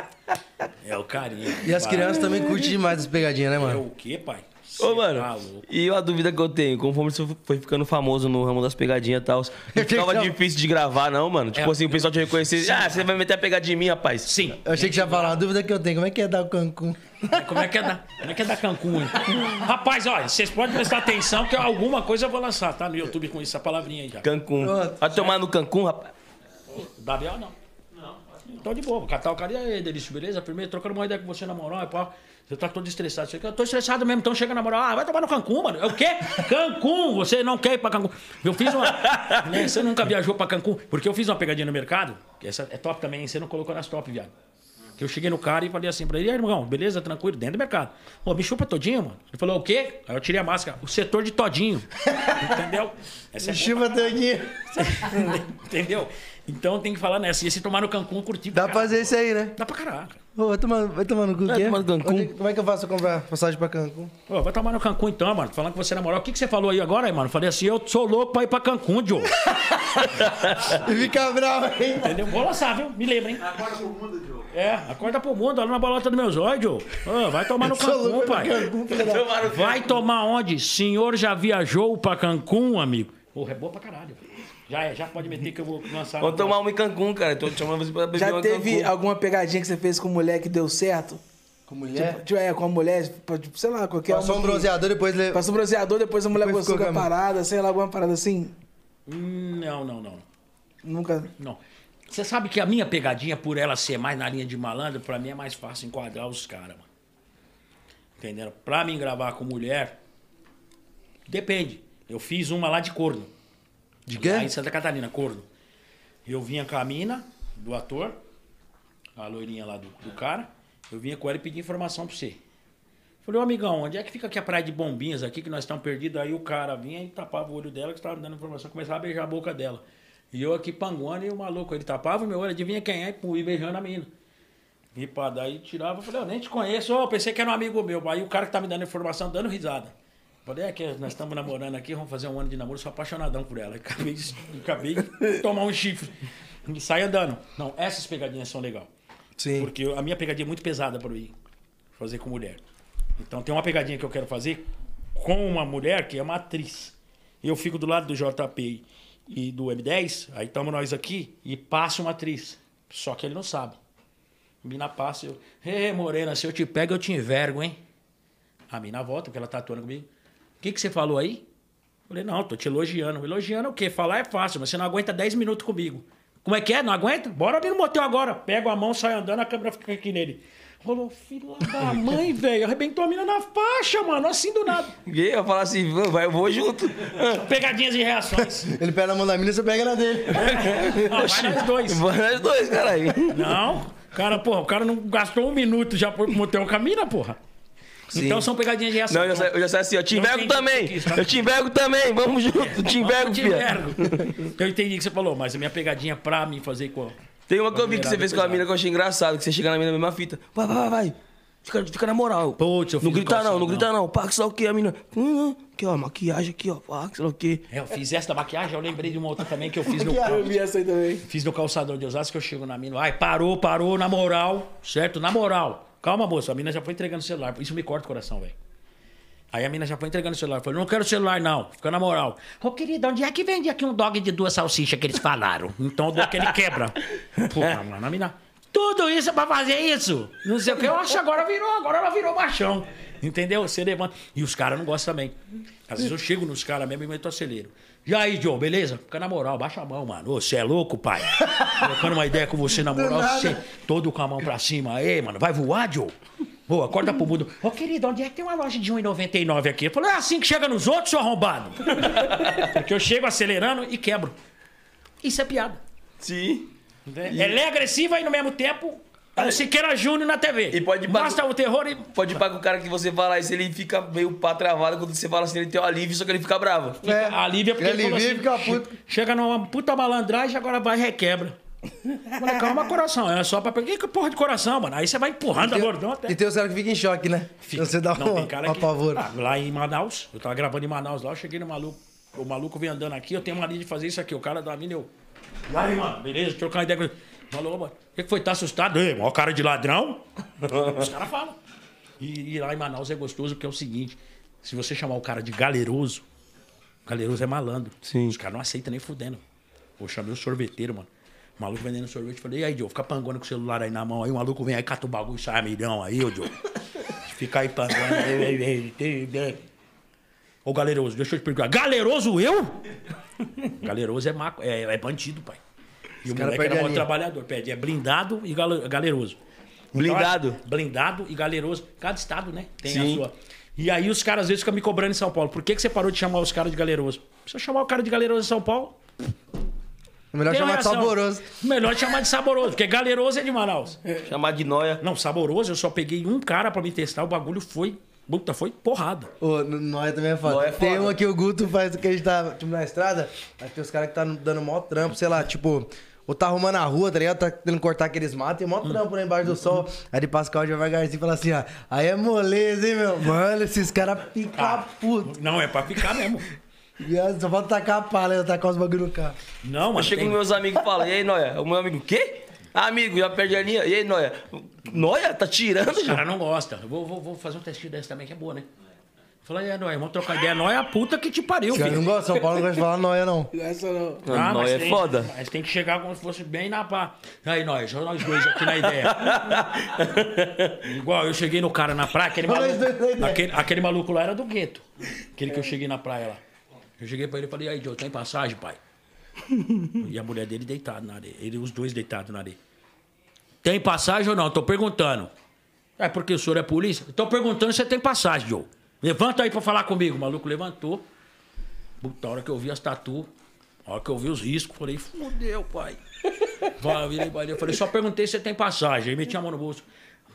É o carinho.
E as crianças também curtem demais as pegadinhas, né,
É
mano?
o quê, pai? Cê
Ô, mano,
tá louco.
e uma dúvida que eu tenho, conforme você foi ficando famoso no ramo das pegadinhas e tal,
[LAUGHS]
não ficava difícil de gravar, não, mano? Tipo
É,
assim, o pessoal te reconhecer, ah, você vai meter a pegadinha em mim, rapaz.
Sim.
Eu achei que já ia falar uma dúvida que eu tenho. Como é que é dar o Cancún?
Como é que é dar? Como é que é dar Cancún? hein? Rapaz, olha, vocês podem prestar atenção que alguma coisa eu vou lançar, tá? No YouTube com essa palavrinha aí já.
Cancún.
Pronto.
Vai tomar no Cancún, rapaz.
Tá Dá B.O. não. Não. Então de boa, vou catar o cara e aí, Delício, beleza? Primeiro, trocando uma ideia com você na moral, é pá. Você tá todo estressado. Você, eu tô estressado mesmo, então chega na moral. Ah, vai tomar no Cancún, mano. É o quê? Cancún! Você não quer ir pra Cancún. Eu fiz uma. né, você nunca viajou pra Cancún? Porque eu fiz uma pegadinha no mercado. que Essa é top também, hein? você não colocou nas top, viado. Que eu cheguei no cara e falei assim pra ele, e aí, irmão, beleza, tranquilo, dentro do mercado. Pô, me chupa todinho, mano. Ele falou, o quê? Aí eu tirei a máscara, o setor de todinho. Entendeu? Essa é
Chuva Tanguinho.
[LAUGHS] Entendeu? Então tem que falar nessa. E se tomar no Cancún, curtir.
Dá pra fazer isso aí, né?
Dá pra caraca.
Ô, vai tomar, vai tomar no cu,
Vai
quê?
tomar no Cancún.
Onde- Como é que eu faço pra comprar passagem pra Cancún?
Ô, vai tomar no Cancún então, mano. Falando com você na moral. O que, que você falou aí agora, aí, mano? Falei assim, eu sou louco pra ir pra Cancún, Joe.
E fica bravo, hein?
Entendeu? Vou lançar, viu? Me lembra, hein?
Acorda pro mundo, Diogo.
É, acorda pro mundo, olha na bolota do meu zóio, Joe. Ô, vai tomar
[LAUGHS]
no
Sou
Cancún,
louco pra
pai.
Cancún, filha da-
Vai tomar onde? Senhor já viajou pra Cancún, amigo? Porra, é boa pra caralho. Já é, já pode meter que eu vou lançar.
Vamos tomar um em Cancún, cara. Tô te chamando você pra beber um
Já
em
teve
Cancún.
alguma pegadinha que você fez com mulher que deu certo?
Com mulher?
Tipo, é, com a mulher, tipo, tipo, sei lá, qualquer
Passou um
homem que-
bronzeador depois... Le...
Passou um bronzeador, depois a mulher
Depois
gostou
ficou com
da
a mão.
parada, sei lá, alguma parada assim.
Hum, Não, não, não.
Nunca.
Não. Você sabe que a minha pegadinha, por ela ser mais na linha de malandro, pra mim é mais fácil enquadrar os caras, mano. Entendendo? Pra mim gravar com mulher, depende. Eu fiz uma lá de corno.
De
Lá
quê?
em Santa Catarina, corno. Eu vinha com a mina, do ator, a loirinha lá do, do cara, eu vinha com ela e pedi informação pra você. Falei, ô amigão, onde é que fica aqui a praia de bombinhas aqui que nós estamos perdidos? Aí o cara vinha e tapava o olho dela, que estava me dando informação, começava a beijar a boca dela. E eu aqui panguando e o maluco, ele tapava o meu olho, adivinha quem é, e pum, e beijando a mina. E pá, daí tirava, eu falei, eu nem te conheço, ô, pensei que era um amigo meu. Aí o cara que tá me dando informação, dando risada. Falei, é que nós estamos namorando aqui, vamos fazer um ano de namoro, sou apaixonadão por ela. [LAUGHS] Acabei de, acabei de tomar um chifre. E saí andando. Não, essas pegadinhas são legais.
Sim.
Porque a minha pegadinha é muito pesada pra mim fazer com mulher. Então tem uma pegadinha que eu quero fazer com uma mulher que é uma atriz. Eu fico do lado do JP e do M10, aí estamos nós aqui e passa uma atriz. Só que ele não sabe. Mina passa, eu. Ê, Morena, se eu te pego, eu te envergo, hein? A mina volta, porque ela tá atuando comigo. O que, que você falou aí? Falei, não, tô te elogiando. Elogiando o quê? Falar é fácil, mas você não aguenta 10 minutos comigo. Como é que é? Não aguenta? Bora ali no motel agora. Pego a mão, saio andando, a câmera fica aqui nele. Rolou, filho da
[LAUGHS]
mãe, velho. Arrebentou a mina na faixa, mano. Assim do nada.
E eu falar assim, "Vã, vai, eu vou junto. [LAUGHS]
Pegadinhas e reações.
Ele pega na mão da mina e você pega na dele.
Não, vai nós dois.
Vai nós dois, caralho.
Não. Cara, porra, o cara não gastou um minuto já por manter o caminho, porra. Então são pegadinhas de reação.
Não, eu já, sa- eu já saí assim, ó, te
Eu
envergo
entendi
também.
isso aqui, tá?
Eu te envergo também, vamos junto, te envergo,
te
filha. [LAUGHS]
envergo. Eu entendi o que você falou, mas a minha pegadinha pra mim fazer com.
Tem uma que eu vi que você fez com a mina que eu achei engraçado, que você chega na mina na mesma fita. Vai, vai, vai, vai. Fica, fica na moral.
Putz, eu
não
fiz
grita
calção,
não, não
não.
grita não. Pá, que sei lá o que, a mina. "Hum, hum." Aqui, ó, maquiagem aqui, ó. Pá, que sei lá o que.
É, eu fiz essa da maquiagem, eu lembrei de uma outra também que eu fiz no
Eu vi essa aí também.
Fiz no calçador de Osasco, eu chego na mina, ai, parou, parou, na moral, certo? Na moral. Calma, moça, a mina já foi entregando o celular. Isso me corta o coração, velho. Aí a mina já foi entregando o celular. Falei, não quero celular, não. Fica na moral. Ô, querida, onde é que vende aqui um dog de duas salsichas que eles falaram? Então eu dou aquele quebra.
[LAUGHS]
Porra, mano, a mina... Tudo isso é pra fazer isso? Não sei o que. Eu acho que agora virou, agora ela virou machão. Entendeu? Você levanta. E os caras não gostam também. Às vezes eu chego nos caras mesmo e meto o acelero. E aí, Joe, beleza? Fica na moral, baixa a mão, mano. Ô, Você é
[LAUGHS]
louco, pai? Trocando uma ideia com você na moral, você todo com a mão pra cima. Ei, mano, vai voar, Joe? Boa, acorda pro mundo. Ô, querido, onde é que tem uma loja de 1,99 aqui? Eu falo, é assim que chega nos outros,
[LAUGHS]
seu arrombado. Porque eu chego acelerando e quebro. Isso é piada.
Sim.
Ela é agressiva e, no mesmo tempo, é o Siqueira Júnior na TV.
E pode bater-
Mostra o terror e...
Pode pagar o cara que você fala isso, ele fica meio pá travado quando você fala assim, ele tem o alívio, só que ele fica bravo.
É.
A Lívia, porque
Ele
falou
alivia e fica
che-
puto.
Chega numa puta malandragem, agora vai e requebra. Falei, calma, coração. É só pra pegar. Que porra de coração, mano? Aí você vai empurrando a gordona até.
E tem os caras que ficam em choque, né?
Fica.
Você dá
Não,
um,
tem cara
um
que-
apavoro.
Ah, lá em Manaus, eu tava gravando em Manaus lá, eu cheguei no maluco. O maluco vem andando aqui, eu tenho mania de fazer isso aqui. O cara da mina, eu. E aí, mano, beleza? Trocar uma ideia com ele. Falou, "Ô, mano. O que que foi? Tá assustado? Ei, mó cara
[LAUGHS]
de ladrão? Os caras falam. E, e lá em Manaus é gostoso porque é o seguinte: se você chamar o cara de galeroso, galeroso é malandro.
Sim.
Os caras não aceitam nem fudendo. Eu chamei o sorveteiro, mano. O maluco vendendo sorvete. Falei, e aí, Joe, fica pangando com o celular aí na mão. Aí o maluco vem aí, cata o bagulho e sai amigão aí, ô,
[LAUGHS]
Joe. Fica aí pangando. Ei, ei, ei, ei. Ô, galeroso, deixa eu te perguntar.
[LAUGHS]
Galeroso eu? galeroso é, maco, é, é bandido, pai. E o
cara
moleque
perdem
era
a
bom
linha.
trabalhador. Pede, é blindado e galo- galeroso. Então,
Blindado?
blindado e galeroso. Cada estado, né? Tem
Sim.
a sua. E aí os caras às vezes ficam me cobrando em São Paulo. Por que, que você parou de chamar os caras de galeroso? Se eu chamar o cara de galeroso em São Paulo,
É melhor
tem
chamar de
reação.
saboroso.
Melhor chamar de saboroso, porque galeroso é de Manaus.
Chamar de noia.
Não, saboroso, eu só peguei um cara pra me testar, o bagulho foi. Puta, foi porrada.
Ô, n- Nós também é foda.
Nós é
Tem
foda.
uma que o Guto faz que a gente tá tipo, na estrada, aí tem os caras que tá dando mó trampo, sei lá, tipo, ou tá arrumando a rua, tá ligado? Tá tentando cortar aqueles matos, tem mó
Hum.
trampo lá embaixo do sol. Aí ele passa o carro devagarzinho e fala assim, ó, aí é moleza, hein, meu? Mano, esses caras
Ah.
ficam putos.
Não, é pra ficar mesmo.
Viado, Só falta tacar a pala, né? tacar os bagulho no carro.
Não, mano.
Eu chego
tem-
nos meus amigos e falo, e aí, Noia? O meu amigo, o quê? Ah, Amigo, já perde a linha. E aí, Noia? Noia? Tá tirando,
Os
já?
caras não gostam. Eu Vou, vou, vou fazer um testinho desse também, que é boa, né? Falei, é, nós vamos trocar ideia. Nós é a puta que te pariu,
Os caras não
filho.
gostam, São Paulo não gosta de falar noia, não.
Essa não.
Ah,
mas
Noia é
tem-
foda.
Mas tem que chegar como se fosse bem na pá. Aí, nós, só nós dois aqui
[LAUGHS]
na ideia. Igual eu cheguei no cara na praia, aquele
Nós
maluco,
dois na ideia.
aquele, aquele maluco lá era do gueto. Aquele que eu cheguei na praia lá. Eu cheguei pra ele e falei, aí, Joe, tem passagem, pai? E a mulher dele deitada na areia. Ele, os dois deitados na areia. Tem passagem ou não? Tô perguntando. É porque o senhor é polícia? Tô perguntando se você tem passagem, Joe. Levanta aí pra falar comigo. O maluco levantou. Puta, a hora que eu vi as tatu, a hora que eu vi os riscos, falei, fudeu, pai. Vai, eu virei pra ele, eu falei, só perguntei se você tem passagem. Aí meti a mão no bolso.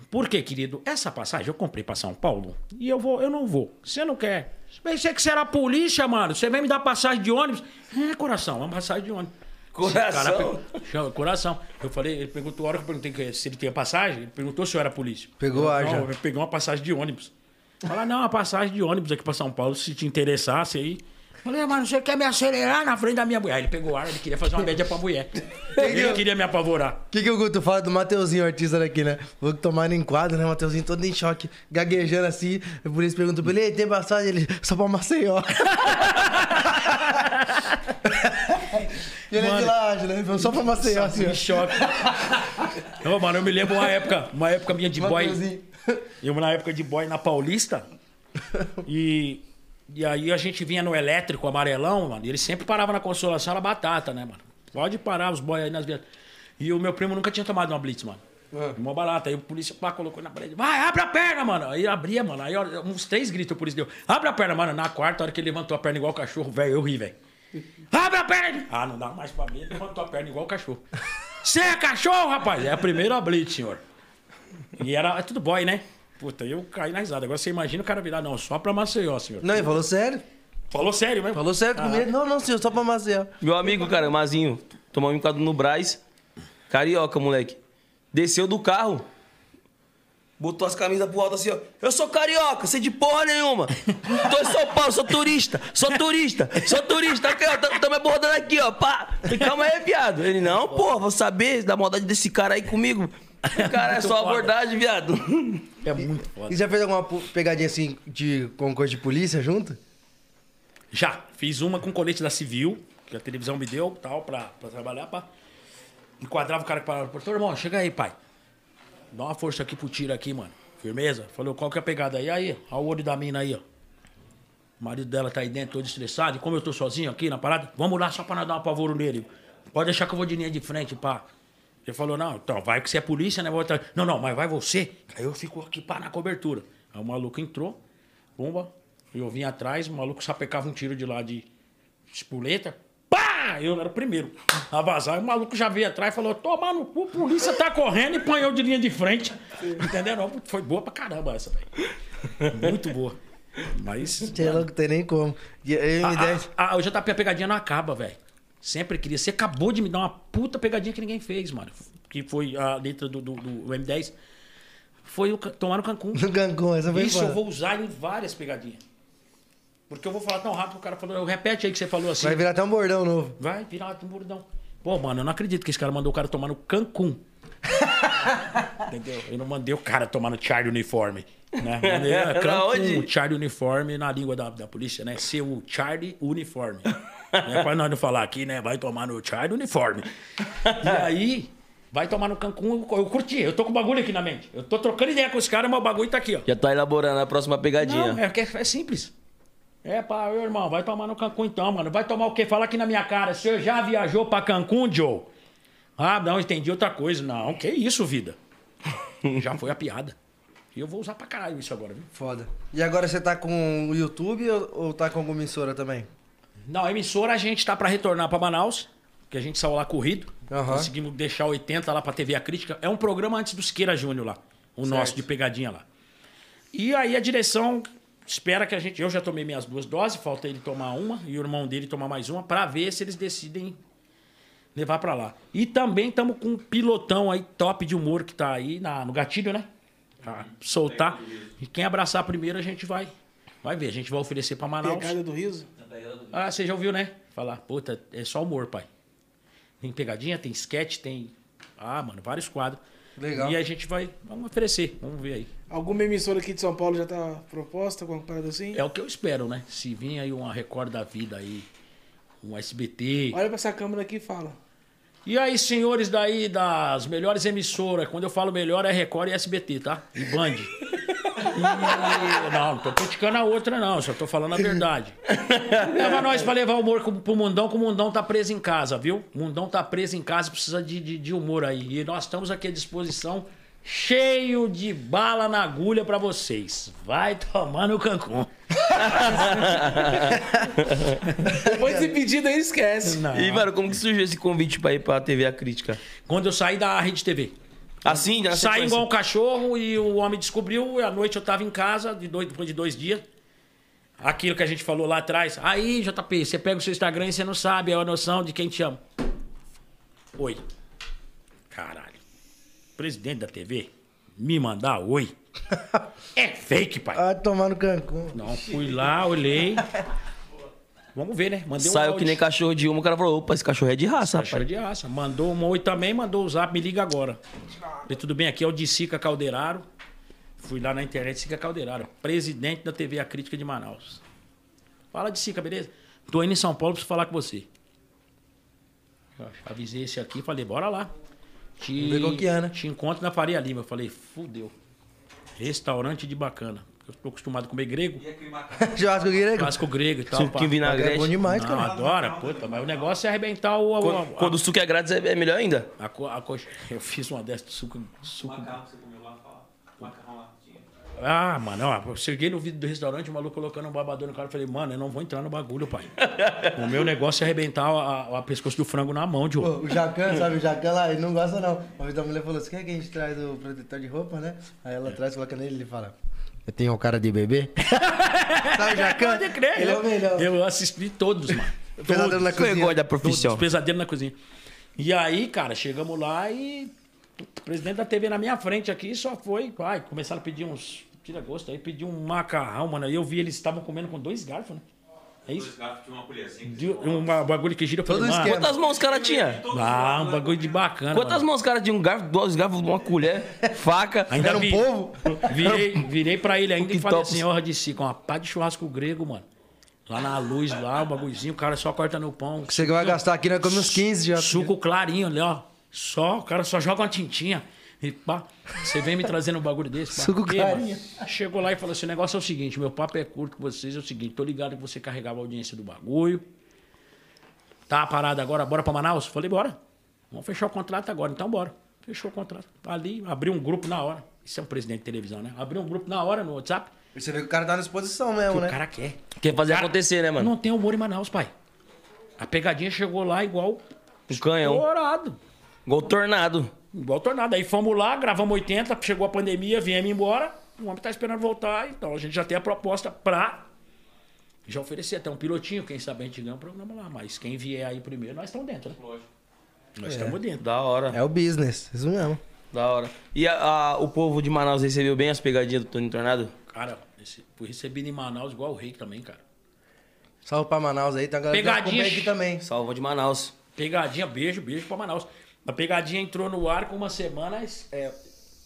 Por quê, querido? Essa passagem eu comprei pra São Paulo e eu vou, eu não vou. Você não quer? Pensei que você era a polícia, mano. Você vem me dar passagem de ônibus? É, coração, é uma passagem de ônibus.
Coração.
Esse cara pe- Chama, coração. Eu falei, ele perguntou, a hora que eu perguntei que- se ele tinha passagem, ele perguntou se eu era polícia.
Pegou
Eu
a
falei,
já.
não, eu peguei uma passagem de ônibus. Fala, não, uma passagem de ônibus aqui pra São Paulo, se te interessasse aí. Falei, mano, você quer me acelerar na frente da minha mulher? Aí ele pegou ar, ele queria fazer uma média pra mulher. Ele queria me apavorar.
O que, que o Guto fala do Mateuzinho, artista daqui, né? Vou tomar no enquadro, né? Mateuzinho todo em choque, gaguejando assim. Por isso pergunta pra ele, "Ei, tem passagem? Ele, só pra Maceió. [LAUGHS] e ele é de
Mano.
lá, né? Ele falou, só pra Maceió, assim,
Em
ó.
choque. Não, mano, eu me lembro uma época, uma época minha de [LAUGHS] boy.
Mateuzinho.
[LAUGHS] Eu na época de boy na Paulista. E, e aí a gente vinha no elétrico amarelão, mano. E ele sempre parava na consolação, era batata, né, mano? Pode parar os boys aí nas vias. E o meu primo nunca tinha tomado uma blitz, mano. Mó barata. Aí o polícia pá, colocou na parede. Vai, abre a perna, mano. Aí abria, mano. Aí ó, uns três gritos o polícia deu. Abre a perna, mano. Na quarta, a hora que ele levantou a perna igual o cachorro, velho, eu ri, velho. Abre a perna! Ah, não dá mais pra mim. Ele levantou a perna igual o cachorro. [LAUGHS] Você é cachorro, rapaz? É a primeira blitz, senhor. E era é tudo boy, né? Puta, eu caí na risada. Agora você imagina o cara virar, não, só pra Maceió, senhor.
Não, ele falou sério?
Falou sério né? mesmo?
Falou sério comigo? Não, não, senhor, só pra Marcel.
Meu amigo, cara, Mazinho, tomou um bocado no Brás. Carioca, moleque. Desceu do carro. Botou as camisas pro alto assim, ó. Eu sou carioca, sei de porra nenhuma. Tô em São Paulo, sou turista, sou turista, sou turista. Aqui, ó, tam- tamo abordando aqui, ó. Pá. Falei, Calma aí, viado. Ele, não, pô, vou saber da maldade desse cara aí comigo. O cara é só
foda.
abordagem, viado.
É muito foda.
E já fez alguma pu- pegadinha assim de com coisa de polícia junto?
Já, fiz uma com colete da Civil, que a televisão me deu, tal, pra, pra trabalhar, pá. Enquadrava o cara que parava no portão, irmão, chega aí, pai. Dá uma força aqui pro tiro aqui, mano. Firmeza? Falou, qual que é a pegada aí? Aí, olha o olho da mina aí, ó. O marido dela tá aí dentro, todo estressado. E como eu tô sozinho aqui na parada, vamos lá só pra nós dar um pavoro nele. Pode deixar que eu vou de linha de frente, pá. Ele falou, não, então vai que você é polícia, né? Vou atrás. Não, não, mas vai você. Aí eu fico aqui, pá, na cobertura. Aí o maluco entrou, pumba, eu vim atrás, o maluco sapecava um tiro de lá de espoleta. Pá! Eu era o primeiro a vazar. O maluco já veio atrás e falou, toma no cu, a polícia tá correndo e põe eu de linha de frente. Entenderam? Foi boa pra caramba essa, velho. Muito boa. Mas
Sei lá, é não tem nem como. E aí me
ah,
desse-
ah, ah, o JP, a pegadinha não acaba, velho. Sempre queria. Você acabou de me dar uma puta pegadinha que ninguém fez, mano. Que foi a letra do, do- do M10. Foi o, ca- tomar no Cancún.
no Cancún, essa foi
Isso
foda.
eu vou usar em várias pegadinhas. Porque eu vou falar tão rápido que o cara falou. "Eu, Repete aí que você falou assim.
Vai virar até um bordão novo.
Vai virar um bordão. Pô, mano, eu não acredito que esse cara mandou o cara tomar no Cancún. Entendeu? Eu não mandei o cara tomar no Charlie Uniforme. Né? Mandei,
Na
é, Cancún,
onde?
Charlie Uniforme na língua da, da polícia, né? Ser o Charlie Uniforme. é pra nós não falar aqui, né? Vai tomar no Charlie Uniforme. E aí, vai tomar no Cancún. Eu, eu curti, eu tô com o bagulho aqui na mente. Eu tô trocando ideia com os caras, mas o bagulho tá aqui, ó.
Já tá elaborando a próxima pegadinha.
Não, é, que é, é simples. É, pá, ô, irmão, vai tomar no Cancún então, mano. Vai tomar o quê? Fala aqui na minha cara. O senhor já viajou pra Cancún, Joe? Ah, não, entendi outra coisa. Não, que isso, vida. já foi a piada. E eu vou usar pra caralho isso agora, viu?
Foda. E agora você tá com o YouTube ou, ou tá com alguma emissora também?
Não, a emissora a gente tá pra retornar pra Manaus, que a gente saiu lá corrido.
Aham.
Conseguimos deixar 80 lá pra TV A Crítica. É um programa antes do Siqueira Júnior lá. O nosso de pegadinha lá. E aí a direção espera que a gente. Eu já tomei minhas duas doses, falta ele tomar uma e o irmão dele tomar mais uma, pra ver se eles decidem levar pra lá. E também estamos com um pilotão aí top de humor que tá aí na- no gatilho, né? Pra soltar. E quem abraçar primeiro a gente vai. Vai ver, a gente vai oferecer pra Manaus.
Pegada do riso?
Ah, você já ouviu, né? Falar, puta, é só humor, pai. Tem pegadinha, tem sketch, tem. Ah, mano, vários quadros.
Legal.
E a gente vai. Vamos oferecer, vamos ver aí.
Alguma emissora aqui de São Paulo já tá proposta com uma parada assim?
É o que eu espero, né? Se vir aí uma Record da vida aí, um SBT.
Olha pra essa câmera aqui e fala.
E aí, senhores daí das melhores emissoras, quando eu falo melhor é Record e SBT, tá? E Band. E- Não, não tô criticando a outra, não, só tô falando a verdade. Leva nós pra levar humor com- pro mundão, que o mundão tá preso em casa, viu? O mundão tá preso em casa, precisa de, de, de humor aí. E nós estamos aqui à disposição, cheio de bala na agulha pra vocês. Vai tomar no Cancún.
Depois desse pedido aí, esquece.
é.
E, mano, como que surgiu esse convite pra ir pra TV A Crítica?
Quando eu saí da Rede TV.
Assim, na
Saí
sequência.
igual um cachorro e o homem descobriu. e À noite eu tava em casa, de dois- depois de dois dias. Aquilo que a gente falou lá atrás. Aí, JP, você pega o seu Instagram e você não sabe é a noção de quem te ama. Oi. Caralho. Presidente da TV me
[LAUGHS]
mandar oi. É fake, pai.
Ah, tomar no [LAUGHS] Cancún.
Não, fui lá,
[LAUGHS]
olhei. Vamos ver, né? Mandei um
Saiu que
áudio.
nem cachorro de uma, o cara falou, opa, esse cachorro é de raça,
Cachorro
rapaz.
Tá de raça. Mandou uma oi também, mandou o zap, me liga agora. Falei, tudo bem, aqui é o Dicica Calderaro. Fui lá na internet, Dicica Calderaro, presidente da TV A Crítica de Manaus. Fala, Dicica, beleza? Tô indo em São Paulo, preciso falar com você. Eu avisei esse aqui, falei, bora lá. Te,
Vamos ver qual que é, né?
te encontro na Faria Lima. Eu Falei, fudeu. Restaurante de bacana. Eu tô acostumado a comer grego,
Ia queimar a casa.
Churrasco grego?
clássico grego e tal. pá.
Suquinho
É bom
vinagrete.
demais,
Não,
cara.
adora, puta, mas o negócio é arrebentar o. o-
Quando,
a-
quando o suco é grátis é, é melhor ainda.
a co- a coxa. [LAUGHS] Eu fiz uma dessas de suco. suco-
Macarrão que você comeu lá, fala. Macarrão lá. Tinha.
Ah, mano, ó, eu cheguei no vídeo do restaurante, o maluco colocando um babador no cara. Eu falei, mano, eu não vou entrar no bagulho,
[LAUGHS]
pai. o meu negócio é arrebentar a, a- a pescoço do frango na mão,
Pô,
Diogo.
o Jacan, sabe? O Jacan lá, ele não gosta não. Uma vez a mulher falou assim, quer que a gente traz o protetor de roupa, né? Aí ela traz, coloca nele e ele fala, eu tenho um cara de bebê? [LAUGHS] sabe o Jacan?
Pode crer.
Ele é o melhor.
Eu assisti todos,
[LAUGHS]
mano.
Pesadelo na
Que
é
eu gosto
cozinha.
da
Todos,
profissão.
pesadelo na cozinha. E aí, cara, chegamos lá e o presidente da TV na minha frente aqui só foi. Ai, começaram a pedir uns. Tira gosto aí, pediu um macarrão, mano. Aí eu vi eles estavam comendo com dois garfos, né? É
Dois
isso?
garfos, tinha uma colherzinha. que
De- Um bagulho que gira eu
Todo
falei, mano,
esquema.
Quantas mãos o cara tinha?
Ah,
né?
um bagulho de bacana.
Quantas
mano.
mãos o cara tinha? Um garfo, dois garfos, uma colher, faca.
Ainda
Era um
vi-
povo? um
Virei, virei pra ele ainda
Que
e falei
topos.
assim, ó, de si, com uma pá de churrasco grego, mano. Lá na luz, lá, o bagulhozinho, o cara só corta no pão.
Você vai gastar aqui, nós comemos uns 15 já.
Suco clarinho ali, ó. Só, o cara só joga uma tintinha. E pá, você vem me trazendo um bagulho desse. pá.
Suco
E, mano,
clarinho.
Chegou lá e falou assim: o negócio é o seguinte, meu papo é curto com vocês, é o seguinte, tô ligado que você carregava a audiência do bagulho. Tá parado agora, bora pra Manaus? Falei, bora. Vamos fechar o contrato agora, então bora. Fechou o contrato. Ali, abriu um grupo na hora. Isso é um presidente de televisão, né? Abriu um grupo na hora no WhatsApp.
E Você vê que o cara tá na exposição mesmo,
O
né?
cara quer.
Quer fazer acontecer, né, mano?
Não tem humor em Manaus, pai. A pegadinha chegou lá igual
Um canhão.
dourado.
Gol tornado.
Igual tornado. Aí fomos lá, gravamos 80, chegou a pandemia, viemos embora. O homem tá esperando voltar, então a gente já tem a proposta pra já oferecer até um pilotinho, quem sabe a gente ganha um programa lá. Mas quem vier aí primeiro, nós estamos dentro, né?
Lógico.
Nós estamos dentro.
Da hora,
É o business, isso mesmo.
da hora. E a- a- o povo de Manaus recebeu bem as pegadinhas do Tony Tornado?
Cara, esse- fui recebido em Manaus igual o rei também, cara.
Salve pra Manaus aí, tá a galera
Pegadinha.
que vai comer aqui também.
Salva de Manaus.
Pegadinha, beijo, beijo pra Manaus. A pegadinha entrou no ar com uma semana. é,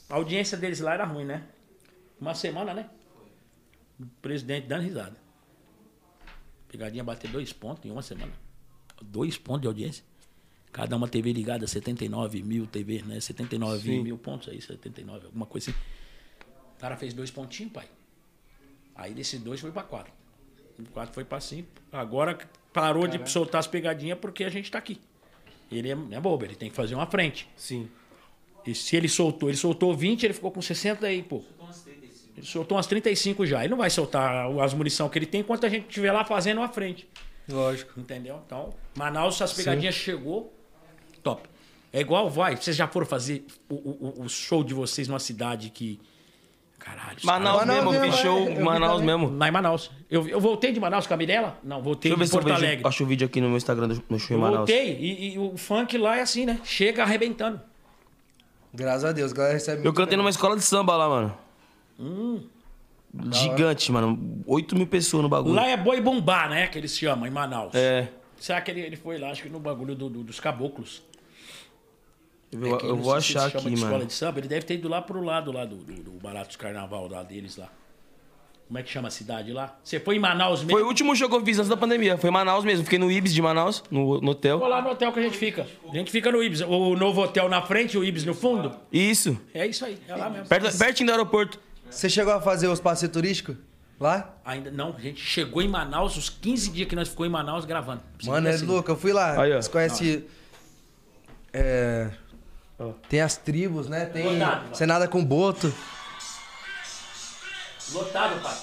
a audiência deles lá era ruim, né? Uma semana, né? O presidente dando risada. Pegadinha bater dois pontos em uma semana. Dois pontos de audiência. Cada uma TV ligada, 79 mil TV, né? 79 mil pontos aí, 79, alguma coisa assim. O cara fez dois pontinhos, pai. Aí desses dois foi pra quatro. O quatro foi pra cinco. Agora parou de soltar as pegadinhas porque a gente tá aqui. Ele é, é bobo, ele tem que fazer uma frente.
Sim.
E se ele soltou, ele soltou 20, ele ficou com 60 aí, pô.
Então, umas 35.
Ele soltou umas 35 já. Ele não vai soltar as munição que ele tem enquanto a gente estiver lá fazendo uma frente.
Lógico.
Entendeu? Então, Manaus, as pegadinhas chegou, top. É igual vai, vocês já foram fazer o, o- o- o show de vocês numa cidade que. Caralho, os
Manaus,
Manaus
mesmo,
mesmo,
fechou
é. Eu vi
Manaus
também.
mesmo.
Lá em Manaus. Eu, eu voltei de Manaus com a Mirella? Não, voltei
Deixa eu ver
de
se eu
Porto
vejo-
Alegre.
acho o vídeo aqui no meu Instagram do no show em
Eu
Manaus.
voltei e, e o funk lá é assim, né? Chega arrebentando.
Graças a Deus, a galera recebe
Eu
muito
cantei numa escola de samba lá, mano. Hum. Gigante, mano. 8 mil pessoas no bagulho.
Lá é boi bombar, né? Que eles chamam, em Manaus.
É.
Será que ele, ele foi lá, acho que no bagulho do- do- dos caboclos?
Eu,
É que
eu
não
vou
sei se se
achar
chama
aqui,
de Escola
mano.
de samba, ele deve ter ido lá pro lado lá do, do, do Baratos Carnaval lá deles lá. Como é que chama a cidade lá? Você foi em Manaus mesmo?
Foi o último show que eu fiz antes da pandemia. Foi em Manaus mesmo. Fiquei no Ibis de Manaus, no, no
Foi
hotel.
lá no hotel que a gente fica. A gente fica no Ibis. O novo hotel na frente, o Ibis no fundo.
Isso.
É isso aí, é lá mesmo.
Perto, pertinho do aeroporto.
bem. Você chegou a fazer os passeios turísticos lá?
Ainda não, a gente chegou em Manaus, os 15 dias que nós ficou em Manaus gravando. assim. Você
Mano, é
conhece-
louco, eu fui lá.
Aí, ó.
Você conhece. É. Tem as tribos, né? Tem.
Lotado,
Você nada com boto.
Lotado, pai.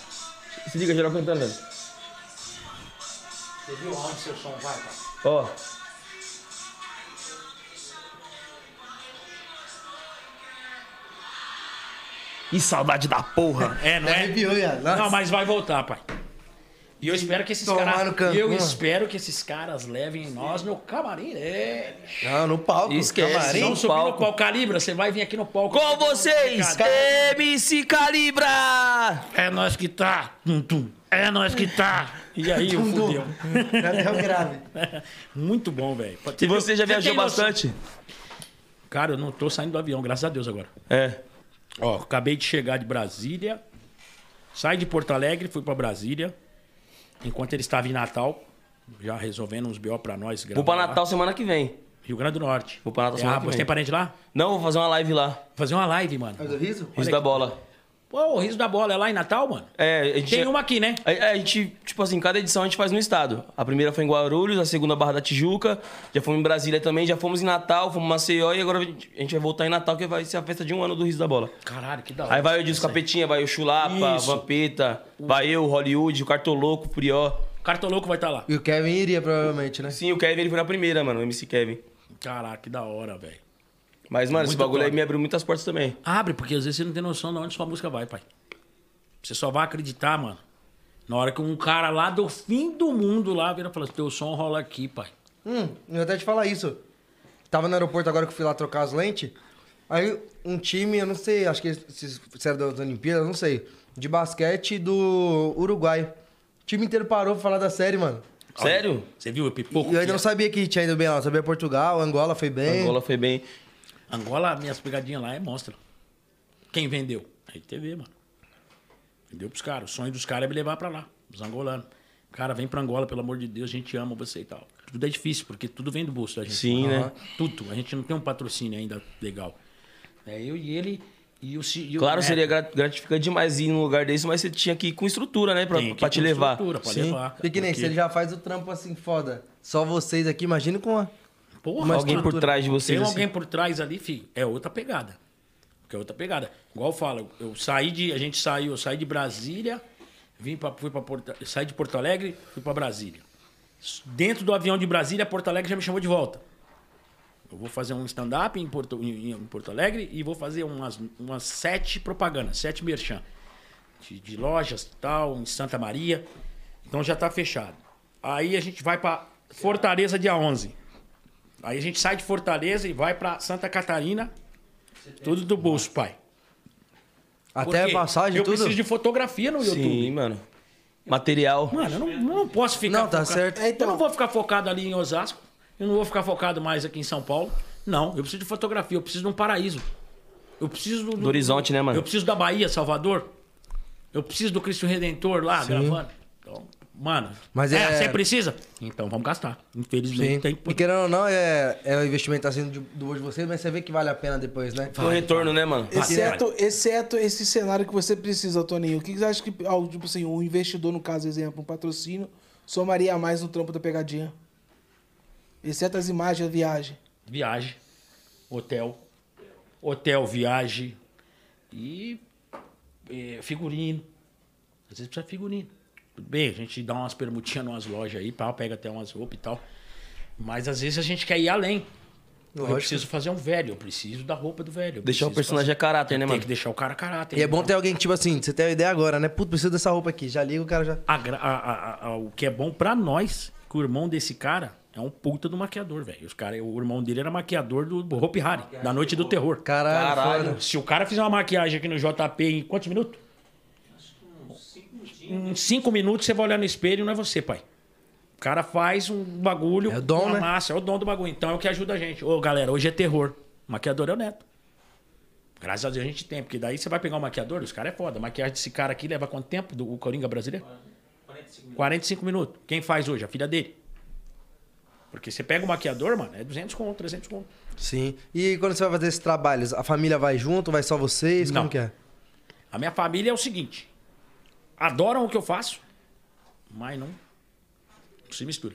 Se liga, geral cantando. velho.
Você viu aonde seu som vai, pai?
Ó. Que saudade da porra.
É, não
Até
é?
arrepiou, viado. Nossa.
Não, mas vai voltar, pai. E eu espero que esses
Tomar
caras.
no Cancún,
Eu
mano.
espero que esses caras levem nós no camarim. É.
Não, no palco.
Esquece.
camarim.
Não
no
subir
palco.
no palco Calibra, você vai vir aqui no palco.
Com vocês, MC Calibra!
É nós que tá. Tum, tum. É nós que tá. E aí, eu fudeu.
Até o grave.
[LAUGHS] Muito bom, velho.
E você já viajou
tem noção?
bastante?
Cara, eu não tô saindo do avião, graças a Deus agora.
É.
Ó, acabei de chegar de Brasília. Saí de Porto Alegre, fui pra Brasília. Enquanto ele estava em Natal, já resolvendo uns BO pra nós.
Vou
gravar
pra
lá.
Natal semana que vem.
Rio Grande do Norte.
Vou pra Natal
É,
semana
ah,
que
você
vem.
tem parente lá?
Não, vou fazer uma live lá.
Fazer uma live, mano.
Faz o riso?
Isso da bola.
Pô, o riso da bola é lá em Natal, mano?
É, a gente
Tem uma aqui, né?
A, a gente, tipo assim, cada edição a gente faz no estado. A primeira foi em Guarulhos, a segunda Barra da Tijuca, já fomos em Brasília também, já fomos em Natal, fomos em Maceió e agora a gente a gente vai voltar em Natal, que vai ser a festa de um ano do Riso da Bola.
Caralho, que da hora.
Aí vai o Disco
Essa aí.
Capetinha, vai o Chulapa,
Isso.
Vampeta, vai eu, Hollywood, o Cartoloco, o Prió.
Cartoloco tá vai estar lá.
E o Kevin iria, provavelmente, né?
Sim, o Kevin ele foi na primeira, mano, o MC Kevin.
Caraca, que da hora, velho.
Mas, mano, esse
Muito
bagulho aí
top.
me abriu muitas portas também.
Abre, porque às vezes você não tem noção de onde sua música vai, pai. Você só vai acreditar, mano. Na hora que um cara lá do fim do mundo lá vira e fala assim, teu som rola aqui, pai.
Hum, eu ia até te falar isso. Tava no aeroporto agora que eu fui lá trocar as lentes. Aí um time, eu não sei, acho que se se era das Olimpíadas, não sei. De basquete do Uruguai. O time inteiro parou pra falar da série, mano.
Sério?
Você viu o pipoco?
E eu ainda não
que é?
sabia que tinha ido bem lá. Eu sabia Portugal, Angola foi bem.
Angola foi bem.
Angola, minhas pegadinhas lá é monstro. Quem vendeu? A TV, mano. Vendeu pros caras. O sonho dos caras é me levar pra lá, os angolanos. Cara, vem pra Angola, pelo amor de Deus, a gente ama você e tal. Tudo é difícil, porque tudo vem do bolso da gente.
Sim, né?
Aham. Tudo. A gente não tem um patrocínio ainda legal. É eu e ele e o... Ci- E o
Claro,
Neto.
seria gra- gratificante demais ir num lugar desse, mas você tinha que ir com estrutura, né? Pra,
Tem que ir
pra te
com
levar.
estrutura, pra
Sim.
levar, cara,
Porque nem se
porque-
ele já faz o trampo assim, foda. Só vocês aqui, imagina com a.
Porra,
Mas alguém
estrutura.
por trás de vocês,
Tem
assim.
alguém por trás ali, filho. É outra pegada. Porque é outra pegada. Igual eu falo, eu saí de. A gente saiu, eu saí de Brasília, vim pra, fui pra Porto, saí de Porto Alegre, fui pra Brasília. Dentro do avião de Brasília, Porto Alegre já me chamou de volta. Eu vou fazer um stand-up em Porto, em, em Porto Alegre e vou fazer umas, umas sete propagandas, sete merchan. De, de lojas e tal, em Santa Maria. Então já tá fechado. Aí a gente vai pra Fortaleza dia 11. Aí a gente sai de Fortaleza e vai pra Santa Catarina. Tudo do bolso, pai.
Até
Porque
a passagem,
eu
tudo.
preciso de fotografia no YouTube.
Sim, mano. Material.
Mano, eu não, eu não posso ficar.
Não, tá
focado-
certo.
É, então.
Eu não vou ficar focado ali em Osasco. Eu não vou ficar focado mais aqui em São Paulo. Não, eu preciso de fotografia. Eu preciso de um paraíso. Eu preciso do,
Do horizonte, né, mano?
Eu preciso da Bahia, Salvador. Eu preciso do Cristo Redentor lá gravando. Então, mano.
Mas é-
Você precisa? Então vamos gastar. Infelizmente
Sim.
tem que.
E querendo ou não, é, é o investimento tá sendo de- do bolso de vocês, mas você vê que vale a pena depois, né?
Foi o retorno, né, mano?
Exceto, exceto esse cenário que você precisa, Toninho. O que que você acha que, ah, tipo assim, um investidor, no caso, exemplo, um patrocínio, somaria mais no trampo da pegadinha? Exceto as imagens da viagem.
Viagem, hotel, hotel, viagem e eh, figurino. Às vezes precisa de figurino. Tudo bem, a gente dá umas permutinhas numas lojas aí, pá, pega até umas roupas e tal. Mas às vezes a gente quer ir além. Eu preciso fazer um velho, eu preciso da roupa do velho. eu
Deixar o
preciso
personagem a caráter, né,
Tem
mano?
que deixar o cara caráter.
E é bom ter alguém que, tipo assim, você tem uma ideia agora, né? Puto, preciso dessa roupa aqui. Já liga, o cara já.
A gra- a- a- a- a- o que é bom pra nós, que o irmão desse cara é um puta do maquiador, velho. Os cara, o irmão dele era maquiador do Hope Harry, da Noite do Terror.
Caralho,
Caralho.
foda.
Se o cara fizer uma maquiagem aqui no JP em quantos minutos? Em cinco minutos você vai olhar no espelho e não é você, pai. O cara faz um bagulho,
É o dom,
uma
né?
massa, é o dom do bagulho. Então é o que ajuda a gente. Ô, galera, hoje é terror. O maquiador é o neto. Graças a Deus a gente tem, porque daí você vai pegar o maquiador, os caras é foda. A maquiagem desse cara aqui leva quanto tempo? Do, o Coringa brasileiro? 45 minutos. Quem faz hoje? A filha dele. Porque você pega o maquiador, mano, é 200 conto, 300 conto.
Sim. E quando você vai fazer esses trabalhos, a família vai junto, vai só vocês?
Não.
Como que é?
A minha família é o seguinte: adoram o que eu faço, mas não se mistura.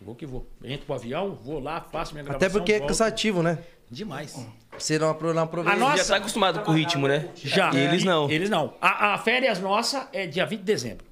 Vou que vou. Entro pro avião, vou lá, faço minha gravação.
Até porque é
volto.
cansativo, né?
Demais.
Você não apro- não aproveita.
A
Você
nossa-
já tá acostumado com o ritmo, né?
Já.
E eles não.
Eles não. A, a férias nossa é dia 20 de dezembro.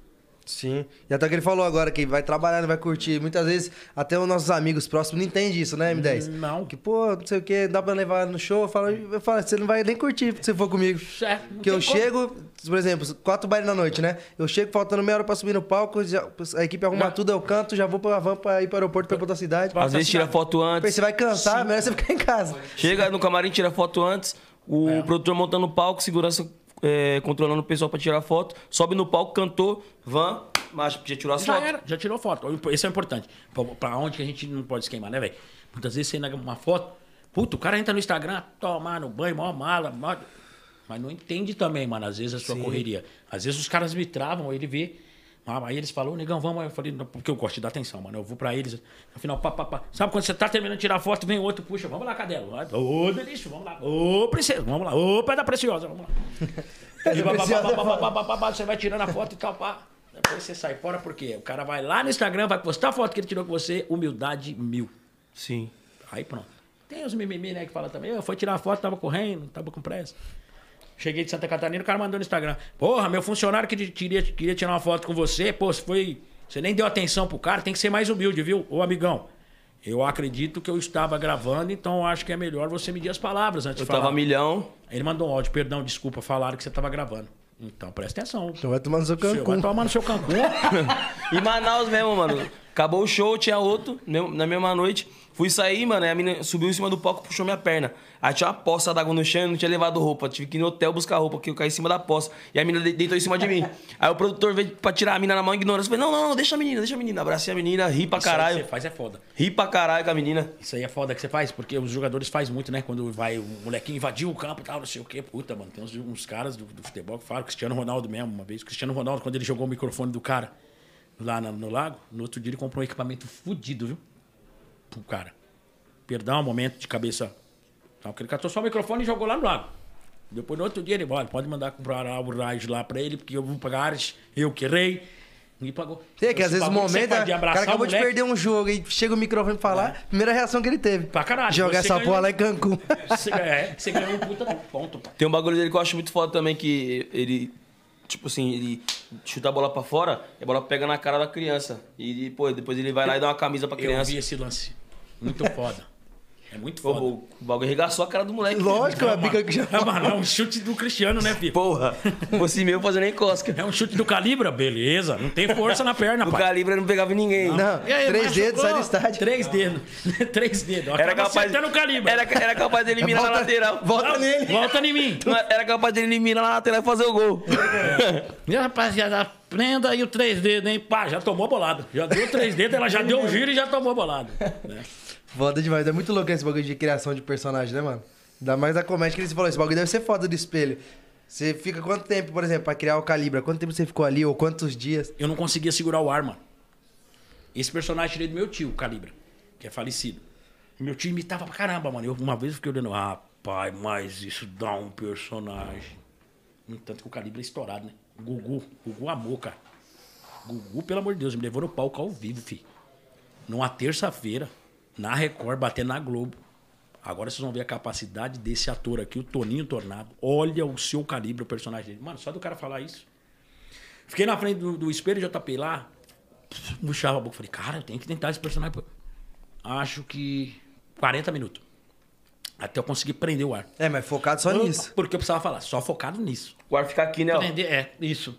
Sim. E até o que ele falou agora, que vai trabalhar, não vai curtir. Muitas vezes, até os nossos amigos próximos não entendem isso, né, M10?
Não.
Que, pô, não sei o que, dá pra levar no show. Eu falo, eu falo, você não vai nem curtir se for comigo.
É, não
Que eu
tem como.
chego, por exemplo, quatro bailes na noite, né? Eu chego faltando meia hora pra subir no palco, já- a equipe arruma
Não.
tudo, eu canto, já vou pra van pra ir pro aeroporto pra outra cidade.
Às vezes tira foto
Aí
antes.
Você vai cansar, melhor você ficar em casa.
Chega no camarim, tira foto antes. O
É.
produtor montando o palco, segurança é, controlando o pessoal pra tirar foto. Sobe no palco, cantou, van, marcha, já tirou as
Já
fotos.
era, já tirou foto. Isso é importante. Pra, pra onde que a gente não pode se queimar, né, velho? Muitas vezes você nega uma foto, puto, o cara entra no Instagram, toma no banho, mó mala, mó... Mas não entende também, mano, às vezes a sua correria. Às vezes os caras me travam, ele vê. Ah, aí eles falaram, negão, vamos. Aí Eu falei, não, porque eu gosto de dar atenção, mano. Eu vou pra eles. Afinal, pá, pá, pá. Sabe quando você tá terminando de tirar foto, vem outro, puxa, vamos lá, cadelo. Vai. Ô, delício, vamos lá. Ô, princesa, vamos lá. Ô, pedra preciosa, vamos lá. E pá, pá, pá, pá, pá, pá, pá, pá, pá, você vai tirando a foto e tal, pá. Depois você sai fora, porque o cara vai lá no Instagram, vai postar a foto que ele tirou com você, humildade mil.
Sim.
Aí pronto. Tem os mimimi, né, que fala também. Eu fui tirar a foto, tava correndo, tava com pressa. Cheguei de Santa Catarina, o cara mandou no Instagram. Porra, meu funcionário que queria, queria tirar uma foto com você, pô, você foi. Você nem deu atenção pro cara, tem que ser mais humilde, viu? Ô amigão, eu acredito que eu estava gravando, então eu acho que é melhor você medir as palavras antes
Eu
de falar.
tava milhão.
Ele mandou um áudio, perdão, desculpa, falaram que você tava gravando. Então presta atenção.
Então vai tomar no seu
Você vai
Cancún.
tomar no
[LAUGHS]
seu Cancún.
E Manaus mesmo, mano. Acabou o show, tinha outro, mesmo- na mesma noite. Fui sair, mano, aí a menina subiu em cima do palco, puxou minha perna. Aí tinha uma poça d'água no chão, eu não tinha levado roupa. Tive que ir no hotel buscar roupa, porque eu caí em cima da poça. E a menina de- deitou em cima de mim. Aí o produtor veio pra tirar a menina na mão, ignorância. Falei, não, não, não, deixa a menina, deixa a menina. Abracei a menina, ri pra
Isso aí que
caralho.
você faz é foda.
Ri pra caralho com a menina.
Isso aí é foda que você faz, porque os jogadores fazem muito, né? Quando vai, o molequinho invadiu o campo e tal, não sei o quê. Puta, mano, tem uns, uns caras do, do futebol que falam, Cristiano Ronaldo mesmo, uma vez. Cristiano Ronaldo, quando ele jogou o microfone do cara lá na- no lago, no outro dia ele comprou um equipamento fudido, viu? Pro cara. Perdão, um momento de cabeça. Não, porque ele catou só o microfone e jogou lá no lago. Depois, no outro dia, ele olha, pode mandar comprar lá o Raj lá pra ele, porque eu vou pagar, eu que errei. E pagou. Então,
Tem que às
Esse
vezes o
bagulho que você
momento. é
faz de
O cara
abraçar o
acabou de
moleque- É.
perder um jogo e chega o microfone pra falar, primeira reação que ele teve.
Pra caralho,
Jogar
você
essa
ganhou.
porra lá em Cancún.
Você, é, você ganhou um puta ponto, pô.
Tem um bagulho dele que eu acho muito foda também, que ele, tipo assim, ele chuta a bola pra fora, e a bola pega na cara da criança. E, pô, depois ele vai lá e dá uma camisa pra
Eu
criança.
vi esse lance. Muito foda. É muito
Pô,
foda. [LAUGHS]
o bagulho arregaçou a cara do moleque.
Lógico, a bica que já.
É, mano, é um chute do Cristiano, né, filho?
Porra, [LAUGHS] fosse meu fazendo nem
[LAUGHS]
cosca.
É um chute do Calibra? Beleza. Não tem força na perna,
O
pai.
calibre não pegava em ninguém.
Não,
E aí,
três
machucou?
dedos, sai do estádio.
Três dedos. [LAUGHS] Três dedos.
Era
Acaba
capaz,
acertando o Calibra.
era, era capaz dele mirar na lateral.
Volta nele.
Volta
[LAUGHS]
em mim.
Não, Era capaz dele mirar na lateral e fazer o
[LAUGHS]
gol.
Minha rapaziada, prenda aí o três dedos, hein? Pá, já tomou bolado. Já deu três dedos, ela já deu um giro e já tomou bolado. né?
Foda demais. É muito louco esse bagulho de criação de personagem, né, mano? Ainda mais na comédia que ele falou, esse bagulho deve ser foda do espelho. Você fica quanto tempo, por exemplo, pra criar o Calibra? Quanto tempo você ficou ali ou quantos dias?
Eu não conseguia segurar o ar, mano. Esse personagem tirei do meu tio, o Calibra, que é falecido. Meu tio imitava pra caramba, mano. Eu, uma vez eu fiquei olhando, rapaz, mas isso dá um personagem. No tanto que o Calibra é estourado, né? Gugu, Gugu amou, cara. Gugu, pelo amor de Deus, me levou no palco ao vivo, fi. Numa terça-feira, na Record, batendo na Globo. Agora vocês vão ver a capacidade desse ator aqui, o Toninho Tornado. Olha o seu calibre, o personagem dele. Mano, só do cara falar isso. Fiquei na frente do, do espelho JP lá, puxava a boca. Falei, cara, eu tenho que tentar esse personagem. pô. Acho que 40 minutos. Até eu conseguir prender o ar.
É, mas focado só nisso. [LAUGHS]
Porque eu precisava falar, só focado nisso.
O ar fica aqui, né? ó.
Aprender, é, isso.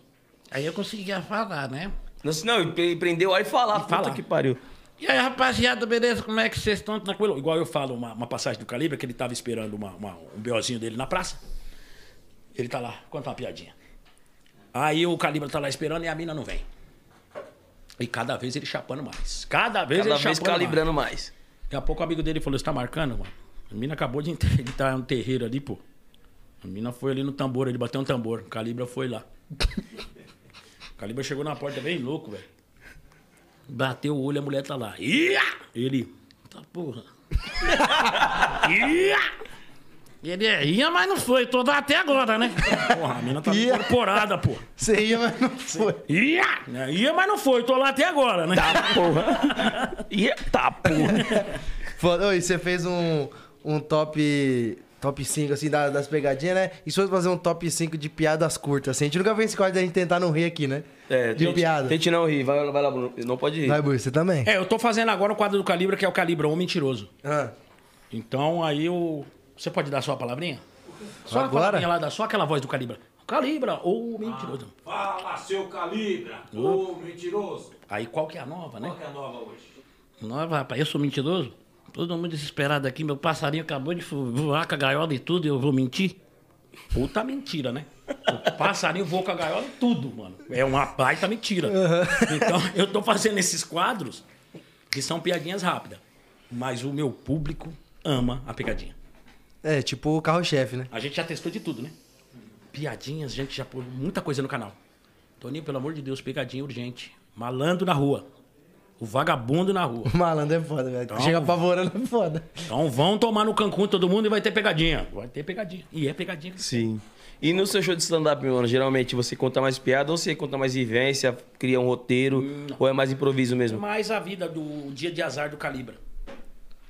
Aí eu conseguia falar, né?
Não, se não, ele pre- prendeu o ar e falar. Puta
falar.
que pariu.
E aí, rapaziada, beleza?
Como é que vocês estão tranquilo? Igual eu falo, uma, uma passagem do Calibre, que ele tava esperando uma- uma- um BOzinho dele na praça. Ele tá lá, conta uma piadinha. Aí o Calibre tá lá esperando e a mina não vem. E cada vez ele chapando mais. Cada vez
Cada
ele
vez
chapando mais.
calibrando
[LAUGHS]
mais.
Daqui a pouco o amigo dele falou: Você tá marcando, mano? A mina acabou de entrar, [LAUGHS] ele tá no terreiro ali, pô. A mina foi ali no tambor, ele bateu um tambor. O Calibra foi lá. O Calibra chegou na porta bem louco, velho. Bateu o olho, a mulher tá lá. Ia! Ele. Tá porra. [LAUGHS] Ia!
Ele é, ia, mas não foi. Tô até agora, né?
Porra, a mina tá incorporada, pô.
Você ia, mas não foi.
Ia! Né? Ia, mas não foi, tô lá até agora, né?
Tá, [LAUGHS] porra. Eita, tá,
[LAUGHS]
porra.
Foda. Ô, e você fez um, um top. Top 5, assim, da- das pegadinhas, né? E se fosse fazer um top 5 de piadas curtas, assim, a gente nunca fez esse código da gente tentar não rir aqui, né?
É,
de
tente-
piada.
Tente não rir. Vai, vai lá, Bruno. Não pode rir.
Vai, Bui, você também.
É, eu tô fazendo agora o quadro do Calibra, que é o Calibra, o mentiroso.
Ah,
Então aí eu. Você pode dar só a palavrinha? Só a
Agora?
palavrinha lá, dá só aquela voz do Calibra. Calibra ou mentiroso.
Fala, seu Calibra! Ô, mentiroso!
Aí qual que é a nova, né?
Qual que é a nova hoje?
Nova, rapaz, eu sou mentiroso? Todo mundo desesperado aqui, meu passarinho acabou de fu- voar com a gaiola e tudo, e eu vou mentir?
Puta mentira, né? O passarinho voa com a gaiola e tudo, mano. É uma baita mentira. Então eu tô fazendo esses quadros que são piadinhas rápidas. Mas o meu público ama a pegadinha.
é, tipo o carro-chefe, né?
A gente já testou de tudo, né? Piadinhas, a gente já pôs muita coisa no canal. Toninho, pelo amor de Deus, pegadinha urgente. Malandro na rua. O vagabundo na rua.
O [LAUGHS] malandro é foda, velho. Chega apavorando é foda.
Então vão tomar no Cancún todo mundo e vai ter pegadinha. Vai ter pegadinha. E é pegadinha.
Sim. E no seu show de stand-up, meu mano, geralmente você conta mais piada ou você conta mais vivência, cria um roteiro, ou é mais improviso mesmo?
Mais a vida do dia de azar do Calibra.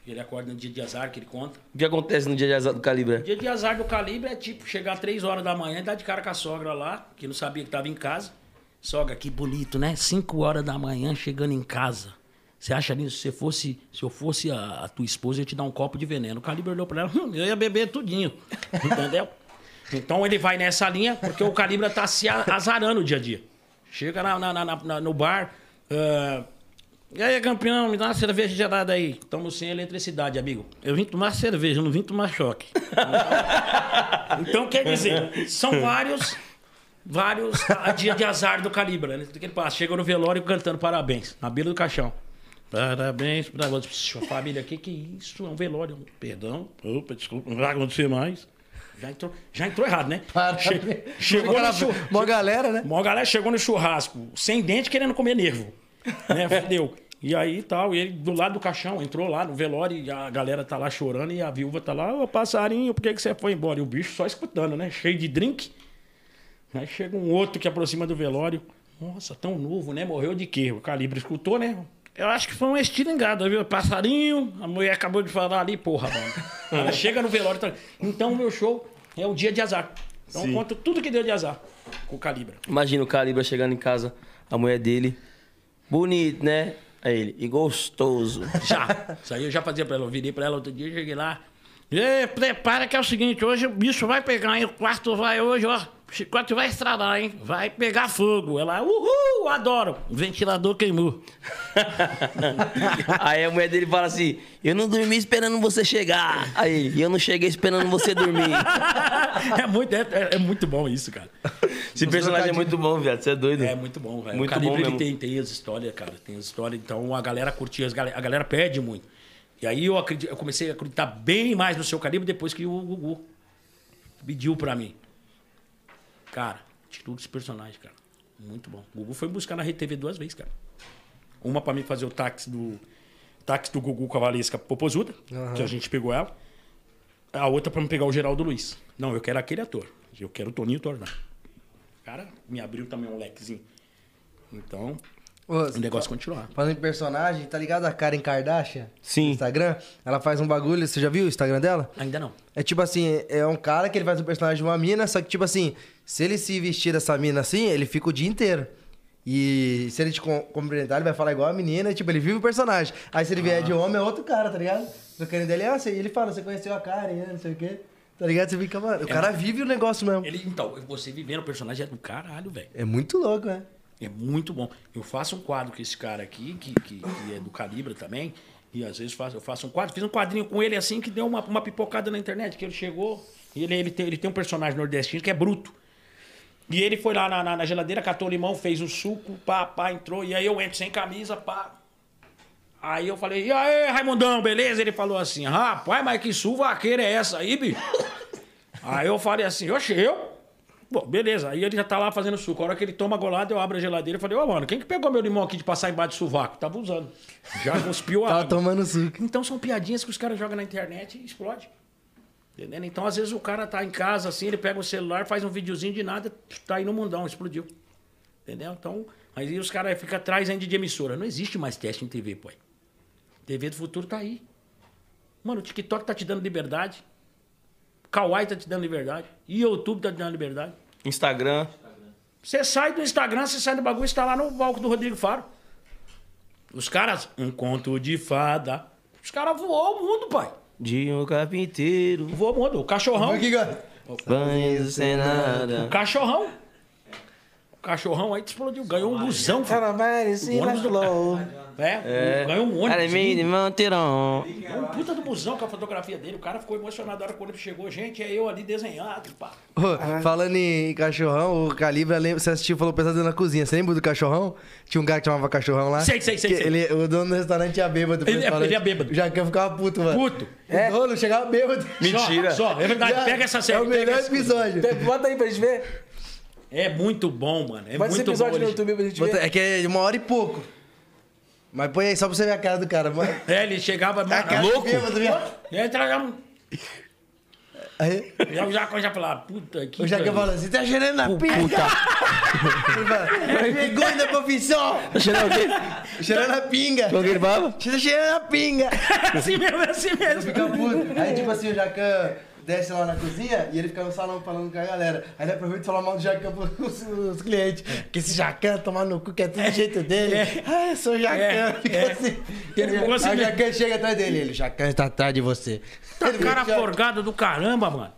Ele acorda no dia de azar que ele conta.
O que acontece no dia de azar do Calibra?
Dia de azar do Calibra é tipo chegar três horas da manhã e dar de cara com a sogra lá, que não sabia que tava em casa. Sogra, que bonito, né? Cinco horas da manhã chegando em casa. Você acha nisso? Se, você fosse, se eu fosse a, a tua esposa, eu ia te dar um copo de veneno. O Calibra olhou pra ela, hum, eu ia beber tudinho. [LAUGHS] Entendeu? Então ele vai nessa linha, porque o Calibra tá se a- azarando o dia a dia. Chega na- na- na- na- no bar. ah, e aí, campeão, me dá uma cerveja gelada aí. Estamos sem eletricidade, amigo. Eu vim tomar cerveja, eu não vim tomar choque. Então, quer dizer, são vários. Vários a dia de azar do Calibra, né? Tudo que ele passa. Chega no velório cantando parabéns, na beira do caixão. Parabéns pra você. Psh, a família, que que é isso? É um velório. Perdão, opa, desculpa, não vai acontecer mais. Já entrou, já entrou errado, né? Che- chegou no chu-
[LAUGHS] Mó galera, né?
Mó galera chegou no churrasco, sem dente, querendo comer nervo. Né? Fudeu. E aí tal, e ele do lado do caixão, entrou lá no velório, e a galera tá lá chorando, e a viúva tá lá, ô passarinho, por que, que você foi embora? E o bicho só escutando, né? Cheio de drink. Aí chega um outro que aproxima do velório. Nossa, tão novo, né? Morreu de quê? O calibre escutou, né? Eu acho que foi uma estilingada, viu? Passarinho, a mulher acabou de falar ali, porra, mano. Ela chega no velório e tá... Então, o meu show é o dia de azar. Então, eu conto tudo que deu de azar com o Calibra.
Imagina o Calibra chegando em casa, a mulher dele. Bonito, né? Aí ele. E
[LAUGHS]
gostoso.
Já. Isso aí eu já fazia pra ela. Eu virei pra ela outro dia, cheguei lá. E prepara que é o seguinte, hoje o bicho vai pegar, hein? O quarto vai hoje, ó. O chicote vai estralar, hein? Vai pegar fogo. Ela, uhul, adoro. O ventilador queimou. [LAUGHS]
Aí a mulher dele fala assim: Eu não dormi esperando você chegar. Aí ele, "E eu não cheguei esperando você
[LAUGHS]
dormir.
é, muito, é, é- é muito bom isso, cara.
Esse personagem é muito bom, viado. Você é doido.
É muito bom, velho.
Muito
o Calibre
bom mesmo.
ele tem, tem as histórias, cara. Tem as histórias. Então a galera curtia, as gal- a galera perde muito. E aí eu, acredi- eu comecei a acreditar bem mais no seu Calibre depois que o Gugu pediu pra mim. Cara, tira esse personagem, cara. Muito bom. O Gugu foi buscar na Rede TV duas vezes, cara. Uma pra mim fazer o táxi do. Táxi do Gugu com a Valesca Popozuda, que a gente pegou ela. A outra pra me pegar o Geraldo Luiz. Não, eu quero aquele ator. Eu quero o Toninho Tornar. Cara, me abriu também um lequezinho. Então,
Ô,
o negócio continuar.
Falando em personagem, tá ligado a Karen Kardashian?
Sim.
No Instagram? Ela faz um bagulho, você já viu o Instagram dela?
Ainda não.
É tipo assim, é um cara que ele faz um personagem de uma mina, só que tipo assim, se ele se vestir dessa mina assim, ele fica o dia inteiro. E se ele te com- cumprimentar, ele vai falar igual a menina, e, tipo, ele vive o personagem. Aí se ele vier de homem, é outro cara, tá ligado? O querendo dele é assim, e ele fala, você conheceu a Karen, né, não sei o quê. Tá ligado? Você fica, mano, o cara vive o negócio mesmo.
Ele, então, você vivendo o personagem é do caralho, velho.
É muito louco, né?
É muito bom. Eu faço um quadro com esse cara aqui, que, que, que é do Calibra também. E às vezes faço, eu faço um quadro. Fiz um quadrinho com ele assim que deu uma, uma pipocada na internet. Que ele chegou. e Ele, ele, tem, ele tem um personagem nordestino que é bruto. E ele foi lá na, na- na geladeira, catou limão, fez o suco, pá, pá, entrou. E aí eu entro sem camisa, pá. Aí eu falei, e aí, Raimundão, beleza? Ele falou assim, rapaz, mas que suvaqueira é essa aí, bicho? aí eu falei assim, oxe, eu? Bom, beleza. Aí ele já tá lá fazendo suco. A hora que ele toma a golada, eu abro a geladeira e falei, ô, mano, quem que pegou meu limão aqui de passar embaixo do sovaco? Tava usando. Já cuspiu a
Tava
água.
tomando suco.
Então são piadinhas que os caras jogam na internet e explode. Entendendo? Então, às vezes, o cara tá em casa assim, ele pega o celular, faz um videozinho de nada, tá aí no mundão, explodiu. Entendeu? Então, aí os caras ficam atrás ainda de emissora. Não existe mais teste em TV, pô. TV do futuro tá aí. Mano, o TikTok tá te dando liberdade. Kawaii tá te dando liberdade. E YouTube tá te dando liberdade.
Instagram.
Você sai do Instagram, você sai do bagulho, está lá no palco do Rodrigo Faro. Os caras, um conto de fada. Os caras voou o mundo, pai.
De um carpinteiro.
Voou o mundo. O cachorrão.
Por é que que eu-
Banho sem nada.
O cachorrão. O cachorrão aí explodiu. Ganhou um busão. filho.
Caramba,
O ônibus do
flow.
É, ganhou um
Cara,
ônibus.
me manterão.
Ganhou um puta do busão com a fotografia dele. O cara ficou emocionado na hora que o ônibus chegou. Gente, é eu ali desenhado, pá.
Ô, Falando em cachorrão, o Calibra, lembra, você assistiu Falou Pesado na Cozinha, você lembra do cachorrão? Tinha um cara que chamava cachorrão lá?
Sei, sei, sei,
Que
sei.
Ele, o dono do restaurante ia bêbado. pro
Ele é-
restaurante.
ele é bêbado.
O Jacan ficava puto, mano.
Puto.
O dono chegava bêbado.
Mentira. Só, é verdade.
Já-
Pega essa série.
É o
pega
melhor
essa-
episódio.
Bota aí pra gente ver.
É muito bom, mano. É
Bota esse
muito bom.
episódio no
ele-
YouTube pra gente
Bota-
ver.
É que é uma hora e pouco. Mas põe aí só pra você ver a cara do cara, mano.
É, ele chegava,
A cara
mano,
de
louco.
bêbado, minha-
E aí tragava um.
Aí,
E aí o Jacó já falava, puta que.
o Jacan
pariu.
fala assim, tá cheirando na pica. Ele fala, "É vergonha da profissão.
Tá cheirando o quê?
Cheirando a pinga.
Como que ele falava?
Você tá cheirando a pinga.
assim mesmo, é assim mesmo.
Fica puto. Aí, tipo assim, o Jacan desce lá na cozinha e ele fica no salão falando com a galera. Aí ele aproveita e fala mal do Jacan pros os clientes. É. Que esse Jacan tomar no cu, que é tudo do jeito dele. Ah, eu sou o Jacan.
É,
Fica
é.
assim.
Ele ficou assim
aí o
mesmo.
Jacan chega atrás dele. Ele, o Jacan tá atrás de você.
Tá
Ele
cara
fica-
forgado do caramba, mano.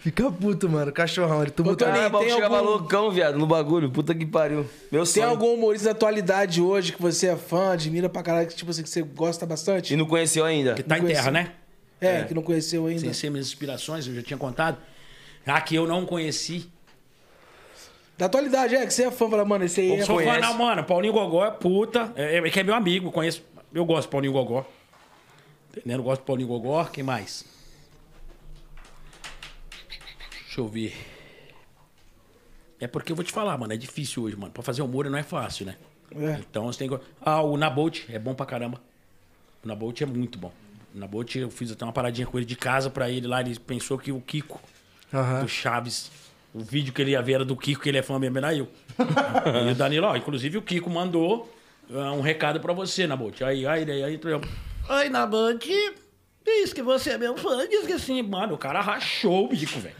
Fica puto, mano. Cachorrão, ele tumultua.
Tony,
Ah, o
tem
bagulho chegava
algum-
loucão, viado, no bagulho. Puta que pariu. Meu
Tem
sonho.
algum humorista da atualidade hoje que você é fã, admira pra caralho, que tipo assim, que você gosta bastante?
E não conheceu ainda.
Que tá em
Conheci.
terra, né?
É, que não conheceu ainda.
Sem ser minhas inspirações, eu já tinha contado. Ah, que eu não conheci.
Da atualidade, é, que você é fã, fala, mano, esse aí é
sou
fã.
fã, não, mano. Paulinho Gogó é puta. É, é- que é meu amigo, conheço. Eu gosto de Paulinho Gogó. Entendendo? Eu gosto de Paulinho Gogó. Quem mais? Deixa eu ver. É porque eu vou te falar, mano. É difícil hoje, mano. Pra fazer humor não é fácil, né?
É.
Então você tem que. Ah, o Nabolt é bom pra caramba. O Nabolt é muito bom. O Nabolt, eu fiz até uma paradinha com ele de casa pra ele lá. Ele pensou que o Kiko do Chaves. O vídeo que ele ia ver era do Kiko, que ele é fã
[LAUGHS]
mesmo, era eu. e o Danilo, ó, inclusive o Kiko mandou ah, um recado pra você, Nabote. Aí, aí, aí, aí, entrou eu. Oi, Nabote. Diz que você é meu fã. Diz que assim, mano, o cara rachou o
[LAUGHS]
bico, velho.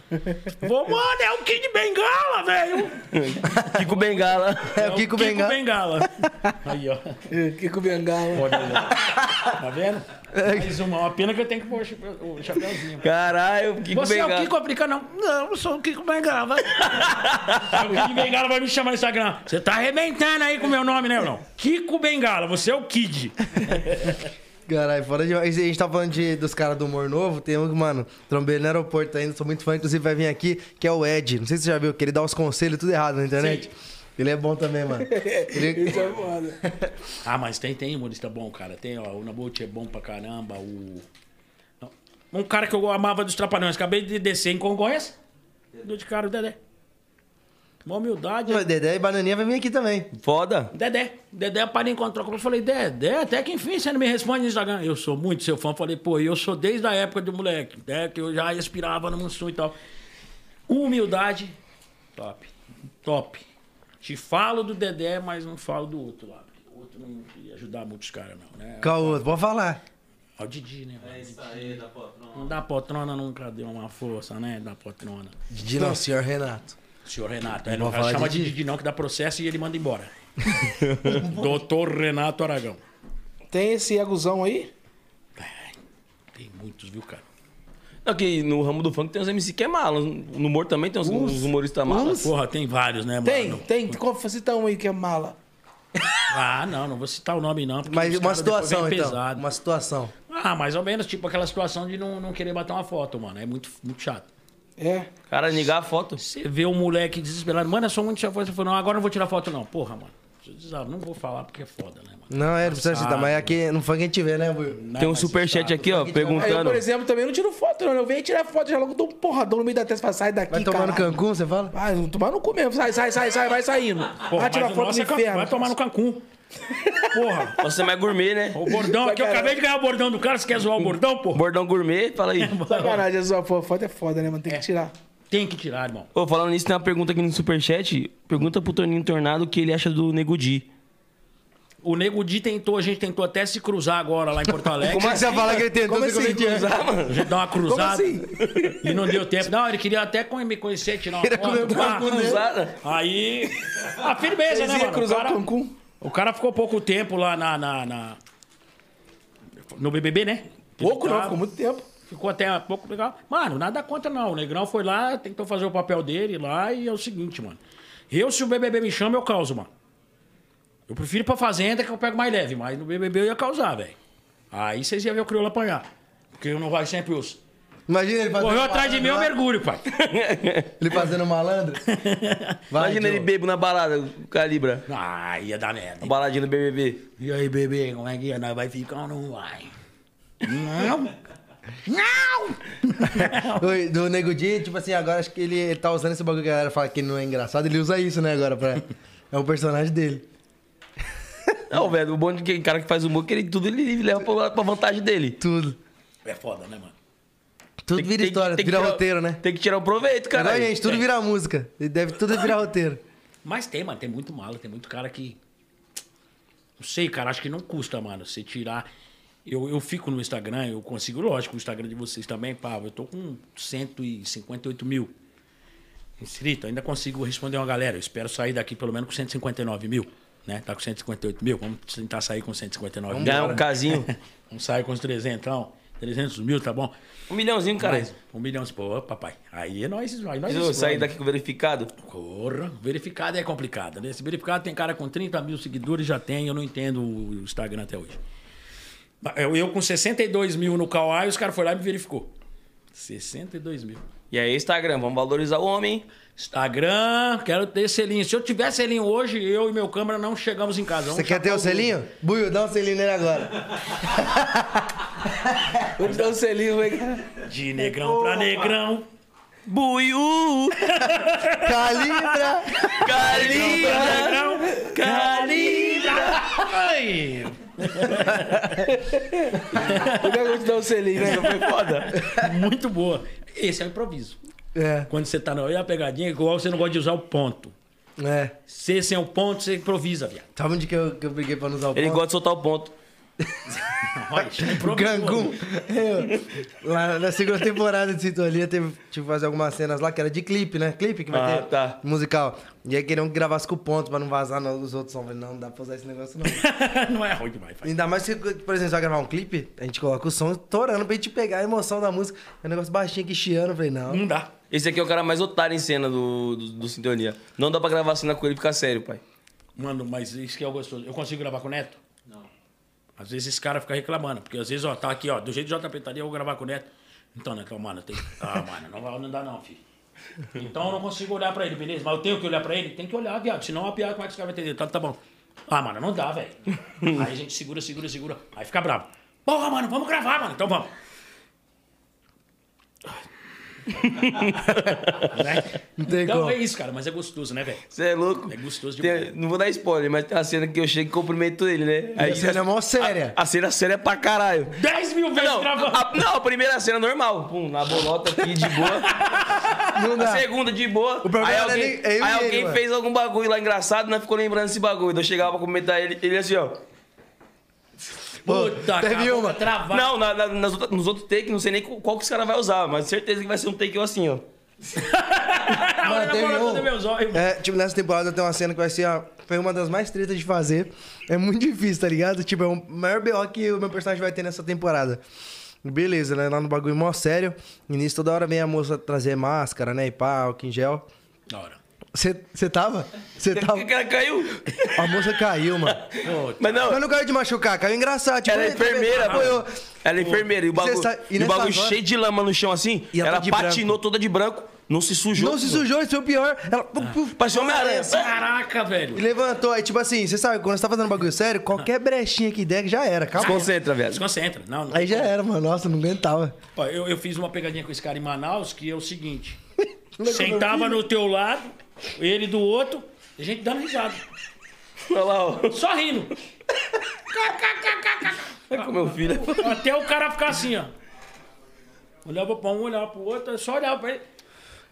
Vou, mano, é o Kid Bengala, velho.
Kiko Bengala.
É o Kiko Bengala. [LAUGHS]
Bengala. Aí, ó.
É, Kiko Bengala.
Olha aí, ó. Tá vendo?
É.
Mais uma. Uma pena que eu tenho que pôr o chape- o chapéuzinho.
Caralho, Kiko
Você
Bengala.
é o Kiko Africano? Não, eu sou o
[LAUGHS]
Kiko Bengala. Aí o Kiko Bengala vai me chamar no Instagram. Você tá arrebentando aí com o meu nome, né, não? Kiko Bengala, você é o Kid.
Caralho, fora demais. E A gente tá falando de, dos caras do humor novo. Tem um que, mano, trombei ele no aeroporto ainda, sou muito fã, inclusive vai vir aqui, que é o Ed. Não sei se você já viu, que ele dá os conselhos tudo errado na internet. Ele é bom também,
[LAUGHS]
mano. Ele-
Isso é foda.
Ah, mas tem, tem humorista bom, cara. Tem, ó, o Nabote é bom pra caramba, o... Não. Um cara que eu amava dos Trapalhões, acabei de descer em Congonhas, do de cara o Dedé. Uma humildade.
Mas Dedé e Bananinha vai vir aqui também.
Foda.
Dedé. Dedé para encontrar comigo. Eu falei, Dedé, até que enfim você não me responde no Instagram. Eu sou muito seu fã. Eu Falei, pô, eu sou desde a época do moleque, né? Que eu já respirava no Mussum e tal. Humildade, top. Top. Te falo do Dedé, mas não falo do outro lá. O outro não ia ajudar muitos caras, não, né?
Qual o outro? Pode falar.
É o Didi, né? É isso aí, da patrona. Não dá patrona, nunca deu uma força, né? Da patrona.
Didi não, senhor Renato.
Senhor Renato. Ele
Vamos
É, não
falar
chama
de
de Didi, não, que dá processo e ele manda [LAUGHS] embora. Doutor Renato Aragão.
Tem esse egozão aí?
Tem muitos, viu, cara?
Não, que no ramo do funk tem uns MC que é mala. No humor também tem uns, uns humoristas malas.
Porra, tem vários, né, mano?
Tem, tem. Qual- Cita um aí que é mala.
Ah, não, não vou citar o nome, não. porque
Mas
os
uma
caras depois
situação,
vêm
então.
pesado.
Uma situação.
Ah, mais ou menos, tipo aquela situação de não, não querer bater uma foto, mano. É muito, muito chato.
É.
Cara, negar a foto.
Você vê um moleque desesperado, mano, eu sou muito chafão. Você fala, não, agora eu não vou tirar foto, não. Porra, mano. Eu disse, ah, Não vou falar porque é foda, né, mano?
Não, é, não precisa citar, mas aqui no funk a gente vê, né, Will?
Não,
Tem um
mas
superchat
chato.
aqui, ó,
Aí eu,
perguntando.
por exemplo, também não tiro foto, não. Eu venho tirar foto, já logo dou um porradão no meio da testa pra sair daqui,
Vai tomar no
caralho.
Cancún, você fala?
Vai tomar no cu mesmo. Sai, sai, sai, sai, vai saindo.
Porra,
vai Ah, tirar
mas o
foto
nosso
do
é Cancún,
inferno.
Vai tomar no Cancún. Porra.
Você é mais gourmet, né?
O bordão aqui,
Sacanagem.
eu acabei de ganhar o bordão do cara. Você quer zoar o bordão, porra?
Bordão gourmet, fala aí.
Sacanagem, a sua foto é foda, né, mano? Tem que tirar.
Tem que tirar, irmão.
Ô, falando nisso, tem uma pergunta aqui no superchat. Pergunta pro Toninho Tornado o que ele acha do Nego Di.
O Nego Di tentou, a gente tentou até se cruzar agora lá em Porto Alegre.
Como é que você fala que ele tentou
Como
se
assim?
comediante?
[COUGHS] A gente dá uma cruzada.
assim?
Como
E não deu tempo. Não, ele queria até com- me conhecer, tirar uma
Queria
foto.
comer
pá.
com
Ah, é?
o Cancún, né?
Cruzada.
Aí. [LAUGHS] A firmeza,
Vocês
né,
iam
mano? O
cruzar
cara,
o Cancún?
o cara ficou pouco tempo lá na. na- na- no BBB, né?
Pouco
Ele
não,
tá-
ficou muito tempo.
Ficou até pouco legal. Mano, nada contra não. O Negrão foi lá, tentou fazer o papel dele lá e é o seguinte, mano. Eu, se o BBB me chama, eu causo, mano. Eu prefiro ir pra Fazenda que eu pego mais leve, mas no BBB eu ia causar, velho. Aí vocês iam ver o Crioulo apanhar. Porque eu não vai sempre os.
Imagina ele fazendo
Correu atrás de mim, eu
malandro lá,
mergulho, pai. [LAUGHS]
Ele fazendo malandro. Vai,
Imagina ele
Diogo.
bebo na balada, o Calibra.
Ah, ia dar merda.
A baladinha do BBB.
E aí, bebê, como é que é? Nós vai ficar ou não vai? Não. Não!
Do, do Nego Di, tipo assim, agora acho que ele, ele tá usando esse bagulho que a galera fala que ele não é engraçado. Ele usa isso, né, agora pra... É o personagem dele.
Não, velho, o bom de que o cara que faz humor, que ele, tudo ele leva pra, pra vantagem dele.
Tudo.
É foda, né, mano?
Tudo
Tem que-
vira
tem que-
história,
tem que
vira
tirar-
roteiro, né?
Tem que tirar o é. proveito, cara.
Não, gente, tudo
tem.
vira música. Ele deve tudo virar roteiro.
Mas tem, mano, tem muito mala, tem muito cara que. Não sei, cara, acho que não custa, mano. Você tirar. Eu, eu fico no Instagram, eu consigo, lógico, o Instagram de vocês também, Pablo. Eu tô com 158 mil inscritos, ainda consigo responder uma galera. Eu espero sair daqui pelo menos com 159 mil, né? Tá com 158 mil, vamos tentar sair com 159 mil.
Ganhar
[LAUGHS]
um casinho.
[LAUGHS] Vamos sair com os 300, então. 300 mil, tá bom?
Um milhãozinho, cara.
Mas um milhão, pô, papai. Aí é nóis, aí nós
Mas eu sair
explode.
daqui com verificado.
Corra. Verificado é complicado, né? Esse verificado tem cara com 30 mil seguidores, já tem, eu não entendo o Instagram até hoje. Eu, eu com 62 mil no Kawaii, os caras foram lá e me verificou. 62 mil.
E aí, Instagram, vamos valorizar o homem, hein?
Instagram, quero ter selinho. Se eu tiver selinho hoje, eu e meu câmera não chegamos em casa.
Você quer ter o selinho? Buio, dá um selinho nele agora.
Vou te dar um selinho, vai.
De negrão pra negrão.
Buiu!
Calibra!
Carinha!
Negrão, carinha.
Eu quero te dar um selinho, né?
[LAUGHS] Foi foda.
[LAUGHS] Muito boa. Esse é o improviso.
É,
Quando você tá na olha a pegadinha, igual você não gosta de usar o ponto.
é.
Você sem o ponto, você improvisa, viado.
Sabe onde que eu, que eu briguei pra não usar o
Ele
ponto?
gosta de soltar o ponto.
Olha, é improvisou.
Grangum. Eu, lá na segunda temporada de Sintonia, teve, tive que fazer algumas cenas lá que era de clipe, né? Clipe que vai
Ah,
ter
tá.
musical. E aí queriam que gravasse com pontos pra não vazar não, os outros sons. Falei, Não, não dá pra usar esse negócio
[LAUGHS]
não.
[LAUGHS] não é ruim demais. Pai.
Ainda mais se, por exemplo, você vai gravar um clipe, a gente coloca o som estourando pra gente pegar a emoção da música. É um negócio baixinho aqui chiando. Eu Falei,
[LAUGHS]
não.
Não dá.
Esse aqui é o cara mais otário em cena do, do, do Sintonia. Não dá pra gravar cena com ele e ficar sério, pai.
Mano, mas isso que é o gostoso. Eu consigo gravar com o Neto? Não. Às vezes esse cara fica reclamando, porque às vezes, ó, tá aqui, ó, do jeito de JP tá ali, eu vou gravar com o Neto. Então, Neto, mano, tem. Ah, [LAUGHS] mano, não, vai, não dá não, filho. Então eu não consigo olhar pra ele, beleza? Mas eu tenho que olhar pra ele? Tem que olhar, viado. Senão a piada, como é que os caras vão entender? Tá, tá bom. Ah, mano, não dá, velho. Aí a gente segura, segura, segura. Aí fica bravo. Porra, mano, vamos gravar, mano. Então vamos. Né?
Não tem
Então
como.
é isso, cara, mas é gostoso, né, velho?
Você é louco?
É gostoso
Tem-
demais.
não vou dar spoiler, mas tem uma cena que eu chego e cumprimento ele, né?
a cena é mó séria.
A, a cena é séria pra caralho.
10 mil vezes
Não,
gravando.
a, não, a primeira cena é normal. Pum, na bolota aqui, de boa.
[LAUGHS] Não
A
dá.
segunda, de boa.
O problema
aí
era
alguém,
nem- é eu e
aí
ele,
alguém
mano.
fez algum bagulho lá engraçado, nós ficou lembrando esse bagulho. Então eu chegava pra comentar ele, ele assim, ó.
Pô,
Puta,
teve
acabou
uma.
com a travada.
Não, na- na- nas outras- nos outros takes, não sei nem qual, qual que os caras vão usar, mas certeza que vai ser um take eu assim, ó.
Olha, Tá
Mano, teve
agora
um-
tudo meus olhos.
É, tipo, nessa temporada tem uma cena que vai ser a- foi uma das mais tretas de fazer. É muito difícil, tá ligado? Tipo, é o maior BO que o meu personagem vai ter nessa temporada. Beleza, né? Lá no bagulho mó sério. No início, toda hora vem a moça trazer máscara, né? E pá, álcool em gel.
Da hora.
Você tava? Você tava?
O cara caiu.
A moça caiu, mano.
Mas não,
Mas não caiu de machucar, caiu engraçado. Tipo,
Ela é
"Ei, tá bem,
enfermeira,
apoiou."
pô. Ela é enfermeira. E o bagulho,
sabe- e
e o
nessa
bagulho
hora-
cheio de lama no chão assim.
E ela
ela
tá de
patinou toda de branco, não se sujou.
Não se sujou, é, isso foi o pior. Ela. puf, puf,
Pareceu
puf,
Homem-Aranha.
Caraca,
E
velho.
levantou, aí tipo assim, você sabe, quando você tá fazendo bagulho sério, qualquer brechinha que der já era, acabou.
Desconcentra, velho.
Desconcentra. Não, não.
Aí já era, mano. Nossa, não aguentava.
Ó, eu, eu fiz uma pegadinha com esse cara em Manaus que é o
[LAUGHS]
seguinte: sentava no teu lado, ele do outro, e a gente dando risada.
Olha lá, ó.
Só
[LAUGHS]
rindo.
Olha com meu filho.
Até o cara ficar assim, ó. Olhava pra um, olhava pro outro, só olhava pra ele.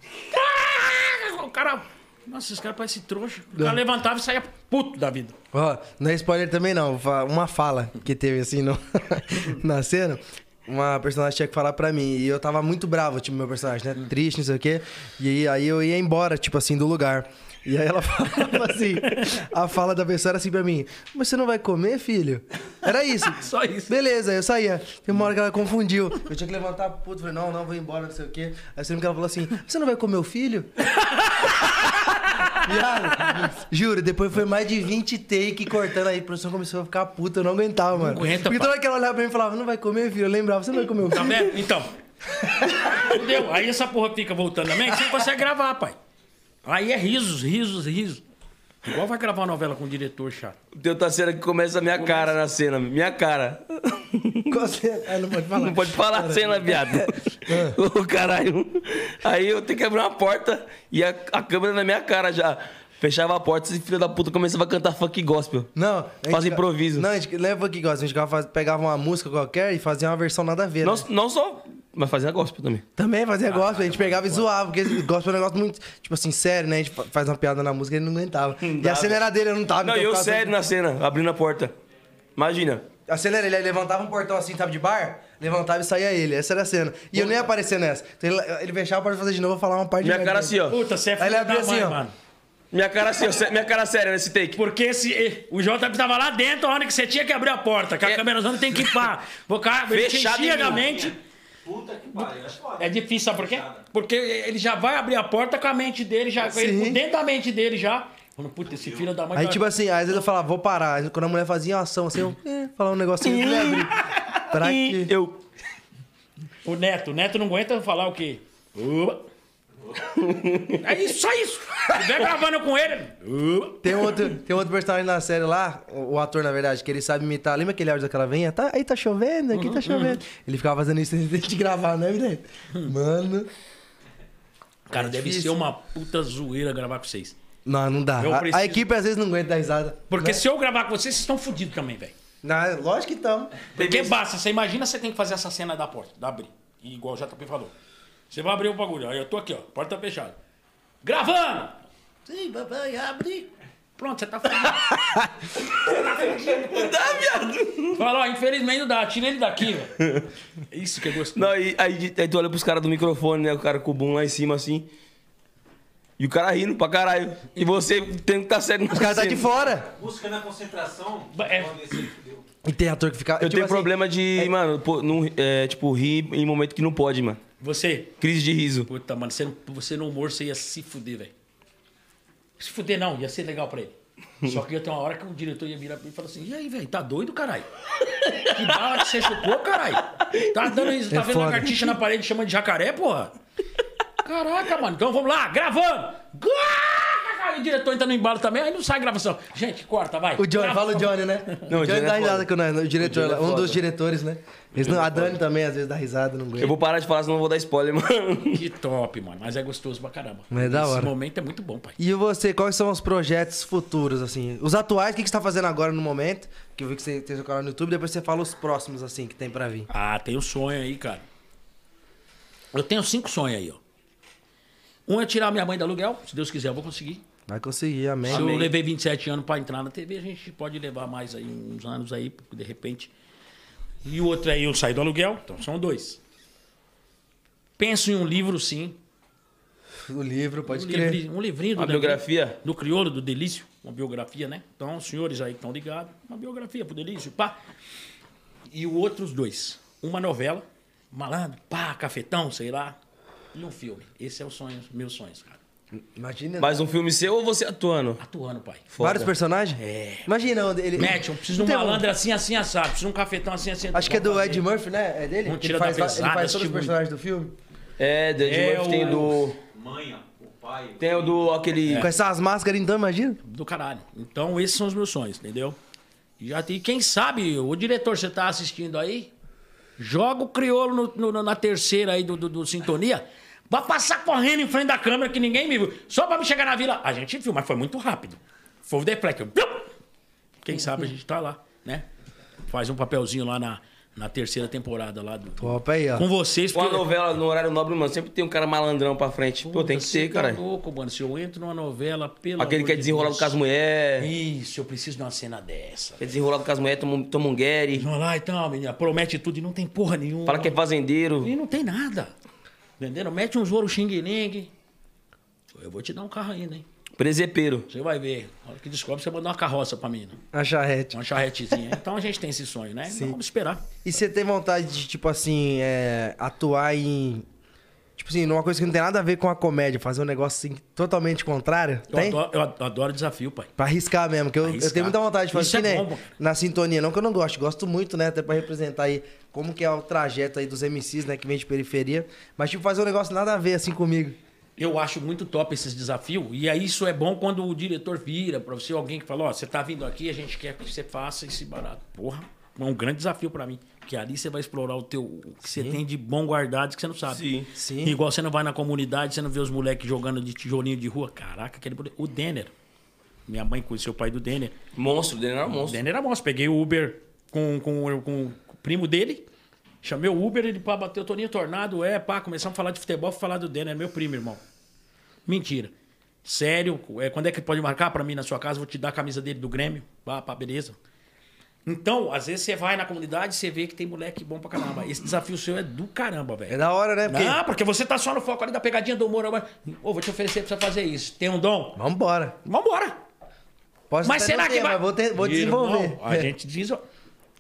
[LAUGHS] Caraca, O cara. Nossa, esse cara parece trouxa. O
É.
cara levantava e saía puto da vida.
Ó, não é spoiler também não, vou falar uma fala que teve assim no, [LAUGHS] na cena. Uma personagem tinha que falar pra mim. E eu tava muito bravo, tipo, meu personagem, né? Triste, não sei o quê. E aí eu ia embora, tipo assim, do lugar. E aí ela [LAUGHS] falava assim: a fala da pessoa era assim pra mim: Mas você não vai comer, filho? Era isso.
Só isso.
Beleza, eu saía. Tem uma hora que ela confundiu. Eu tinha que levantar puto, falei, não, não, vou embora, não sei o quê. Aí sempre que ela falou assim: Você não vai comer o filho? [LAUGHS] Viado, juro, depois foi mais de 20 take cortando aí. A produção começou a ficar puta, eu não aguentava, mano.
aguenta,
Porque
pá.
toda hora que ela olhava pra mim e falava, não vai comer, filho. Eu lembrava, você não vai comer o
Tá
filho.
vendo? Então. Entendeu? Aí essa porra fica voltando na mente, você não consegue gravar, pai. Aí é risos, risos, risos. Igual vai gravar uma novela com um diretor chato.
Tem outra cena que começa a minha cara na cena. Minha cara.
Qual cena? Ah, não pode falar.
Não pode falar a cena, viado. Ô, caralho. Aí eu tenho que abrir uma porta e a, a câmera na minha cara já. Fechava a porta, esse filho da puta começava a cantar funk gospel.
Não. a gente
Faz
fica-
improviso.
Não, a gente leva aqui, gosta. A gente ficava faz- pegava uma música qualquer e fazia uma versão nada a ver.
Não,
né?
não só. Mas fazia gospel também.
Também fazia gospel, a gente pegava e zoava, porque gospel é um negócio muito, tipo assim, sério, né? A gente fa- faz uma piada na música e ele não aguentava. e a
dava.
cena era dele, eu não tava.
Não,
então
e eu
ficava assim.
sério na cena, abrindo a porta. Imagina.
A cena era ele, ele levantava um portão assim, tava de bar, levantava e saía ele. Essa era a cena. E eu nem ia aparecer nessa. Então ele, ele fechava pra fazer de novo, eu falava uma parte
Minha
de
cara
merda.
assim, ó.
Puta, você
Aí
é
ele
filho da
abriu assim,
mãe,
ó.
mano.
Minha cara assim, ó. sé- Minha cara séria nesse take.
Porque esse, o JP tava lá dentro a hora que você tinha que abrir a porta, que a
É.
câmera zona tem que ir pá. Vou ca- ele te
Fechado em
enchia
mim.
da mente.
Puta que pariu. É foda.
É difícil, sabe por quê? Porque ele já vai abrir a porta com a mente dele, já com ele
Sim.
por dentro da mente dele já. Falando, puta, esse filho da mãe.
Aí
tá-
tipo assim, às vezes eu falava, vou parar. Aí Quando a mulher fazia uma ação assim, eu eh, falava um negocinho, eu lembro. Pra quê?
Eu.
O Neto, o Neto não aguenta falar o quê? Uba. [LAUGHS] é isso, só isso. Se tiver gravando com ele. Uba.
Tem um outro, tem um outro personagem na série lá, o, o ator, na verdade, que ele sabe imitar. Lembra aquele áudio daquela veinha? Tá, aí tá chovendo,
Uhum,
aqui tá chovendo. Ele ficava fazendo isso [LAUGHS] antes de gente gravar, né, Vidente? Mano.
Cara, deve ser uma puta zoeira gravar com vocês.
Não, não dá.
Eu
A- A,
preciso-
equipe às vezes não aguenta dar risada. Né?
Porque se eu gravar com vocês, vocês estão fodidos também, velho.
Não, lógico que estamos.
Porque basta, você imagina você tem que fazer essa cena da porta, da abrir. E igual o JP falou. Você vai abrir o bagulho, aí eu tô aqui, ó, porta fechada. Gravando! Sim, papai, abre. Pronto, você tá [LAUGHS] fudido.
Não dá, Ah, viado.
Fala, ó, infelizmente não dá, tira ele daqui, velho. Isso que é gostoso.
Não, e aí, aí tu olha pros caras do microfone, né? O cara com o boom lá em cima assim. E o cara rindo pra caralho. E você tem que estar tá sério na
Os caras tá
cena.
de fora.
Música na concentração.
Ba- é.
quando esse fudeu.
E tem ator que fica. tipo assim,
Eu tenho problema de, mano, pô, não, é, tipo, rir em momento que não pode, mano.
Você,
Crise de riso.
puta, mano, você, você no humor, você ia se fuder, velho. Se fuder não, ia ser legal pra ele. Só que ia ter uma hora que o diretor ia virar pra ele e falar assim, e aí, velho, tá doido, caralho? Que bala que você chupou, caralho? Tá dando isso, tá
É
vendo
foda.
lagartixa na parede chamando de jacaré, porra? Caraca, mano, então vamos lá, gravando! Aí o diretor entra no embalo também, aí não sai a gravação. Gente, corta, vai.
O Johnny,
Grava.
fala o Johnny, né?
Não,
o Johnny
o Johnny
dá
é
risada
foda.
com nós. O diretor,
O Johnny é
um dos
foda. é
diretores, né? Eles não, a Dani também às vezes dá risada, não aguenta.
Eu vou parar de falar, senão eu vou dar spoiler, [LAUGHS] mano.
Que top, mano, mas é gostoso pra caramba.
Mas é da hora.
Esse momento é muito bom, pai.
E você, quais são os projetos futuros, assim? Os atuais, o que que você tá fazendo agora no momento? Que eu vi que você tem seu canal no YouTube, depois você fala os próximos, assim, que tem pra vir.
Ah, tem um sonho aí, cara. Eu tenho cinco sonhos aí, ó. Um é tirar minha mãe do aluguel, se Deus quiser, eu vou conseguir.
Vai conseguir, amém.
Se eu levei 27 anos pra entrar na TV, a gente pode levar mais aí uns anos aí, porque de repente. E o outro aí eu saí do aluguel, então são dois. Penso em um livro, sim.
O livro, pode
um,
crer.
livrinho, um livrinho do
Uma
Daniel-
biografia?
do Criolo, do Delício, uma biografia, né? Então, os senhores aí que estão ligados, uma biografia pro Delício, pá. E o outros dois, uma novela, malandro, pá, cafetão, sei lá, e um filme. Esse é o sonho, meus sonhos, cara. Tá
Imagina.
Mais um filme seu ou você atuando?
Atuando, pai.
Foda.
Vários personagens?
É.
Imagina onde ele.
Mete, eu preciso de um
Tem
malandro assim, assim, assado. Preciso de um cafetão assim, assim.
Então, Acho que é do
Vamos
Ed
fazer.
Murphy, né? É dele?
Não
Que
tira
ele
da
faz, Ele
pesada,
faz todos
tipo-
os personagens do filme.
É, The
É,
Edmurphy tem
o-
do.
Manha, o pai.
Tem o do
É.
aquele.
Com essas máscaras, então, imagina.
do caralho. Então, esses são os meus sonhos, entendeu? E já tem, quem sabe, o diretor, você tá assistindo aí? Joga o crioulo no- no- na terceira aí do, do, do Sintonia. Vai passar correndo em frente da câmera que ninguém me viu. Só pra me chegar na vila. A gente viu, mas foi muito rápido. Foi o deflect. Quem sabe a gente tá lá, né? Faz um papelzinho lá na, na terceira temporada lá do.
Top aí, ó.
Com vocês,
Uma novela no horário nobre, mano. Sempre tem um cara malandrão pra frente. Pô, tem que
Você
ser,
tá
caralho.
louco, mano. Se eu entro numa novela, pelo
Aquele
amor
que é
de
desenrolado
Deus.
com as mulheres.
Isso, eu preciso de uma cena dessa.
É desenrolado com as mulheres, toma, um- toma um guere.
Vamos lá então, menina. Promete tudo e não tem porra nenhuma.
Fala que é fazendeiro.
E não tem nada. Entenderam? Mete uns ouro xing ling. Eu vou te dar um carro ainda, hein?
Presepeiro.
Você vai ver. Na hora que descobre, você manda uma carroça pra mim. né?
A charrete.
Uma charretezinha. Então a gente tem esse sonho, né? Então Vamos esperar.
E você tem vontade de, tipo assim, é, atuar em. Tipo assim, numa coisa que não tem nada a ver com a comédia, fazer um negócio assim totalmente contrário?
Eu
tem?
adoro, eu ad- eu adoro desafio, pai.
Pra arriscar mesmo, que eu,
Arriscar.
eu tenho muita vontade de fazer
Isso
que
é
nem
bom, pô.
na sintonia. Não que eu não gosto, gosto muito, né? Até pra representar aí como que é o trajeto aí dos MCs, né? Que vem de periferia. Mas, tipo, fazer um negócio nada a ver assim comigo.
Eu acho muito top esses desafios. E aí isso é bom quando o diretor vira pra você, alguém que fala, ó, você tá vindo aqui, a gente quer que você faça esse barato. Porra, é um grande desafio pra mim. Porque ali você vai explorar o teu. O que você tem de bom guardado que você não sabe.
Sim.
Sim.
Igual você não vai na comunidade, você não vê os moleques jogando de tijolinho de rua. Caraca, aquele. moleque- O Denner. Minha mãe conheceu o pai do Denner.
Monstro, o Denner era um
O
monstro.
Denner era monstro. Peguei o Uber com, com, com o primo dele. Chamei o Uber, ele pá, bateu o Toninho Tornado. É, pá, começamos a falar de futebol, fui falar do Denner. É meu primo, irmão. Mentira. Sério, é, quando é que pode marcar pra mim na sua casa? Vou te dar a camisa dele do Grêmio. Pá, pá, beleza. Então, às vezes você vai na comunidade e você vê que tem moleque bom pra caramba. Esse desafio seu é do caramba, velho.
É da hora, né? Porque...
Ah, porque você tá só no foco ali da pegadinha do humor. agora. Ô, vou te oferecer pra você fazer isso. Tem um dom?
Vambora.
Vambora!
Posso
Mas
até não
será que
ter,
vai.
mas vou, ter- vou desenvolver.
Irmão, a
[LAUGHS]
[LAUGHS]
gente desenvolve.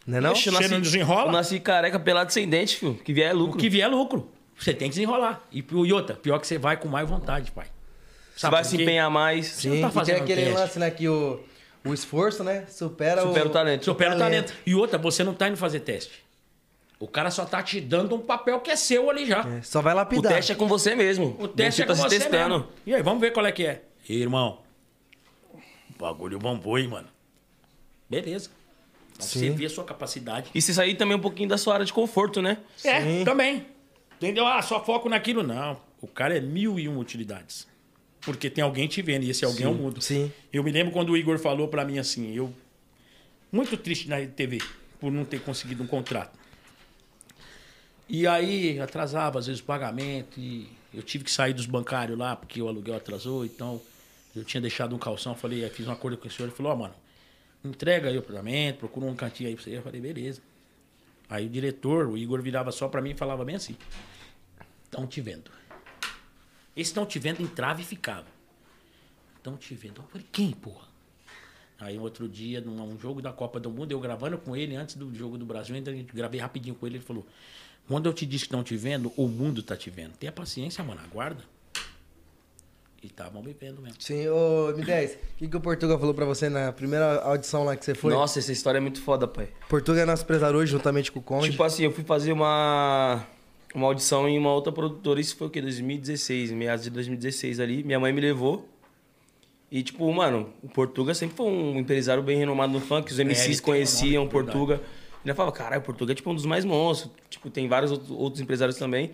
Não é não?
Ixi, eu
Você não desenrola?
Eu nasci careca, pelado sem dente, filho. Que vier é
O
lucro.
que vier é lucro. Você tem que desenrolar. E, e outra, pior que você vai com mais vontade, pai.
Você
Sabe
vai
por
se
quê?
empenhar mais.
Você não tá
e tem
fazendo
aquele
teste.
lance, né? Que o, o esforço, né? Supera,
Supera o talento.
Supera o
talento.
talento. tá E outra, você não tá indo fazer teste. O cara só tá te dando um papel que é seu ali já.
É, Só vai
O
lapidar.
teste é com você mesmo.
O teste
você
é com
tá
você
se testando.
mesmo. E aí, vamos ver qual é que é. E, irmão, o bagulho bombou, hein, mano. Beleza. Então, você vê a sua capacidade.
E se sair também um pouquinho da sua área de conforto, né?
É, também. Entendeu? Ah, só foco naquilo. Não. O cara é mil e uma utilidades. Porque tem alguém te vendo, e esse alguém é o mundo.
sim.
Eu me lembro quando o Igor falou pra mim assim, eu. Muito triste na TV por não ter conseguido um contrato. E aí atrasava, às vezes, o pagamento, e eu tive que sair dos bancários lá, porque o aluguel atrasou, então eu tinha deixado um calção, falei, aí fiz um acordo com o senhor, ele falou, ó, mano, entrega aí o pagamento, procura um cantinho aí pra você. Eu falei, beleza. Aí o diretor, o Igor, virava só pra mim e falava bem assim: Estão te vendo. Eles estão te vendo, entrava e ficava. Estão te vendo. Eu falei: Quem, porra? Aí outro dia, num num jogo da Copa do Mundo, eu gravando com ele antes do jogo do Brasil, ainda gravei rapidinho com ele. Ele falou: Quando eu te disse que estão te vendo, o mundo tá te vendo. Tenha paciência, mano, aguarda. E estavam me vendo mesmo.
Sim, ô M10, o que, que o Portuga falou pra você na primeira audição lá que você foi?
Nossa, essa história é muito foda, pai.
Portuga é nosso empresário hoje, juntamente com o Conde.
Tipo assim, eu fui fazer uma, uma audição em uma outra produtora, isso foi o quê? 2016, meados de 2016 ali. Minha mãe me levou. E, tipo, mano, o Portuga sempre foi um empresário bem renomado no funk, os
ele tem
MCs
um
conheciam
nome,
o Portuga. Ele falava, caralho, o Portuga é tipo um dos mais monstros. Tipo, tem vários outro- outros empresários também.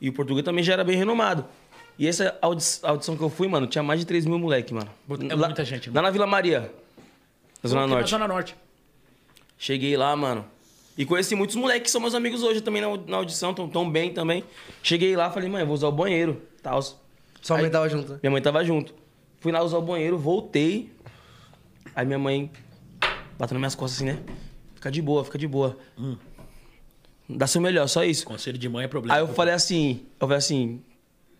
E o Portuga também já era bem renomado. E essa audi- audição que eu fui, mano, tinha mais de 3 mil moleque, mano.
É
Lá-
muita gente,
Lá na Vila Maria, na Zona
Porque é na
Norte.
Zona Norte.
Cheguei lá, mano. E conheci muitos moleques que são meus amigos hoje também na, au- na audição, tão, tão bem também. Cheguei lá, falei, mãe, eu vou usar o banheiro, tal.
Só aumentava junto. né?
Minha mãe tava junto. Fui lá usar o banheiro, voltei. Aí minha mãe bateu nas minhas costas assim, né? Fica de boa, fica de boa. Dá seu melhor, só isso.
Conselho de mãe é problema.
Aí eu falei assim, eu falei assim,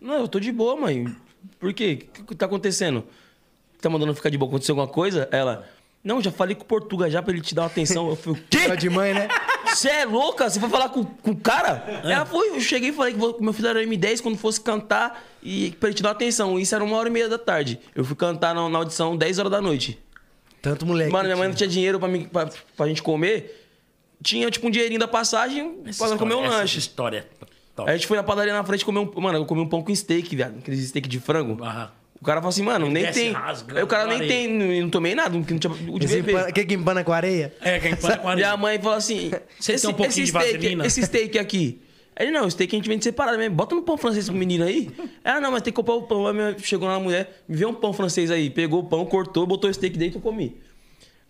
não, eu tô de boa, mãe. Por quê? O que que tá acontecendo? Tá mandando ficar de boa? Aconteceu alguma coisa? Ela, não, já falei com o Portuga já pra ele te dar uma atenção. Eu falei, o quê?
Só de mãe, né?
Você é louca? Você foi falar com, com o cara?
É.
Ela foi, eu cheguei e falei que vou- meu filho era M10 quando fosse cantar e pra ele te dar atenção. Isso era uma hora e meia da tarde. Eu fui cantar na, na audição 10 horas da noite.
Tanto
É
moleque.
Mano, minha mãe não
que
tinha dinheiro pra, mim, pra, pra gente comer. Tinha, tipo, um dinheirinho da passagem
Essa
pra comer um
história- essa
lanche.
história é top.
Aí a gente foi na padaria na frente comer um. Mano, eu comi um pão com steak, viado. Aqueles steak de frango.
Aham.
O cara falou assim, mano, nem
desce
tem.
rasgando
Aí o cara nem
na
tem, não, não tomei nada, não tinha o de
tinha.
beber.
Empana... Que que empana com areia?
É, quem
[LAUGHS]
para com a
Minha mãe falou assim:
Você
esse,
tem um pouquinho
esse
de
steak,
vaselina?
esse steak aqui. Aí Ele, não, o steak a gente vende separado mesmo. Bota no pão francês pro menino aí. Ah, não, mas tem que comprar o pão. Aí minha- chegou lá a mulher, me vê um pão francês aí. Pegou o pão, cortou, botou o steak dentro e eu comi.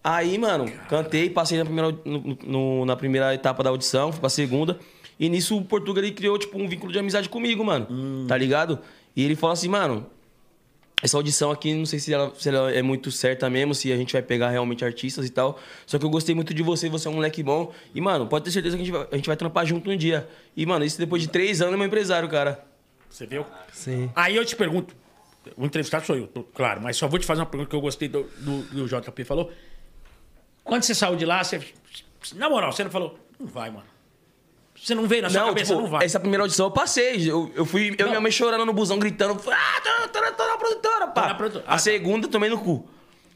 Aí, mano, cantei, passei na primeira, no- no- na primeira etapa da audição, fui pra segunda. E nisso o Portuga ele criou, tipo, um vínculo de amizade comigo, mano.
Hum.
Tá ligado? E ele falou assim, mano, essa audição aqui, não sei se ela, se ela é muito certa mesmo, se a gente vai pegar realmente artistas e tal. Só que eu gostei muito de você, você é um moleque bom. E, mano, pode ter certeza que a gente vai, a gente vai trampar junto um dia. E, mano, isso depois de três anos é meu empresário, cara.
Você viu?
Sim.
Aí eu te pergunto, o entrevistado sou eu, tô- claro, mas só vou te fazer uma pergunta que eu gostei do, do, do JP falou. Quando você saiu de lá, você. Na moral, você não falou, não vai, mano. Você não veio na sua
Não,
cabeça,
tipo,
não vai.
essa primeira audição eu passei. Eu, eu fui, eu e minha mãe chorando no busão, gritando. Ah, tô, tô, na- tô na produtora, pá.
na produtora.
A segunda eu tomei no cu.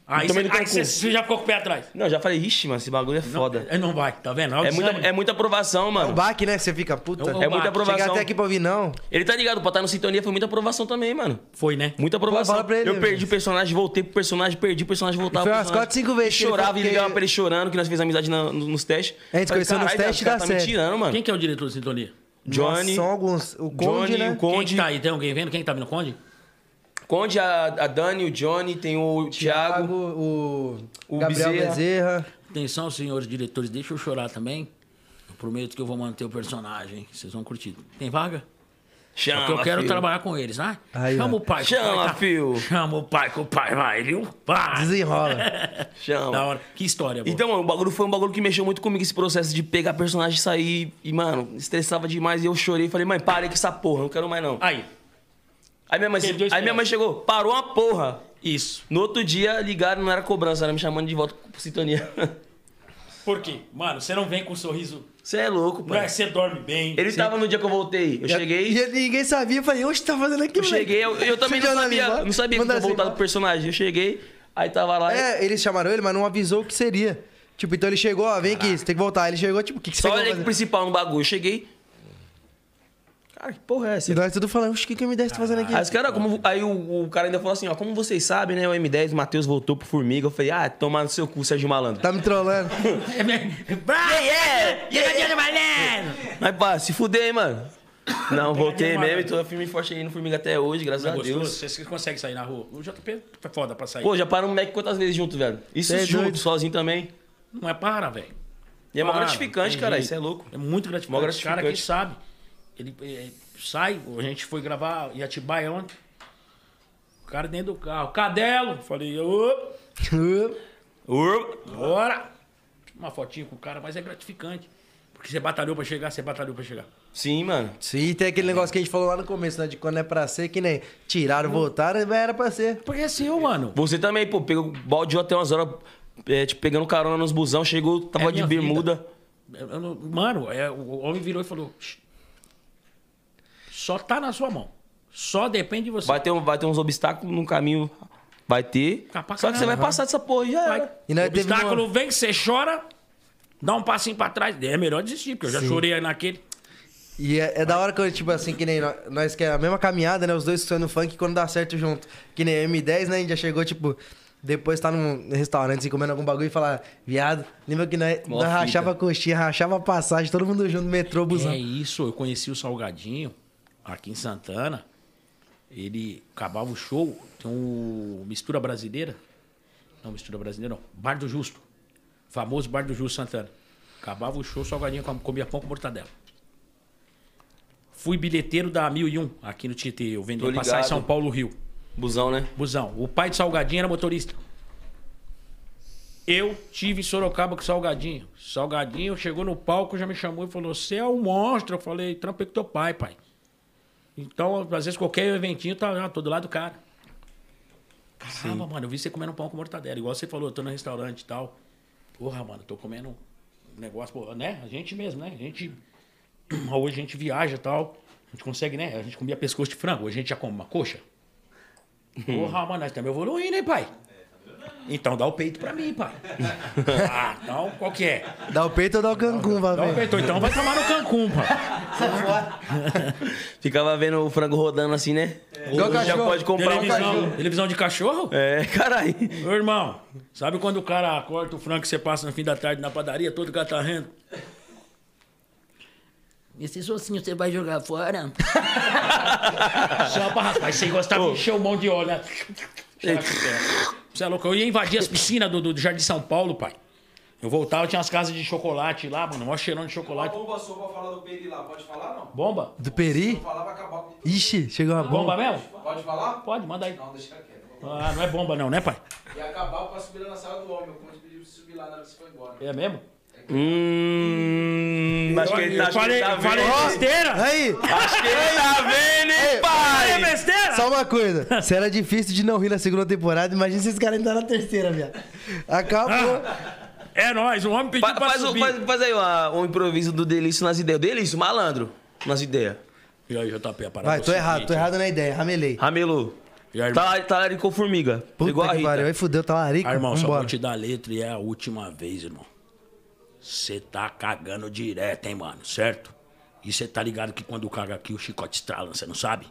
Aí
No tamanho do
você
concurso.
você já ficou com o pé atrás.
Não, já falei, ixi, mano, esse bagulho é foda.
Aí não vai, tá vendo? Olha o
É muita,
desânimo.
é muita aprovação,
O
mano.
baque, né? que Você fica puta.
É o-
É muita
Chegar
aprovação.
até aqui pra ouvir, não.
Ele tá ligado, pra estar no Sintonia foi muita aprovação também, mano.
Foi, né?
Muita aprovação.
Pô, fala pra ele,
eu perdi
velho.
o personagem, voltei pro personagem, perdi o personagem, voltava
Foi
pro
umas
personagem.
quatro, cinco vezes
E
que ele
chorava
foi
e ligava
porque-
pra ele chorando, que nós fizemos amizade na- no- nos testes.
A gente
Falei,
conheceu nos
"Caralho,
testes
velho, o cara
da
tá me
série.
tirando, mano.
Quem que é o diretor do Sintonia?
Johnny,
Nossa, são alguns. O Conde,
Johnny,
né?
o
Quem que
Conde.
tá aí? Tem alguém vendo? Quem que tá vindo? Conde?
Conde, a, a Dani, o Johnny, tem o Thiago.
o,
o
Gabriel
Bezerra.
Bezerra.
Atenção, senhores diretores, deixa eu chorar também. Eu prometo que eu vou manter o personagem. Vocês vão curtir. Tem vaga?
Chama,
É Porque eu quero
filho.
trabalhar com eles, né?
Aí,
Chama
ó.
o pai. que o
Chama,
pai tá-
fio.
Chama o pai, que o pai vai, viu? Vai.
Desenrola.
Chama.
Da hora. Que história, boa.
Então, mano, o bagulho foi um bagulho que mexeu muito comigo, esse processo de pegar personagem e sair. E, mano, estressava demais. E eu chorei e falei, mãe, parei com essa porra, não quero mais não.
Aí,
Aí minha mãe,
Perdeu a
aí minha mãe chegou, parou uma porra.
isso.
No outro dia ligaram, não era cobrança, era me chamando de volta pro sintonia.
Por quê? Mano, você não vem com um sorriso.
Você é louco,
Não é,
pai.
Você dorme bem.
Ele
Você-
tava no dia que eu voltei. Eu
E
[LAUGHS] cheguei.
eu- ninguém sabia. Eu falei, oxe, tá fazendo aqui,
Eu
moleque?"
cheguei, eu, eu também
Você
não
já
sabia.
ligou?
Não sabia que
Manda
tinha
assim,
voltado pro personagem. Eu cheguei, aí tava lá.
É, eles chamaram ele, mas não avisou o que seria. Tipo, então ele chegou, ó, vem aqui, você tem que voltar. Ele chegou, tipo, o que, que você
Só
vai
olhei pro
fazer?
principal no bagulho. Eu cheguei. Cara, que porra é essa?
E nós tudo falando, oxe, o que, que o M10 tá fazendo aqui?
Aí, os "Ah, cara, como, aí o, o cara ainda falou assim, ó, como vocês sabem, né, o M10, o Matheus voltou pro Formiga. Eu falei, ah, tomar no seu cu, Sérgio Malandro.
Tá me trollando. [LAUGHS]
É mesmo. Vai, é! Chega de trabalhando!
Mas pá, se fuder, hein, mano. Não, voltei
Malandro.
mesmo, e tô firme e forte aí no Formiga até hoje, graças a Deus.
Gostoso, você consegue sair na rua. O JP é foda pra sair.
Pô, já paramos o Mac quantas vezes junto, velho? Isso
Cê é
junto,
doido.
sozinho também.
Não é para, velho.
E é mó
Para,
gratificante,
tem
cara,
jeito.
isso é louco.
É muito
Mó
gratificante. Esse
gratificante.
cara que sabe. Ele eh, sai, a gente foi gravar em Atibaia ontem. O cara dentro do carro. Cadelo! Falei, ô,
Ur-
bora! Uma fotinha com o cara, mas é gratificante. Porque você batalhou pra chegar, você batalhou pra chegar.
Sim, mano.
Sim, tem aquele negócio que a gente falou lá no começo, né? De quando é pra ser, que nem tiraram, voltaram, mas era pra ser.
Porque é seu, mano.
Você também, pô, pegou baldeou até umas horas, é, tipo, pegando carona nos busão, chegou, tava
É
de
minha vida.
bermuda.
Eu- eu não- mano, é, o homem virou e falou: "Shh. só tá na sua mão. Só depende de você.
Vai ter, um- vai ter uns obstáculos no caminho. Vai ter.
Ah, pra
Só que você
caralho.
vai passar dessa porra e já
Vai.
era.
E nós
O
teve
obstáculo vem, você chora, dá um passinho pra trás. É melhor desistir, porque eu já chorei aí naquele.
E é, é da hora quando, tipo assim, que nem nó- nós que é a mesma caminhada, né? Os dois que são no funk quando dá certo junto. Que nem M10, né? A gente já chegou, tipo, depois tá num restaurante assim, comendo algum bagulho e falar, viado, lembra que nós,
Mó
nós
fita.
rachava a coxinha, rachava a passagem, todo mundo junto, metrô, busão.
É isso, eu conheci o Salgadinho aqui em Santana. Ele acabava o show, tem um Mistura Brasileira. Não, Mistura Brasileira não. Bar do Justo. Famoso Bar do Justo Santana. Acabava o show, o Salgadinho com- comia pão com mortadela. Fui bilheteiro da 1001 aqui no Tietê. Eu
Tô
vendi
ligado.
passagem São Paulo-Rio.
Busão, né?
Busão. O pai do Salgadinho era motorista. Eu tive Sorocaba com o Salgadinho. Salgadinho chegou no palco, já me chamou e falou: Você é um monstro. Eu falei: Trampei com teu pai, pai. Então, às vezes, qualquer eventinho, tá, ah, tô do lado do cara. Caramba, mano, eu vi você comendo um pão com mortadela. Igual você falou, eu tô no restaurante e tal. Porra, mano, tô comendo um negócio, pô, né? A gente mesmo, né? A gente. [CLEARS THROAT] Hoje a gente viaja e tal. A gente consegue, né? A gente comia pescoço de frango. Hoje a gente já come uma coxa. Porra, mano, nós estamos evoluindo, hein, pai?
É.
Então dá o peito pra
[LAUGHS]
mim, pai. Ah, então qual que é?
Dá o peito ou dá o Cancún, vai
Dá o
ver.
peito, ou então vai tomar no Cancún, pai.
Ficava vendo o frango rodando assim, né?
Igual
Hoje já
cachorro.
pode comprar um cachorro.
Televisão, televisão de cachorro?
É, [LAUGHS] caralho.
Ô, irmão, sabe quando o cara corta o frango que você passa no fim da tarde na padaria, todo tá catarrento?
Esse ossinho você vai jogar fora?
[LAUGHS] Só pra raspar. Aí você gostava de encher o mão de óleo, né? Você é louco? Eu ia invadir as piscinas do, do do Jardim São Paulo, pai. Eu voltava, tinha umas casas de chocolate lá, mano. Mó cheirão de
Uma
chocolate.
bomba só pra falar do Peri lá, pode falar não?
Bomba?
Do Peri?
Falar vai acabar com...
Ixi, chegou uma bomba.
Bomba mesmo?
Pode falar?
Pode, manda aí.
Não, deixa quieto.
Ah, não é bomba não, né, pai?
E acabar pra subir lá na sala do homem, como eu pedi pra subir lá na hora que você foi embora.
É mesmo?
Hum. Acho que ele
eu
tá, acho que
falei,
ele tá
eu falei
vendo.
besteira.
Aí,
Acho que ele tá vendo, hein,
É
pai?
besteira.
só uma
[LAUGHS]
coisa. Se era difícil de não rir na segunda temporada, imagina se esse cara entrar na terceira, viado. Acabou.
É nóis, o homem pediu
tipo
Fa-
pra
Faz, o-
subir.
faz, faz aí uma- um improviso do Delício nas ideias. Delício, malandro. Nas ideias.
E aí, JP, a parada
Vai,
é o
tô errado,
seguinte,
tô errado na ideia, ramelei.
Ramelo.
E a irmã,
Tá, talaricou formiga.
Puta
Igual a
que pariu. Aí
Rita.
fudeu, talarico.
ah, irmão, só vou
Vambora.
te dar a letra e é a última vez, irmão. Você tá cagando direto, hein, mano, certo? E você tá ligado que quando caga aqui o chicote estrala, você não sabe?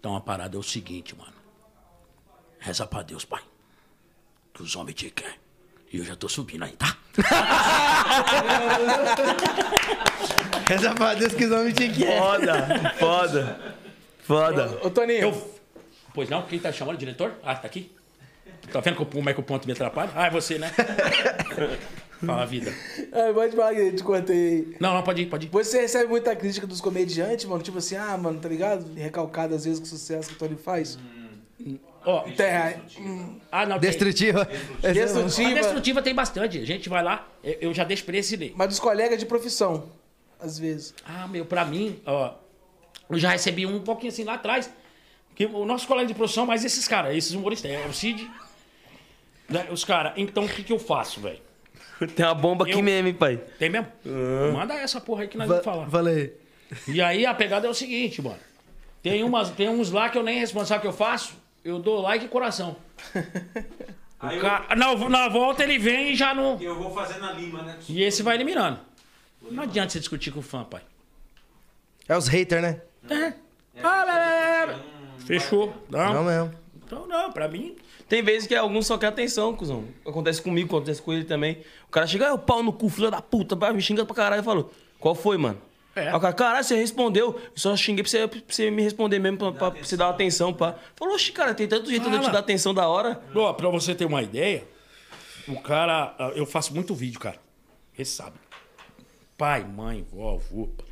Então a parada é o seguinte, mano. Reza pra Deus, pai. Que os homens te querem. E eu já tô subindo aí, tá?
Reza pra Deus que os homens te querem.
Foda, foda, foda.
Ô, Toninho,
Eu. Pois não? Quem tá chamando? O diretor? Ah, tá aqui? Tá vendo que o- como é que o ponto me atrapalha? Ah, é você,
[LAUGHS]
né? Fala a vida.
é, pode falar que eu te contei.
Não, não, pode ir, pode ir.
Você recebe muita crítica dos comediantes, mano. Tipo assim, ah, mano, tá ligado? Recalcado às vezes com o sucesso que o Tony faz.
Ó,
Terra.
ah, não, tem-
Destrutiva.
A
é Destrutiva.
destrutiva tem bastante. A gente vai lá, eu- eu já desprezei.
Mas dos colegas de profissão, às vezes.
Ah, meu, pra mim, ó, eu já recebi um pouquinho assim lá atrás. Que o nosso colega de profissão, mas esses caras, esses humoristas, é o Cid. né, Os caras, então o que, que eu faço, velho?
Tem uma bomba aqui
Eu-
mesmo, hein, pai.
Tem mesmo? Manda essa porra aí que nós
Ah. Va-
vamos falar.
Falei.
E aí a pegada é o seguinte, mano. Tem, umas, tem uns lá que eu nem responsável que eu faço, eu dou like e coração. O
[LAUGHS] Aí eu-
cara- na, na volta ele vem e já não.
Eu vou fazer na Lima, né?
E esse vai eliminando. Não adianta você discutir com o fã, pai.
É os haters, né?
É. Ah, blá, blá, blá, blá. Fechou. Não.
Não mesmo.
Então não, pra mim.
Tem vezes que alguns só querem atenção, cuzão. Acontece comigo, acontece com ele também. O cara chega, ah, o pau no cu, filho da puta, vai, me xinga pra caralho. Eu falo, qual foi, mano?
É.
Aí o cara, caralho, você respondeu. Eu só xinguei pra você, pra você me responder mesmo, pra, pra você dar uma atenção, pá. Falou, oxi, cara, tem tanto jeito de eu te
Fala.
dar atenção da hora.
Ó, pra você ter uma ideia, o cara. ah, Eu faço muito vídeo, cara. Ele sabe. Pai, mãe, vó, avô. pá.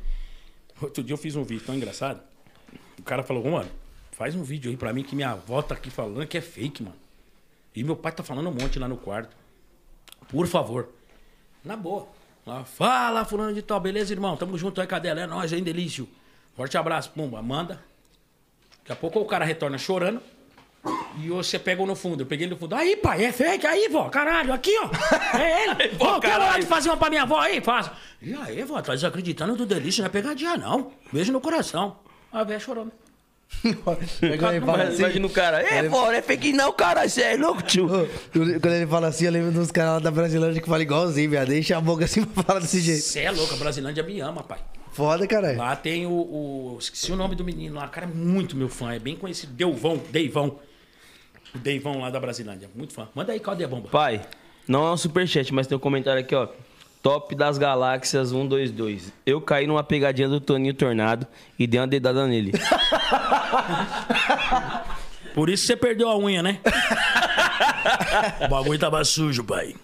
Outro dia eu fiz um vídeo tão engraçado. O cara falou, mano, faz um vídeo aí pra mim que minha avó tá aqui falando que é fake, mano. E meu pai tá falando um monte lá no quarto. Por favor. Na boa. Ela, Fala, fulano de tal, beleza, irmão? Tamo junto aí, cadela? É nóis, hein, delício. Forte abraço, pumba, manda. Daqui a pouco o cara retorna chorando. E você pega um no fundo. Eu peguei ele no fundo. Aí, pai, é fake. Aí, vó, caralho, aqui, ó. É ele. Ô, quero lá de fazer uma pra minha avó aí, faça. E aí, vó, tá desacreditando do delício, não é pegadinha, não. Beijo no coração. A né? velha chorando.
Quando ele fala
Mas
assim,
imagina o cara, é, pô, não é fake não, cara, você é louco, tio.
Ô, eu- quando ele fala assim, eu lembro dos caras lá da Brasilândia que falam igualzinho, viado. Deixa a boca assim pra falar desse jeito.
Você é louca, a Brasilândia me ama, pai.
Foda, caralho.
Lá tem o, o- Esqueci o nome do menino lá. O cara é muito meu fã, é bem conhecido. Deuvão, Deivão. O Deivão lá da Brasilândia. Muito fã. Manda aí, cadê a bomba?
Pai, não é um superchat, mas tem um comentário aqui, ó. Top das Galáxias 122. Eu caí numa pegadinha do Toninho Tornado e dei uma dedada
[LAUGHS]
nele.
Por isso você perdeu a unha, né? [LAUGHS] o bagulho tava sujo, pai.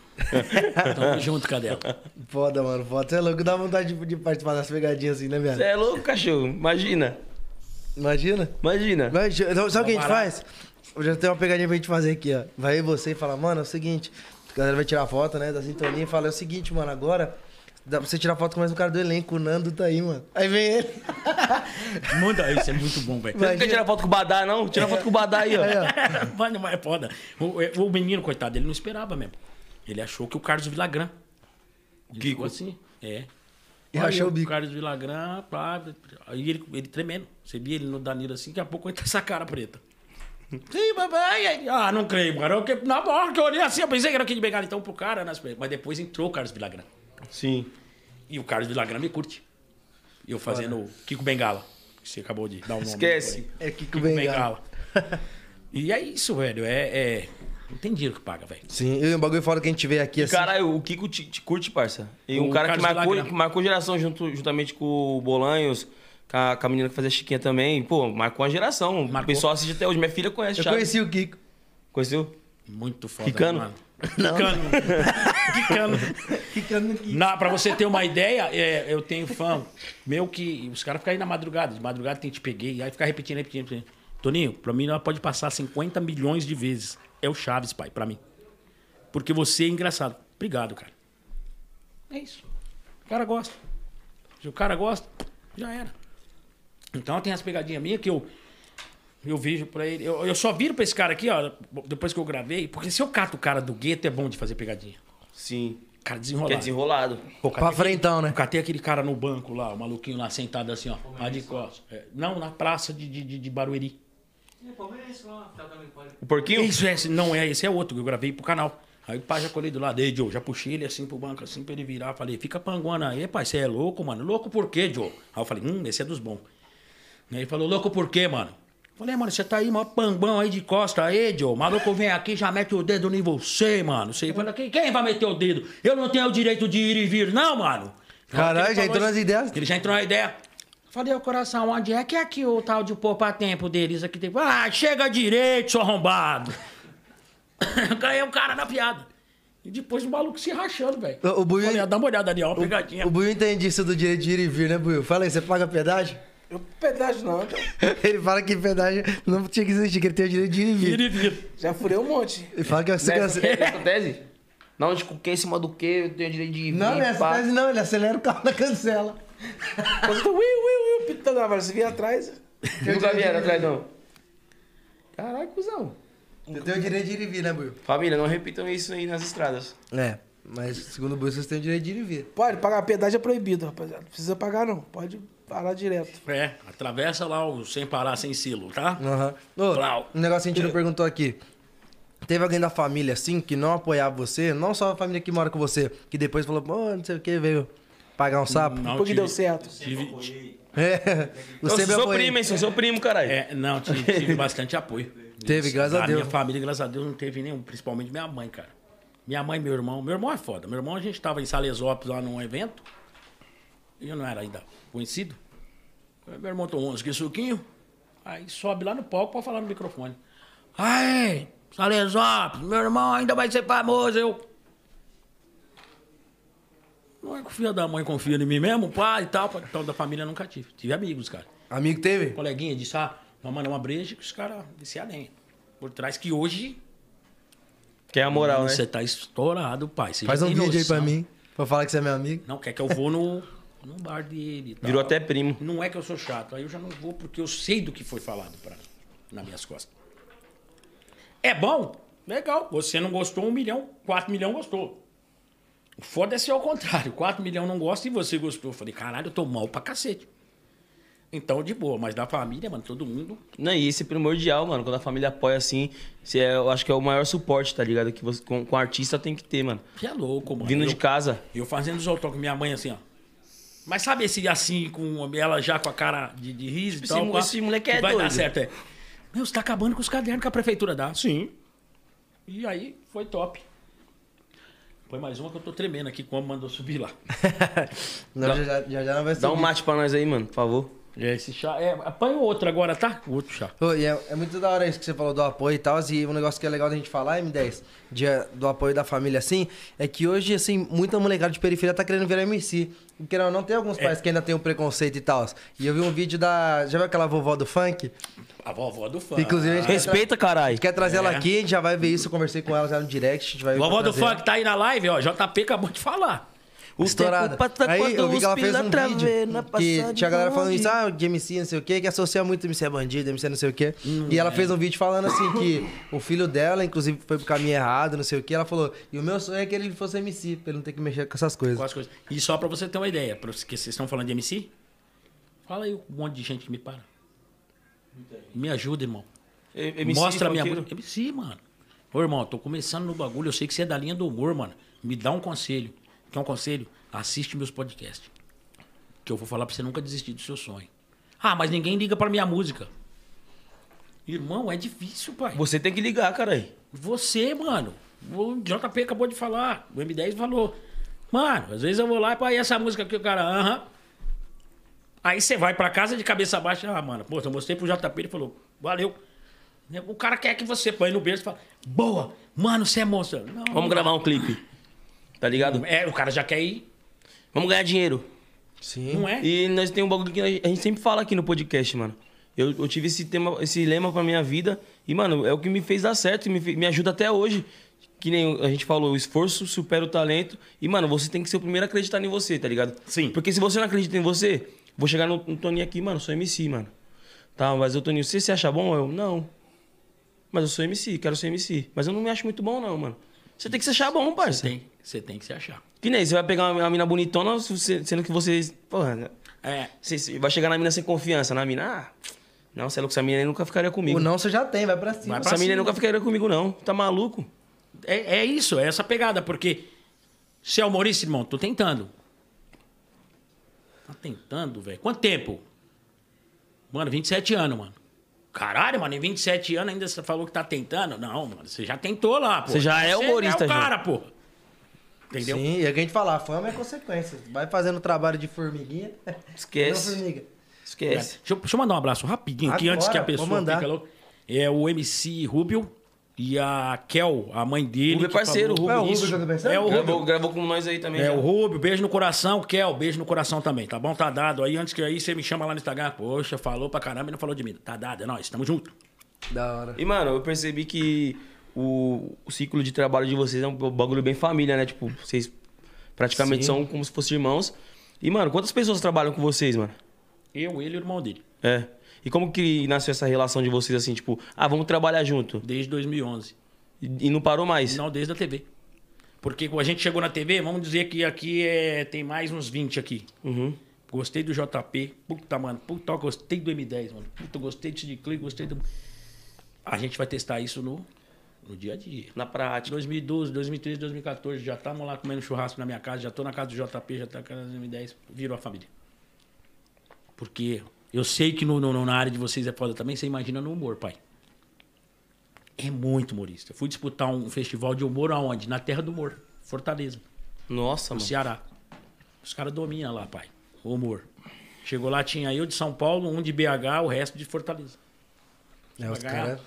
Tamo junto, cadela.
Foda, mano. Foda. Você é louco. Dá vontade de, de participar das pegadinhas assim, né, viado?
Você é louco, cachorro? Imagina,
Imagina.
imagina.
Mas, então, sabe o que a gente
Barato.
faz? Eu já tenho uma pegadinha pra gente fazer aqui, ó. Vai você e fala, mano, é o seguinte. A galera vai tirar foto, né, da sintonia e fala, é o seguinte, mano, agora... Dá pra você tirar foto com mais um cara do elenco, o Nando tá aí, mano. Aí vem ele.
Manda isso, é muito bom, velho.
Você não quer
Imagina.
tirar foto com o Badá, não? Tira foto com o Badá aí, ó.
[LAUGHS] Mano, mas é foda. O, o menino, coitado, ele não esperava mesmo. Ele achou que o Carlos Villagrán. Ele ficou assim. É.
E
Aí
rachou o bico.
Carlos Villagrán, pá. Aí ele, ele tremendo. Você via ele no Danilo assim, daqui a pouco [LAUGHS] entra essa cara preta. Sim, papai. aí- Ah, não creio, cara. Eu, que- na hora que eu olhei assim, eu pensei que era aquele begado então pro cara. Nas, mas depois entrou o Carlos Villagrán.
Sim.
E o Carlos Villagrán me curte. E eu fazendo o Kiko Bengala. que Você acabou de dar o nome.
Esquece.
por aí.
É Kiko Bengala.
e é isso, velho. É, é- Não tem dinheiro que paga, velho.
Sim, e o bagulho fora que a gente vê aqui, assim.
Caralho, o Kiko te, te curte, parça. E um
O
cara que
Carlos
marcou,
Villagrán.
que marcou geração junto, juntamente com o Bolanhos, com a, com a menina que fazia Chiquinha também. Pô, marcou uma geração. O
Marcou.
pessoal assiste até hoje. Minha filha conhece,
Eu
Chaves.
conheci o Kiko.
Conheceu?
Muito foda.
Quicano?
mano. Quicano.
[LAUGHS]
Quicano.
Ficando no Kiko. é
Na, pra você ter uma ideia, é, eu tenho fã meu que. Os caras ficam aí na madrugada. De madrugada tem te peguei. Aí fica repetindo, repetindo, repetindo. Toninho, pra mim ela pode passar 50 milhões de vezes. É o Chaves, pai, pra mim. Porque você é engraçado. Obrigado, cara. É isso. O cara gosta. Se o cara gosta, já era. Então tem as pegadinhas minhas que eu. Eu vejo pra ele. Eu, eu só viro pra esse cara aqui, ó, depois que eu gravei, porque se eu cato o cara do gueto, é bom de fazer pegadinha.
Sim.
O cara desenrolar.
Que é desenrolado.
Pô,
Pra frentão, né?
eu catei aquele cara no banco lá, o maluquinho lá sentado assim, ó, lá de costas. É, não, na praça de, de, de- de Barueri.
É palmeirense lá, tá dando empate.
O porquinho?
Isso, esse não é, esse é outro que eu gravei pro canal. Aí o pai já colhei do lado dele, Joe. Já puxei ele assim pro banco, assim, pra ele virar. Falei, fica panguana aí, pai, você é louco, mano. Louco por quê, Joe? Aí eu falei, hum, esse é dos bons. Aí ele falou, louco por quê, mano? Falei, mano, você tá aí, mó pangbão aí de costa aí, Joe. Maluco vem aqui, já mete o dedo em você, mano. Você fala, quem, quem vai meter o dedo? Eu não tenho o direito de ir e vir, não, mano. Na hora que
Caralho,
ele
já
falou
entrou nas
isso-
ideias.
Ele já entrou na ideia. Falei, ô coração, onde é que é aqui o tal de poupa-tempo deles aqui? Tem... Ah, chega direito, seu arrombado. [LAUGHS] Ganhei o cara na piada. E depois o maluco se rachando, velho.
O- o Buiu-
Falei, ah, dá uma olhada ali, ó, uma pegadinha.
O Buiu entende isso do direito de ir e vir, né, Buiu? Fala aí, você
[LAUGHS]
paga pedágio?
Eu pedágio não, então.
Ele fala que pedágio não tinha que existir, que ele tem o direito de ir e vir.
Vira e vira.
Já furei um monte.
Ele fala que a
Nessa,
segurança...
[LAUGHS] nessa é tese? Não, tipo, é de o que em cima do que eu tenho direito de vir.
Não, nessa
pá.
tese não, ele acelera o carro na cancela.
Mas eu tô, ui, ui, ui, pitando a vara. Você vinha atrás.
Nunca vieram atrás, não. Caraca, cuzão.
Você tem o direito de ir e vir, né, Buiu?
Família, não repitam isso aí nas estradas.
É, mas segundo o Buiu, vocês têm o direito de ir e vir.
Pode, pagar pedágio é proibido, rapaziada. Não precisa pagar, não. Pode parar direto.
É, atravessa lá o sem parar, sem silo, tá?
Aham. Ô,
Plau.
Um negócio que a gente não perguntou aqui. Teve alguém da família, assim, que não apoiava você? Não só a família que mora com você, que depois falou, pô, não sei o que, veio pagar um sapo?
Não
Porque deu certo.
Tive,
[LAUGHS] É,
Eu
você
sou
me
seu
apoia.
primo, hein? Sou seu primo, caralho.
É, não, tive, tive bastante apoio.
[LAUGHS] Teve, graças a
Da
Deus.
Minha família, graças a Deus, não teve nenhum, principalmente minha mãe, cara. Minha mãe e meu irmão. Meu irmão é foda. Meu irmão, a gente tava em Salesópolis lá num evento. E eu não era ainda conhecido. Aí Meu irmão tomou uns que suquinho. Aí sobe lá no palco pra falar no microfone. Aí, Salesópolis, meu irmão ainda vai ser famoso. Eu. Não é que o filho da mãe confia em mim mesmo, pai e tal. Então, da família nunca tive. Tive amigos, cara
Amigo teve?
coleguinha disse, ah, nós mandamos uma breja que os caras viciaram lenha. Por trás que hoje
Que é a moral, né?
você tá estourado, pai. Você
Faz
já
um
tem
vídeo aí
noção.
pra mim, pra falar que você é meu
[LAUGHS]
amigo.
Não, quer que eu vou no, no bar dele. e tal.
Virou até primo.
Não é que eu sou chato, aí eu já não vou porque eu sei do que foi falado pra, nas minhas costas. É bom? Legal. Você não gostou, um milhão, quatro milhão gostou. O foda é ser ao contrário. quatro milhão não gosta e você gostou. Eu falei, caralho, eu tô mal pra cacete. Então, de boa, mas da família, mano, todo mundo
Não, e isso é primordial, mano. Quando a família apoia assim, você é- eu acho que é o maior suporte, tá ligado? Que você, com, com artista tem que ter, mano.
Você é louco, mano.
Vindo
eu,
de casa.
Eu fazendo os autógrafos com minha mãe assim, ó. Mas sabe esse assim, com ela já com a cara de, de riso e
Esse
tal?
mo-
pá,
esse moleque é
que vai
doido.
dar certo, é. Meu, você tá acabando com os cadernos que a prefeitura dá. Sim. E aí, foi top. Foi mais uma que eu tô tremendo aqui, como mandou subir lá.
Não, já, já, já, já não vai ser.
Dá um mate pra nós aí, mano, por favor.
E aí, esse chá. É, apanha o outro agora, tá? O outro chá.
Ô, e é, é muito da hora isso que você falou do apoio e tal. E um negócio que é legal da gente falar, M10, de, eh, do apoio da família, assim, é que hoje, assim, muita molecada de periferia tá querendo virar MC. Porque não, não tem
É.
alguns pais que ainda tem um preconceito e tal. E eu vi um vídeo da. Já viu aquela vovó do funk?
A vovó do funk. Ah,
Inclusive, a gente quer,
Respeita, caralho.
tra- quer trazer ela
É.
aqui, a gente já vai ver isso. Eu conversei com ela já no direct. A gente vai ver
Vovó
pra
do
trazer.
funk tá aí na live, ó. JP acabou de falar.
Estourada. Aí eu vi que ela fez um vídeo que tinha galera falando isso, ah, de MC não sei o quê, que associa muito MC é bandido, MC não sei o quê. e ela fez um vídeo falando assim que o filho dela, inclusive, foi pro caminho errado, não sei o quê. Ela falou, e o meu sonho é que ele fosse MC, pra ele não ter que mexer com essas coisas.
Com as coisas. E só pra você ter uma ideia, pra- que vocês estão falando de MC? Fala aí um monte de gente que me para. Me ajuda, irmão.
E- MC
Mostra a minha
funkeiro.
música. MC, mano. Ô, irmão, tô começando no bagulho. Eu sei que você é da linha do humor, mano. Me dá um conselho. Quer um conselho? Assiste meus podcasts. Que eu vou falar pra você nunca desistir do seu sonho. Ah, mas ninguém liga pra minha música. Irmão, é difícil, pai.
Você tem que ligar, caralho.
Você, mano. O JP acabou de falar. O M10 falou. Mano, às vezes eu vou lá e pá, e essa música aqui, o cara, aham. Aí você vai pra casa de cabeça baixa. Ah, mano, pô, eu mostrei pro JP, ele falou, valeu. O cara quer que você põe no berço e fala, boa, mano, você é moça. Não,
Vamos gravar um clipe. Tá ligado?
É, o cara já quer ir,
Vamos ganhar dinheiro.
Sim.
não é?
E nós tem um bagulho que a gente sempre fala aqui no podcast, mano. Eu, eu tive esse tema, esse lema pra minha vida. E, mano, é o que me fez dar certo e me, fe- me ajuda até hoje. Que nem a gente falou, o esforço supera o talento. E, mano, você tem que ser o primeiro a acreditar em você, tá ligado?
Sim.
Porque se você não acredita em você, vou chegar no, no Toninho aqui, mano, sou MC, mano. Tá, mas o Toninho, você se acha bom? Eu, não. Mas eu sou MC, quero ser MC. Mas eu não me acho muito bom, não, mano. Você tem que se achar bom, parça.
Tem, você tem que se achar.
Que nem, você vai pegar uma, uma mina bonitona, se você- sendo que vocês. Porra,
É,
você- você vai chegar na mina sem confiança. Na mina, ah, Não, você é louco, essa menina aí nunca ficaria comigo.
O não você já tem, vai pra cima.
Vai pra
Essa menina
cima.
nunca ficaria comigo, não. Tá maluco?
É, é isso, é essa pegada, porque se é humorista, irmão, tô tentando. Tá tentando, velho. Quanto tempo? Mano, 27 anos, mano. Caralho, mano, em 27 anos ainda você falou que tá tentando? Não, mano, você já tentou lá, pô.
Você já é humorista,
é o
já.
cara, pô. Entendeu?
Sim, e é o que a gente fala, a fama é consequência. Vai fazendo trabalho de formiguinha.
[LAUGHS]
Esquece.
Não, formiga.
Esquece.
Deixa eu, deixa eu mandar um abraço rapidinho aqui,
Agora,
antes que a
vou
pessoa
mandar.
fique louca. É o MC Rubio e a Kel, a mãe dele.
Rubio é
que
parceiro,
falou-
Rubio. É o Rubio
Isso,
que eu tô pensando?
É o Rubio.
Gravou, gravou com nós aí também.
É,
já.
o Rubio, beijo no coração, Kel, beijo no coração também, tá bom? Tá dado. Aí antes que aí você me chama lá no Instagram. Poxa, falou pra caramba e não falou de mim. Tá dado, é nóis, tamo junto.
Da hora.
E, mano, eu percebi que o, o ciclo de trabalho de vocês é um bagulho bem família, né? Tipo, vocês praticamente são como se fossem irmãos. E, mano, quantas pessoas trabalham com vocês, mano?
Eu, ele e o irmão dele,
É. E como que nasceu essa relação de vocês, assim, tipo, ah, vamos trabalhar junto?
desde 2011.
E, e não parou mais?
Não, desde a TV. Porque quando a gente chegou na TV, vamos dizer que aqui é, tem mais uns 20 aqui.
Uhum.
Gostei do JP, puta, mano, puta, eu gostei do M10, mano. Puta, gostei do Sid Clay, gostei do... A gente vai testar isso no, no dia a dia.
Na prática.
2012, 2013, 2014, já estamos lá comendo churrasco na minha casa, já tô na casa do JP, já tá na casa do M10, virou a família. Porque eu sei que no, no- na área de vocês é foda também, você imagina no humor, pai. É muito humorista. Eu fui disputar um festival de humor aonde? Na Terra do Humor, Fortaleza,
Nossa,
no
mano.
Ceará. Os caras dominam lá, pai, o humor. Chegou lá, tinha eu de São Paulo, um de BH, o resto de Fortaleza.
É, os
BH.
caras.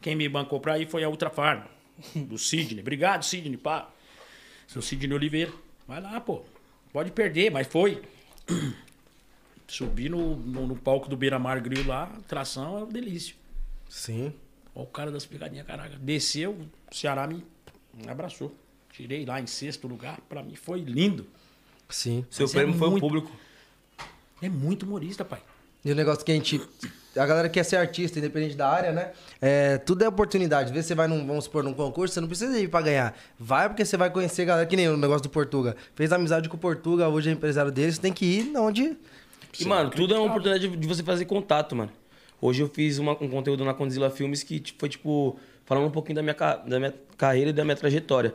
Quem me bancou pra ir foi a Ultra Farm, do Sidney. Obrigado, Sidney, pá. Seu Sidney Oliveira. Vai lá, pô. Pode perder, mas foi. [CLEARS THROAT] Subi no, no, no palco do Beira Mar Grill lá, tração é um delício.
Sim.
Olha o cara das pegadinhas, caraca. Desceu, o Ceará me abraçou. Tirei lá em sexto lugar, pra mim foi lindo.
Sim.
Seu
Mas é
prêmio foi o
muito-
público.
É muito humorista, pai.
E o negócio que a gente. A galera quer ser artista, independente da área, né? É, tudo é oportunidade. Às vezes você vai num, vamos supor, num concurso, você não precisa ir pra ganhar. Vai porque você vai conhecer a galera, que nem o negócio do Portuga. Fez amizade com o Portuga, hoje é empresário dele, você tem que ir onde.
E, mano, tudo é uma oportunidade de- de você fazer contato, mano. Hoje eu fiz uma- um conteúdo na Condzilla Filmes que tipo, foi, tipo, falando um pouquinho da minha, ca- da minha carreira e da minha trajetória.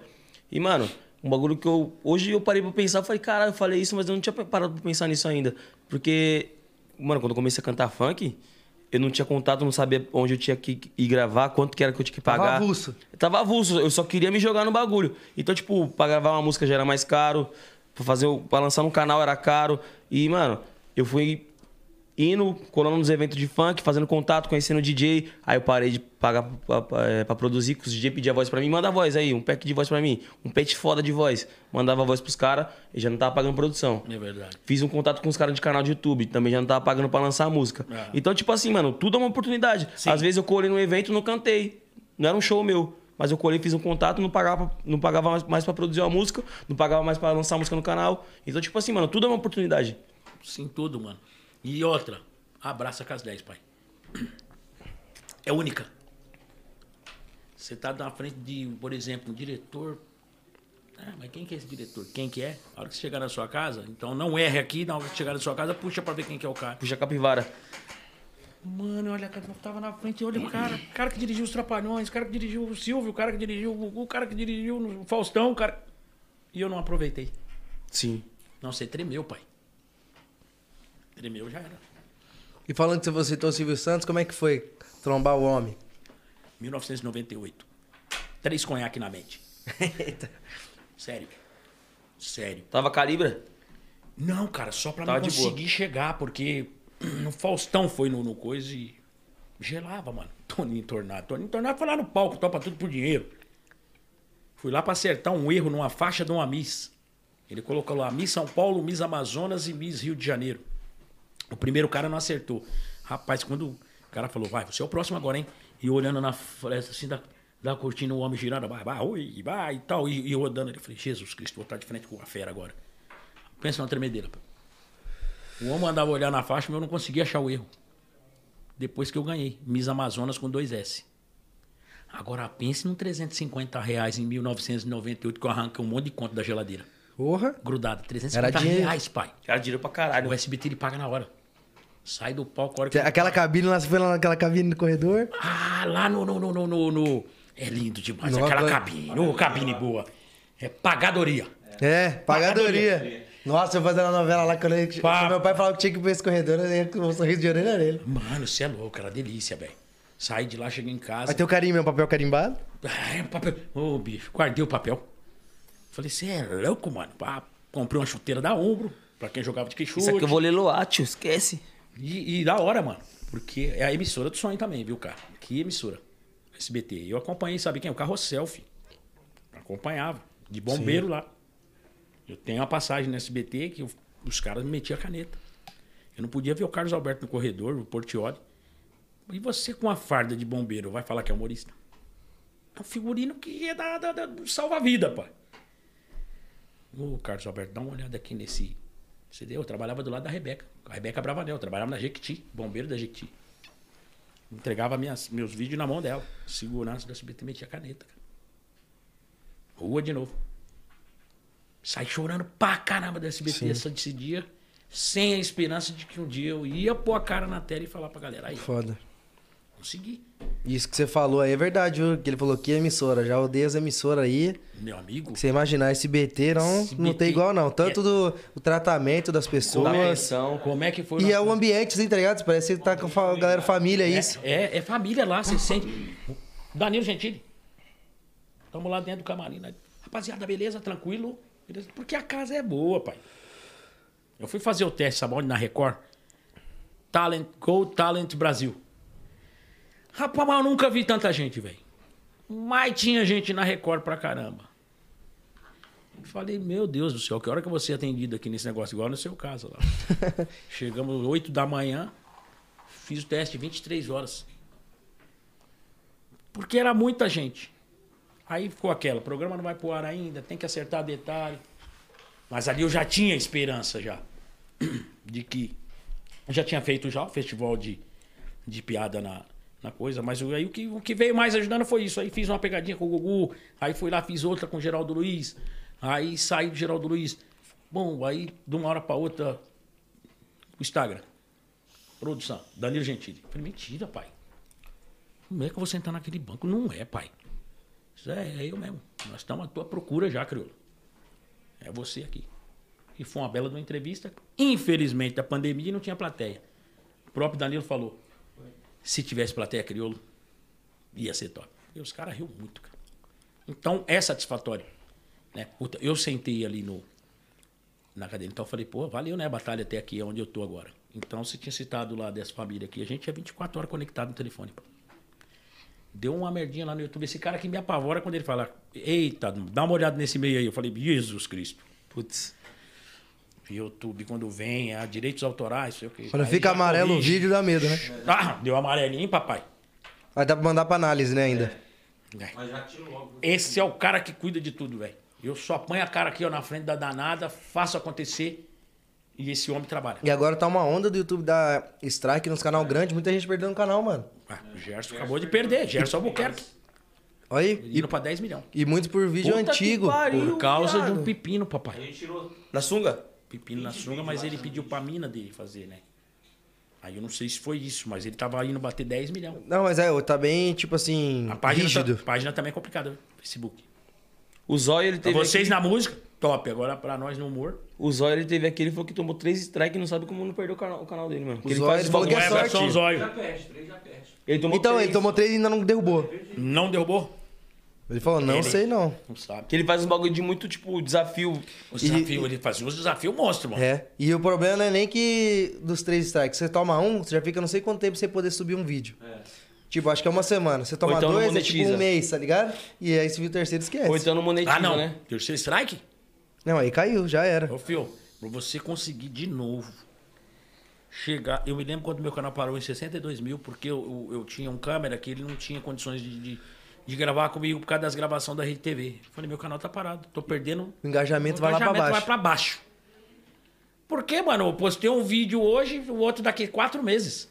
E, mano, um bagulho que eu. Hoje eu parei pra pensar, eu falei, caralho, eu falei isso, mas eu não tinha parado pra pensar nisso ainda. Porque, mano, quando eu comecei a cantar funk, eu não tinha contato, não sabia onde eu tinha que ir gravar, quanto que era que eu tinha que pagar.
avulso.
Eu tava avulso, eu só queria me jogar no bagulho. Então, tipo, pra gravar uma música já era mais caro, pra, fazer, o- pra lançar um canal era caro. E, mano, eu fui indo, colando nos eventos de funk, fazendo contato, conhecendo o DJ. Aí eu parei de pagar pra, pra- eh, pra produzir, que os DJ pediam voz pra mim, manda a voz aí, um pack de voz pra mim, um pet foda de voz. Mandava a voz pros caras e já não tava pagando produção.
É verdade.
Fiz um contato com os caras de canal de YouTube, também já não tava pagando pra lançar a música. Então, tipo assim, mano, tudo é uma oportunidade. Às vezes eu colei num evento e não cantei. Não era um show meu. Mas eu colei, fiz um contato, não pagava, não pagava mais, mais pra produzir uma música, não pagava mais pra lançar a música no canal. Então, tipo assim, mano, tudo é uma oportunidade.
Sim, tudo, mano. E outra, abraça com as 10, pai. [CLEARS THROAT] É única. Você tá na frente de, por exemplo, um diretor. Ah, mas quem que é esse diretor? Quem que é? A hora que você chegar na sua casa, então não erre aqui, na hora que chegar na sua casa, puxa pra ver quem que é o cara.
Puxa a capivara.
Mano, olha, cara, eu tava na frente, olha o cara, o cara que dirigiu os Trapalhões, o cara que dirigiu o Silvio, o cara que dirigiu o Gugu, o cara que dirigiu o Faustão, o cara. E eu não aproveitei.
Sim.
Não, você tremeu, pai. Tremeu já era.
E falando que você citou o Silvio Santos, como é que foi trombar o homem?
1998. Três conhaque na mente. Sério. Sério.
Tava calibra?
Não, cara, só pra
Tava
não
de boa.
conseguir chegar, porque [CLEARS THROAT] o Faustão foi no, no coisa e gelava, mano. Toninho Tornado. Toninho Tornado foi lá no palco, topa tudo por dinheiro. Fui lá pra acertar um erro numa faixa de uma Miss. Ele colocou lá Miss São Paulo, Miss Amazonas e Miss Rio de Janeiro. O primeiro cara não acertou. Rapaz, quando o cara falou, vai, você é o próximo agora, hein? E eu olhando na floresta assim da, da cortina, o homem girando, vai, vai, ui, vai e tal. E, e eu rodando, ele falei, Jesus Cristo, vou estar de frente com a fera agora. Pensa numa tremedeira. pô. O homem andava olhar na faixa, mas eu não conseguia achar o erro. Depois que eu ganhei. Miss Amazonas com 2S. Agora pense num 350 reais em 1998 que eu arranquei um monte de conta da geladeira.
Porra!
Grudado. 350
Era dinheiro.
reais, pai.
Era dinheiro pra caralho.
O SBT ele paga na hora. Sai do palco a hora que.
Aquela cabine lá, você foi lá naquela cabine no corredor.
Ah, lá no. no, no, no, no, no- É lindo demais.
Nova-
Aquela cabine. Ô, cabine boa. É pagadoria.
É, pagadoria. Nossa, eu fazendo a novela lá, quando eu...
Pá.
quando meu pai falava que tinha que ir pra esse corredor, eu ia com um sorriso de orelha a orelha.
Mano, você é louco, era delícia, velho. Saí de lá, cheguei em casa.
Vai ter o carinho, meu papel carimbado.
Ah, é papel. Ô, bicho, guardei o papel. Falei, você é louco, mano. Pá, comprei uma chuteira da Umbro, pra quem jogava de queixo.
Isso aqui eu vou leloar, tio, esquece.
E, e da hora, mano. Porque é a emissora do sonho também, viu, cara? Que emissora? SBT. Eu acompanhei, sabe quem? O Carrossel, filho. Acompanhava. De bombeiro lá. Eu tenho uma passagem no SBT que eu- os caras me metiam a caneta. Eu não podia ver o Carlos Alberto no corredor, o Portioli. E você com a farda de bombeiro vai falar que é humorista? É um figurino que é da, da- da- do salva-vida, pai. Ô, Carlos Alberto, dá uma olhada aqui nesse. Você deu? Eu trabalhava do lado da Rebeca. A Rebeca Bravanel, eu trabalhava na Jequiti, bombeiro da Jequiti. Entregava minhas, meus vídeos na mão dela. Segurança da SBT metia a caneta. cara. Rua de novo. Sai chorando pra caramba da SBT essa- esse dia, sem a esperança de que um dia eu ia pôr a cara na tela e falar pra galera. Aí,
Foda.
consegui.
Isso que você falou aí é verdade, viu? Que ele falou que emissora. Já odeio as emissoras aí.
Meu amigo.
Que Você imaginar SBT não, não
SBT.
tem igual, não. Tanto
É.
do o tratamento das
Da
pessoas.
pensão.
Como é que foi?
E
nosso-
é o ambiente, tá ligado? Parece que tá com a galera família, é isso.
É, é família lá, você sente. Danilo Gentili. Estamos lá dentro do camarim. né? Rapaziada, beleza? Tranquilo? Beleza? Porque a casa é boa, pai. Eu fui fazer o teste, sabe onde? Na Record. Talent, Go Talent Brasil. Rapaz, mas eu nunca vi tanta gente, velho. Mas tinha gente na Record pra caramba. Eu Falei, meu Deus do céu, que hora que eu vou ser atendido aqui nesse negócio, igual no seu caso
[LAUGHS]
lá. Chegamos 8 da manhã, Fiz o teste 23 horas. Porque era muita gente. Aí ficou aquela, o programa não vai pro ar ainda, tem que acertar detalhe. Mas ali eu já tinha esperança já. [CLEARS THROAT] De que. Eu já tinha feito já o festival de, de piada na, na coisa, mas o- aí o que, o que veio mais ajudando foi isso. Aí fiz uma pegadinha com o Gugu, aí fui lá, fiz outra com o Geraldo Luiz, aí saí do Geraldo Luiz. Bom, aí de uma hora pra outra, o Instagram. Produção, Danilo Gentili. Eu Falei, mentira, pai. Como é que eu vou sentar naquele banco? Não é, pai. Isso é, é eu mesmo. Nós estamos à tua procura já, crioulo. É você aqui. E foi uma bela de uma entrevista. Infelizmente, da pandemia não tinha plateia. O próprio Danilo falou: se tivesse plateia crioulo, ia ser top. E os caras riu muito, cara. Então é satisfatório. Né? Puta, eu sentei ali no, na cadeira. Então eu falei, pô, valeu, né, a batalha até aqui, é onde eu tô agora. Então você tinha citado lá dessa família aqui, a gente é 24 horas conectado no telefone. pô. Deu uma merdinha lá no YouTube. Esse cara que me apavora quando ele fala, eita, dá uma olhada nesse meio aí. Eu falei, Jesus Cristo.
Putz.
YouTube, quando vem, ah, direitos autorais, sei o quê.
Quando
Aí
fica
já
amarelo o
corrige.
vídeo dá medo, né?
Ah, deu amarelinho, papai.
Aí dá pra mandar pra análise, né, ainda.
Mas já tiro logo.
Esse é o cara que cuida de tudo, velho. Eu só apanho a cara aqui, ó, na frente da danada, faço acontecer e esse homem trabalha.
E agora tá uma onda do YouTube da strike nos canal grande, muita gente perdendo o canal, mano.
Ah, o Gerson acabou de perder, Gerson Albuquerque.
Olha aí.
Indo pra 10 milhões.
E, e muitos por vídeo
Puta que
antigo.
pariu.
Por causa
viado.
de um pepino,
A
papai.
gente tirou.
Na sunga?
Pepino na sunga, mas ele pediu pra mina dele fazer, né? Aí eu não sei se foi isso, mas ele tava indo bater 10 milhões.
Não, mas é, ô, tá bem, tipo assim,
A página,
rígido.
tá- a página também é complicada, viu? Facebook.
O Zóio, ele
Pra
teve.
vocês
aqui,
na música, top. Agora pra nós no humor.
O Zóio, ele teve aqui, ele falou que tomou três strikes e não sabe como não perdeu o canal, o canal dele, mano. Porque ele
Zóio,
faz
ele
os
falou que é
bagulho-
sorte.
Everson
Já
Zóio.
perde, três já perde.
Ele tomou
Então,
três,
ele tomou três e ainda não derrubou.
Não derrubou?
Ele falou, não
Ele.
sei não.
Não sabe.
Que ele faz uns bagulho de muito, tipo, desafio.
O desafio, ele fazia uns desafios monstro, mano.
É. E o problema não é nem que dos três strikes. Você toma um, você já fica não sei quanto tempo sem poder subir um vídeo. Tipo, acho que é uma semana. Você toma
então não
dois, é tipo
monetiza.
um mês, tá ligado? E aí se viu o terceiro, esquece.
Ou então não monetiza,
Ah, não.
né?
Terceiro strike?
Não, aí caiu, já era.
Ô, Fio, pra você conseguir de novo chegar. Eu me lembro quando meu canal parou em 62 mil, porque eu, eu, eu tinha um câmera que ele não tinha condições de, de, de gravar comigo por causa das gravações da Rede TV. Falei, meu canal tá parado, tô perdendo.
O engajamento vai lá pra baixo.
vai pra baixo. Por quê, mano? Eu postei um vídeo hoje, o outro daqui a quatro meses.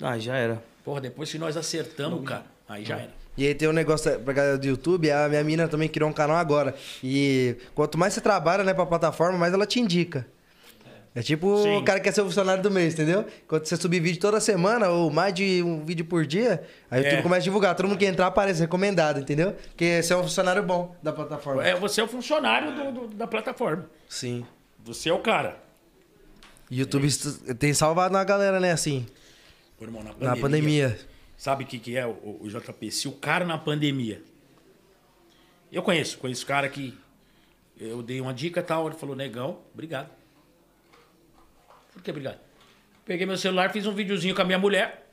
Ah, já era.
Porra, depois que nós acertamos, cara, aí já era.
E aí tem um negócio pra galera do YouTube, a minha mina também criou um canal agora. E quanto mais você trabalha, né, pra plataforma, mais ela te indica. É tipo
Sim.
o cara que quer ser o funcionário do mês, entendeu? Quando você subir vídeo toda semana, ou mais de um vídeo por dia, aí o
É.
YouTube começa a divulgar. Todo mundo que entrar aparece recomendado, entendeu? Porque você é um funcionário bom da plataforma.
É, você é o funcionário do- do- da plataforma.
Sim.
Você é o cara. É.
YouTube est- tem salvado uma galera, né, assim,
Ô, irmão, na
na pandemia.
Sabe o que, que é o, o- o JP? Se o cara na pandemia. Eu conheço, conheço o cara que. Eu dei uma dica e tal, ele falou, negão, obrigado. Por que obrigado? Peguei meu celular, fiz um videozinho com a minha mulher.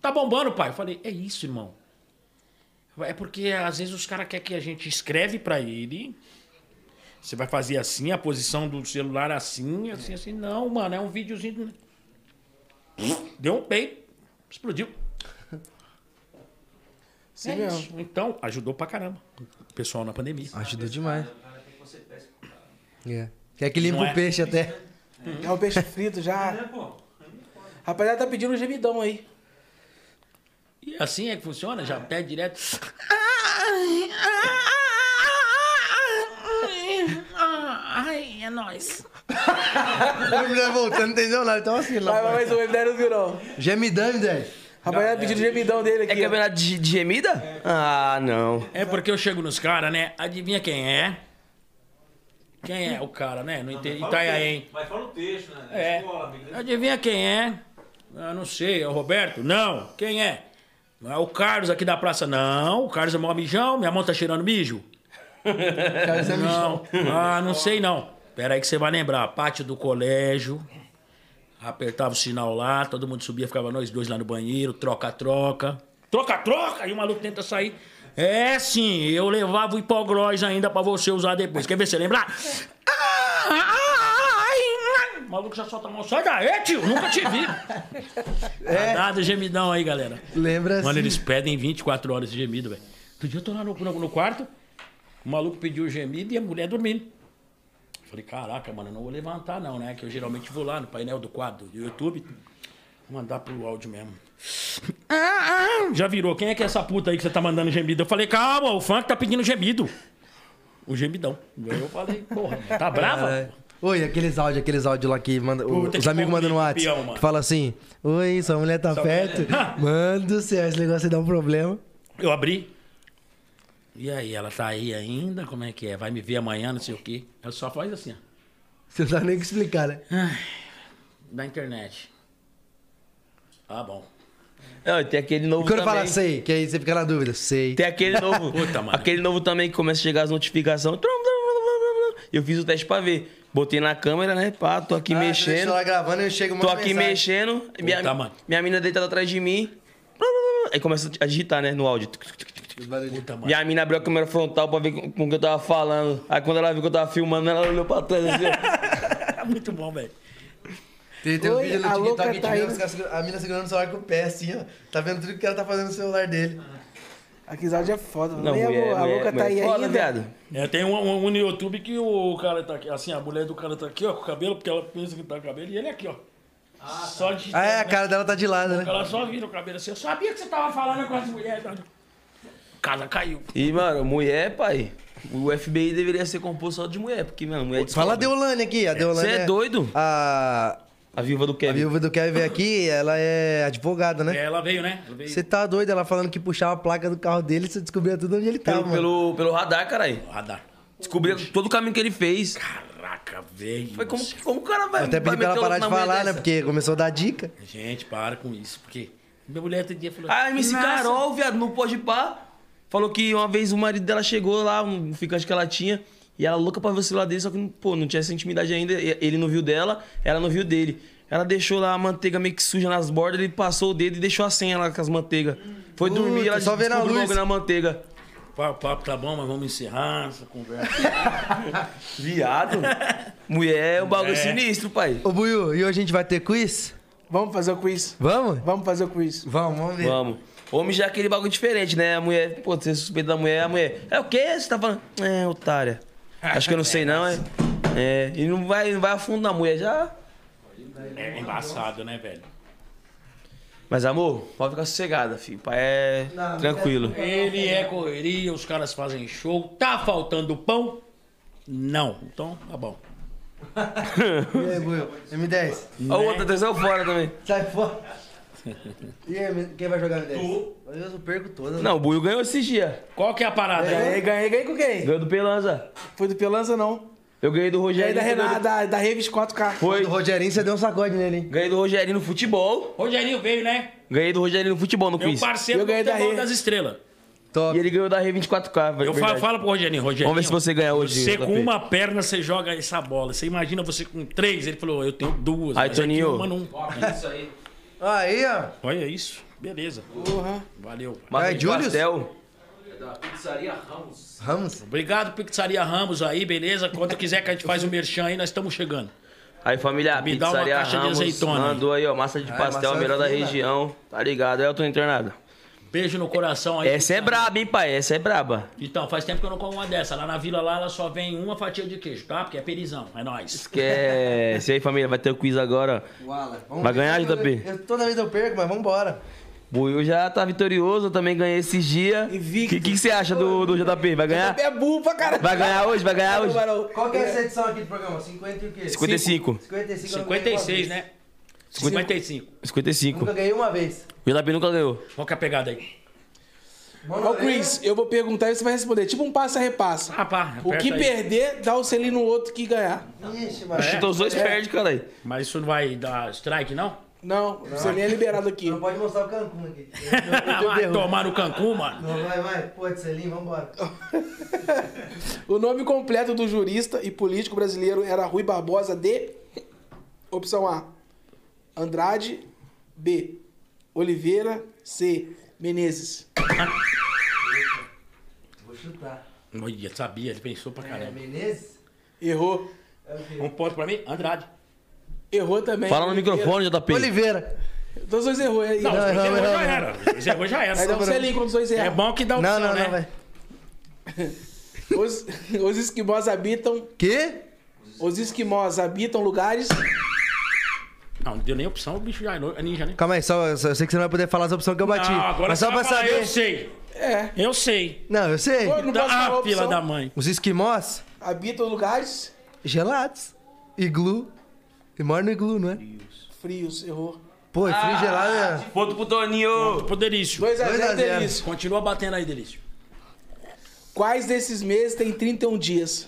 Tá bombando, pai. Eu falei, é isso, irmão. É porque às vezes os caras querem que a gente escreve pra ele. Você vai fazer assim, a posição do celular assim, assim, assim. Não, mano, é um videozinho. Deu um peito, explodiu.
Sim
é
mesmo.
isso. Então, ajudou pra caramba. O pessoal na pandemia.
Ajudou demais. É. Quer que limpa
Não é?
o peixe até. [LAUGHS]
É o peixe frito já. Rapaziada, tá pedindo um gemidão aí.
E assim é que funciona, já pede direto.
Ai, ai, ai, é nóis.
A mulher voltando, entendeu nada? Então assim,
Vai, vai
lá.
mais um, ele não virou.
Gemidame, 10.
Rapaziada, tá pedindo o gemidão dele
É
aqui. ó.
campeonato de, de gemida? Ah, não.
É porque eu chego nos caras, né? Adivinha quem é? Quem é o cara, né? No Ita- Itaiaém.
Mas fala o texto, né? Na
É.
escola, amigo.
Adivinha quem é? Ah, não sei, é o Roberto? Não. Quem é? Não é o Carlos aqui da praça? Não. O Carlos é mó mijão, minha mão tá cheirando mijo? não. Ah, não sei não. Pera aí que você vai lembrar. Pátio do colégio. Apertava o sinal lá, todo mundo subia, ficava nós dois lá no banheiro, troca-troca. Troca-troca! E o maluco tenta sair. É sim, eu levava o hipogloss ainda pra você usar depois. Quer ver você lembrar? Ai, ai. O maluco já solta a mão. Sai daí, tio! Nunca te vi. É. Nada gemidão aí, galera.
Lembra
Mano,
assim.
eles pedem 24 horas de gemido, velho. Outro dia eu tô lá no, no- no quarto, o maluco pediu gemido e a mulher dormindo. Eu Falei, caraca, mano, eu não vou levantar não, né? Que eu geralmente vou lá no painel do quadro do YouTube. Vou mandar pro áudio mesmo. Ah, ah, Já virou. Quem é que é essa puta aí que você tá mandando gemido? Eu falei, calma, o funk tá pedindo gemido. O gemidão. Aí Eu falei, porra, mano, tá brava?
Oi, aqueles áudios, aqueles áudios lá que manda, o-
Puta
os
que
amigos mandam no
pariu, peão,
WhatsApp.
mano.
Que fala assim: Oi, sua mulher tá perto? Mano do céu, esse negócio aí dá um problema.
Eu abri. E aí, ela tá aí ainda? Como é que é? Vai me ver amanhã, não sei o quê. Ela só faz assim, ó.
Você não sabe nem o que explicar, né?
Da internet. Ah, bom.
Não, e tem aquele novo
E quando
também.
fala assim? sei, que aí você fica na dúvida: Sei.
Tem
[LAUGHS]
aquele novo.
Puta, mano.
Aquele novo também que começa a chegar as notificações. Trum, trum, trum, trum, trum. Eu fiz o teste pra ver. Botei na câmera, né? Pá, tô aqui
Ah, você deixa
mexendo.
lá gravando eu chego
Tô aqui mexendo. minha,
mano.
minha mina deitada atrás de mim. Blá, blá, blá. Aí começa a digitar, né? No áudio. Tuc, tuc, tuc, tuc, tuc.
Puta,
[LAUGHS]
mano.
Minha mina abriu a câmera frontal pra ver com, com o que eu tava falando. Aí quando ela viu que eu tava filmando, ela olhou pra trás assim. ó.
É muito bom, velho.
Tem, tem um
Oi,
vídeo no
a
TikTok
louca
que
tá
a gente vê
indo.
os caras segura- a mina segurando o celular com o pé assim, ó. Tá vendo tudo que ela tá fazendo no celular dele.
Aqui Zaldi é foda.
Não,
Não, Nem a-
mulher,
a
mulher,
louca
mulher é
tá aí
foda,
ainda.
viado.
É, tem um, um, um no YouTube que o cara tá aqui, assim, a mulher do cara tá aqui, ó, com o cabelo, porque ela pensa que tá com o cabelo, e ele aqui, ó. só de.
Ah, é, a cara dela tá de lado, né?
Ela só vira o cabelo assim. Eu sabia que você tava falando com as mulheres. tá? Casa caiu.
E, mano, mulher, pai. O FBI deveria ser composto só de mulher, porque, mano, mulher
Fala a
descobre.
Deolane aqui. A Deolane.
Você é doido?
A,
A viúva do
a
Kevin.
viúva do Kevin veio aqui, ela é advogada, né?
É, ela veio, né? Ela veio.
Você tá doido? Ela falando que puxava a placa do carro dele, você descobria tudo onde ele tava.
Pelo,
mano.
pelo, pelo radar, caralho.
Radar.
Descobriu todo o caminho que ele fez.
Caraca, velho.
Foi como, como o cara vai.
Eu até pedi
vai
pra ela
meter o
parar
louco
de
na mulher
falar, né?
dessa?
Porque começou a dar dica.
Gente, para com isso, porque minha mulher outro dia falou. assim,
A MC
"Nossa,
Ah, Carol, viado, não pode pá. Falou que uma vez o marido dela chegou lá, um ficante que ela tinha, e ela louca pra ver o celular dele, só que, pô, não tinha essa intimidade ainda. e- Ele não viu dela, ela não viu dele. Ela deixou lá a manteiga meio que suja nas bordas, ele passou o dedo e deixou a senha lá com as manteigas. Foi
Puta,
dormir, ela
só vendo a
descobriu o
luz.
bagulho na manteiga.
O papo tá bom, mas vamos encerrar essa conversa.
Viado. [LAUGHS] Mulher é um bagulho sinistro, pai.
Ô, Buiu, e hoje a gente vai ter quiz?
Vamos fazer o quiz.
Vamos?
Vamos fazer o quiz.
Vamos, vamos ver.
Vamos. Homem já é aquele bagulho diferente, né? A mulher, pô, você suspeita da mulher, a mulher. É o quê? Você tá falando? É, otária. Acho que eu não sei, não, é. É, e não vai, não vai a fundo na mulher já.
É embaçado, né, velho?
Mas, amor, pode ficar sossegada, filho. Pai é tranquilo.
Ele é correria, os caras fazem show. Tá faltando pão? Não. Então, tá bom.
E aí, Buiu? M10,
Ó, o outro atenção fora também.
sai [LAUGHS] fora. E aí, M- quem vai jogar M10? Meu Deus, eu perco né? toda.
Não, o Buiu ganhou esses dias.
Qual que é a parada?
Ganhei, ganhei, ganhei com quem?
Ganhou do Pelanza.
Foi do Pelanza, não.
Eu ganhei do
Ganhei
Rogério.
da, Renata, da, da Revis 4K.
Foi.
O Rogerinho, você deu um sacode nele, hein?
Ganhei do Rogério no futebol.
Rogerinho veio, né?
Ganhei do Rogério no futebol no
Meu
quiz.
parceiro
Eu
do
ganhei da
futebol
Rê.
das estrelas.
Top.
E ele ganhou da Re24K, velho.
Eu falo, falo pro Rogerinho, Rogerinho.
Vamos ver se você ganha hoje,
Você com
JP.
uma perna, você joga essa bola. Você imagina você com três. Ele falou, eu tenho duas.
Aí,
mas aqui
Toninho.
uma não.
Aí, ó.
Olha isso. Beleza. Valeu. pai.
Ah, é
Mas
Julius?
Pastel.
Ramos?
Obrigado, Pizzaria Ramos aí, beleza? Quando quiser que a gente faz o merchan aí, nós estamos chegando.
Aí, família,
Me dá uma
pizzaria
caixa de
Ramos
azeitona aí.
mandou aí, ó, É, massa de pastel, a
maçã
melhor da
fina.
região. Tá ligado, é, eu tô internado.
Beijo no coração aí.
Essa é braba, hein, pai? Essa é braba.
Então, faz tempo que eu não como uma dessa. Lá na vila lá, ela só vem uma fatia de queijo, tá? Porque é perizão, é nóis. [LAUGHS]
Esquece. E é- aí, família, vai ter o quiz agora.
Wala. Vamos
Vai
ver se
ganhar,
eu-
JP?
eu- Toda vez eu perco, mas vambora.
Buiu já tá vitorioso, eu também ganhei esses dias. O que,
Invicto.
que que você acha do, do JP? Vai ganhar?
É burro pra caralho.
Vai ganhar hoje? Vai ganhar hoje?
Barão.
Qual que é essa edição aqui do programa? 50 e o quê?
55.
55. eu não ganhei uma
56,
vez.
né? 55.
55.
Nunca ganhei uma vez.
O JP nunca ganhou.
Qual que é a pegada aí?
Mano,
Ó, Chris, eu vou perguntar e você vai responder. Tipo um passa-repassa.
Ah, pá,
o
aperta
que
aí.
perder, dá o selinho no outro que ganhar.
Ixi,
É.
mano.
Chutou os dois, perde, caralho.
Mas isso não vai dar strike, não?
Não, o selinho é liberado aqui.
Não pode mostrar o Cancún
[LAUGHS]
aqui.
vai tomar no Cancún, mano.
Não, vai, vai. Pô, de selim, vambora.
O nome completo do jurista e político brasileiro era Rui Barbosa de... Opção A. Andrade. B. Oliveira. C. Menezes.
Vou chutar.
Olha, sabia, ele pensou pra
É
caramba.
Menezes?
Errou.
É.
Um ponto pra mim, Andrade.
Errou também.
Fala no
Oliveira.
microfone, JP.
Oliveira.
É
Todos os dois errou. Aí,
Não,
Aí
os
não,
dois errou,
não,
já
não.
era. Os errou, já era.
dá um selinho quando os dois
É
erram.
bom que dá opção,
Não, não,
né?
não, vai.
Os, os esquimós habitam...
Quê?
Os esquimós habitam lugares...
Não, não deu nem opção, o bicho já é ninja, né?
Calma aí, só, só- eu sei que você não vai poder falar as opções que eu bati.
Não, agora
Tá, mas só
você
pra
vai falar,
saber.
Eu sei,
É.
eu sei.
Não, eu sei.
Pô, não posso falar a
Ah, fila
opção.
da mãe.
Os esquimós
Habitam lugares
gelados. Iglu. E mora no iglu, não é?
frios, errou.
Pô, é
Ah.
frio gelado, né?
Tipo-
Ponto pro Toninho.
Pô, Delício.
2 a é
Dois
0
a zero.
Delício.
Continua batendo aí, Delício.
Quais desses meses tem 31 dias?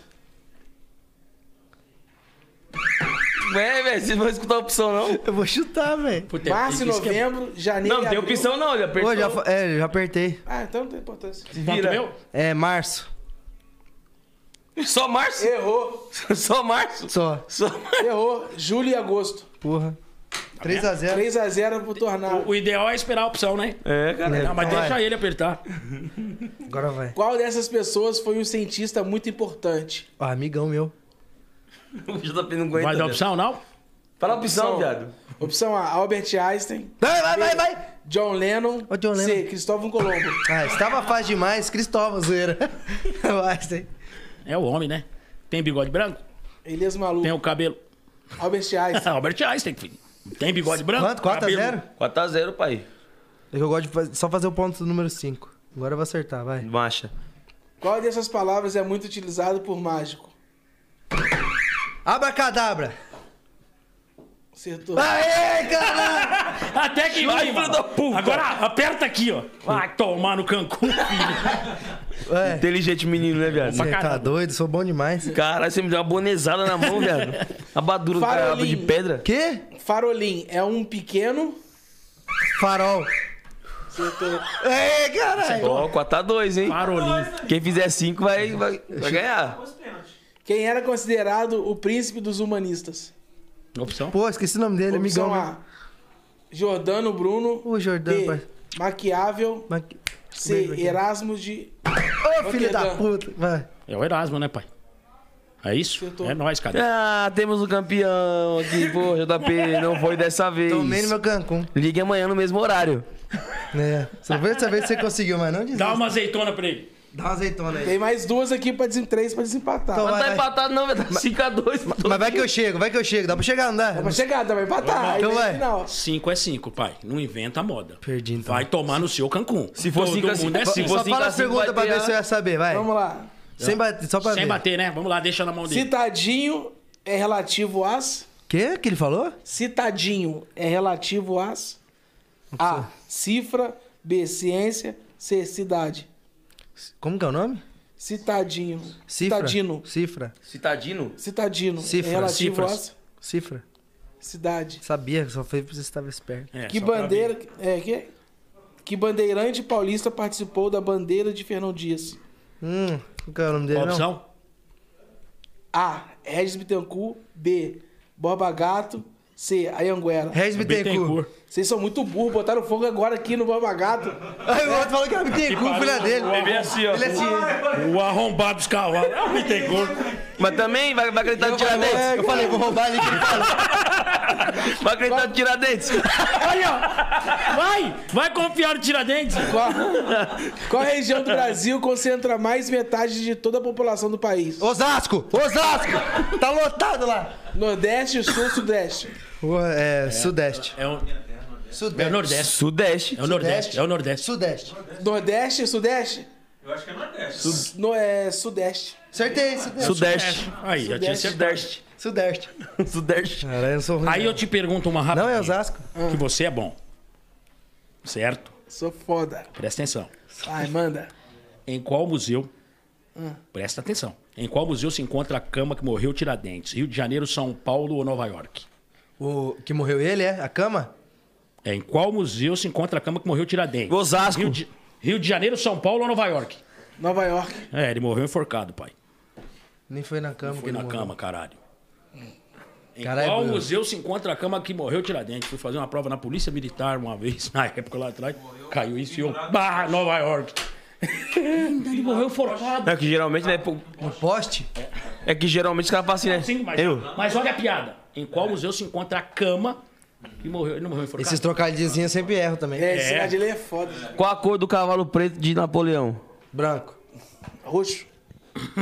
É, velho, vocês não vão escutar a opção, não?
Eu vou chutar, velho.
Puta,
Março,
isso que é-
novembro, janeiro
Não,
e
não tem
abril.
opção, não. Ele apertou.
Pô, já, fa- é, já apertei.
Ah, então não tem importância.
Ponto
Vira.
meu?
É março.
Só março? [LAUGHS]
Errou,
Só março?
Só.
Só março.
errou. Julho e agosto.
Porra. 3x0.
3 a 0 pro Tornado.
O ideal é esperar a opção, né?
É, cara.
Não, mas
vai.
deixa ele apertar.
Agora vai.
Qual dessas pessoas foi um cientista muito importante?
Ó, Ah, amigão meu.
O JP não aguenta. né?
Vai dar
velho.
opção, não?
Fala a opção, viado.
Opção A, Albert Einstein.
Vai, vai, vai, vai.
John Lennon.
Ô, John
C,
Lennon.
Cristóvão Colombo.
Ah, estava fácil demais. Cristóvão, zoeira. [LAUGHS] Vai, sei.
É o homem, né? Tem bigode branco?
Elias Malu.
Tem um- o cabelo.
Albert Einstein.
Albert Einstein, filho. Tem bigode branco?
Quanto? 4x0?
4x0, pai.
É que eu gosto de faz- só fazer o ponto do número 5. Agora eu vou acertar, vai.
Marcha.
Qual dessas palavras é muito utilizado por mágico?
Abracadabra.
Acertou.
Aê, [LAUGHS] caralho!
Até que
Vai,
vai,
filho da puta.
Agora aperta aqui, ó. Vai tomar no Cancún, filho.
Ué,
Inteligente menino, né, viado?
você tá
caramba.
doido? Sou bom demais.
Caralho, você me deu uma bonezada na mão, [LAUGHS] viado. A badura do
Farolim.
caralho de pedra.
Quê?
Farolim é um pequeno.
Farol.
Acertou.
Aê, caralho!
Ó, 4x2, hein?
Parolinho.
Quem fizer 5 vai, vai, vai ganhar.
Quem era considerado o príncipe dos humanistas?
Opção?
Pô, esqueci o nome dele, é amigão. né?
Opção A. Jordano Bruno.
O Jordano,
B.
pai.
Maquiável.
Mas...
C. Erasmo de.
Ô, filho da
Rotterdam.
puta! Vai.
É o Erasmo, né, pai? É isso?
Acertou.
É nóis, cara.
Ah, temos um campeão aqui, pô, JP, não foi dessa vez.
Tomei no meu Cancún.
Ligue amanhã no mesmo horário.
É. Só foi dessa vez que você conseguiu, mas não desista.
Dá uma azeitona pra ele.
Dá uma azeitona aí.
Tem mais duas aqui pra desem três pra desempatar.
Então
Dá
Não tá
vai.
empatado não, velho. 5x2.
Mas vai que eu chego, vai que eu chego. Dá pra chegar, não dá?
pra chegar, dá pra empatar.
Então
Aí vem
vai.
o final.
Cinco é cinco, pai. Não inventa a moda.
Perdi, então.
Vai tomar no seu Cancún.
Se for
Todo
cinco a
mundo
cinco,
é
se
cinco.
Só
Você
fala a
assim
pergunta
vai
pra
ter
ver
a-
se eu ia saber, vai.
Vamos lá.
Sem bater, só pra
Sem
ver.
bater, né? Vamos lá, deixa na mão dele.
Citadinho é relativo às.
Quê? Que ele falou?
Citadinho é relativo às. A. Cifra. B. Ciência. C. Cidade.
Como que é o nome?
Citadinho.
Cifra.
Citadino.
Cifra.
Citadino?
Citadino.
Cifra.
É relativo
Cifras.
às.
Cifra.
Cidade.
Sabia, só foi pra você estar esperto.
É,
que
só pra
bandeira. É, que, que bandeirante paulista participou da bandeira de Fernão Dias?
Hum, qual que é o nome
ver.
dele?
Qual a
não?
opção?
A. Regis Bittencourt. B. Borba Gato. C. Ayanguera.
Regis Bittencourt. [LAUGHS]
Bittencourt.
Vocês são muito burros, botaram fogo agora aqui no Borba Gato.
Aí o outro falou que era Bittencourt, filha dele.
Bebê assim, ó.
Ele é assim.
O arrombado dos cavalos. É o Bittencourt.
Mas também vai, vai acreditar no
Eu
Tiradentes.
falei, vou roubar ele.
Vai acreditar no Tiradentes.
Aí, ó. Vai! Vai confiar no Tiradentes. [LAUGHS]
Qual, qual região do Brasil concentra mais metade de toda a população do país?
Osasco! Osasco! Tá lotado lá.
Nordeste, Sul, Sudeste.
Porra, é, Sudeste.
É o, é o
Sudeste.
Nordeste.
Sudeste.
É o Nordeste. É o Nordeste.
Sudeste.
Nordeste, Sudeste?
Eu acho que é Nordeste.
No, é Sudeste.
Acertei, Sudeste.
Sudeste.
Aí, já tinha acertado.
Sudeste.
Sudeste.
Sudeste.
Caralho, eu não sou ruim.
Aí eu te pergunto uma rápida.
Não, é Osasco.
Que você é bom. Certo?
Sou foda.
Presta atenção.
Ai, manda.
Em qual museu? Presta atenção. Em qual museu se encontra a cama que morreu Tiradentes? Rio de Janeiro, São Paulo ou Nova York?
O que morreu ele, é? A cama?
É, em qual museu se encontra a cama que morreu Tiradentes?
Osasco.
Rio de, Rio de Janeiro, São Paulo ou Nova York?
Nova York.
É, ele morreu enforcado, pai.
Nem foi na cama que
Foi
ele
na
morreu. Hum.
cama, caralho. Em
Caralho,
qual
Bruno.
museu se encontra a cama que morreu Tiradentes? Fui fazer uma prova na Polícia Militar uma vez, [LAUGHS] na época lá atrás. Caiu isso e eu. Bah, Nova York. [LAUGHS] ele morreu enforcado.
É que geralmente, né? pô,
No Um poste?
É que geralmente os caras falam assim, né?
Sim, mas,
Eu.
mas olha a piada. Em qual museu se encontra a cama que morreu? Ele não morreu enforcado.
Esses trocadilhos eu sempre erro também.
É, esse cidade ele é foda.
Qual a cor do cavalo preto de Napoleão?
Branco.
Roxo.
[LAUGHS]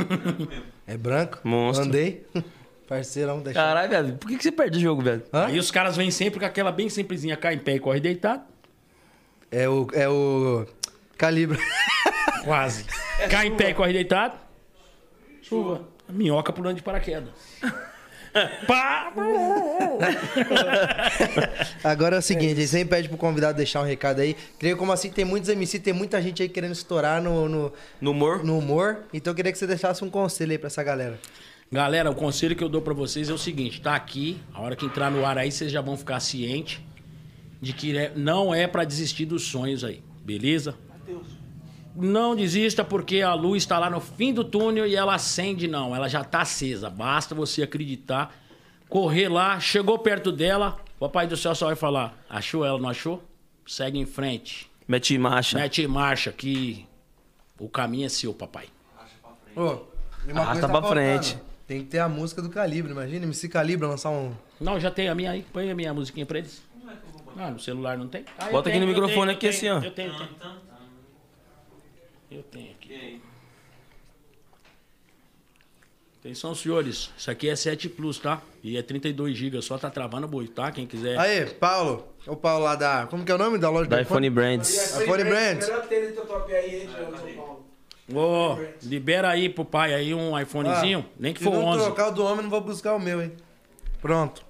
É branco?
Monstro.
Andei. [LAUGHS] Parceirão, deixa.
Caralho, velho. Por que, que você perde o jogo, velho?
Aí os caras vêm sempre com aquela bem simplesinha, cai em pé e corre deitado.
É o. É o. Calibre. [LAUGHS]
Quase.
É
Cai em pé e corre deitado.
Chuva.
Minhoca pulando de paraquedas. [LAUGHS] Pá!
Agora é o seguinte, aí sempre pede pro convidado deixar um recado aí. Creio como assim, tem muitos MC, tem muita gente aí querendo estourar no, no,
No humor?
no humor. Então eu queria que você deixasse um conselho aí pra essa galera.
Galera, o conselho que eu dou pra vocês é o seguinte: tá aqui, a hora que entrar no ar aí, vocês já vão ficar ciente de que é- não é pra desistir dos sonhos aí, beleza? Não desista porque a luz está lá no fim do túnel e ela acende, não, ela já tá acesa. Basta você acreditar, correr lá, chegou perto dela, o papai do céu só vai falar: achou ela, não achou? Segue em frente,
Mete marcha.
mete em marcha que o caminho é seu, papai.
Ô, e uma
Arrasta
coisa
Ah, tá
tá
pra
faltando.
frente.
Tem que ter a música do Calibre, imagina, MC Calibre lançar um.
Não, já tem a minha aí. Põe a minha musiquinha pra eles. Ah, no celular não tem? Ah, eu
Bota aqui
tenho,
no
eu
microfone
tenho, eu
aqui,
tenho,
assim, ó.
Eu tenho, eu tenho. Eu tenho aqui. Atenção, senhores. Isso aqui é 7 Plus, tá? E é 32 GB. Só tá travando o boi, tá? Quem quiser.
É.
Aí, Paulo. O Paulo lá da. Como que é o nome da loja
Da iPhone Brands.
iPhone Brands.
É. Melhor tênis do Tatuapé aí, região de São Paulo.
Ô, libera aí pro pai aí um iPhonezinho.
Ah.
nem que
Se
for
Ah, não
11.
trocar o do homem, não vou buscar o meu, hein? Pronto.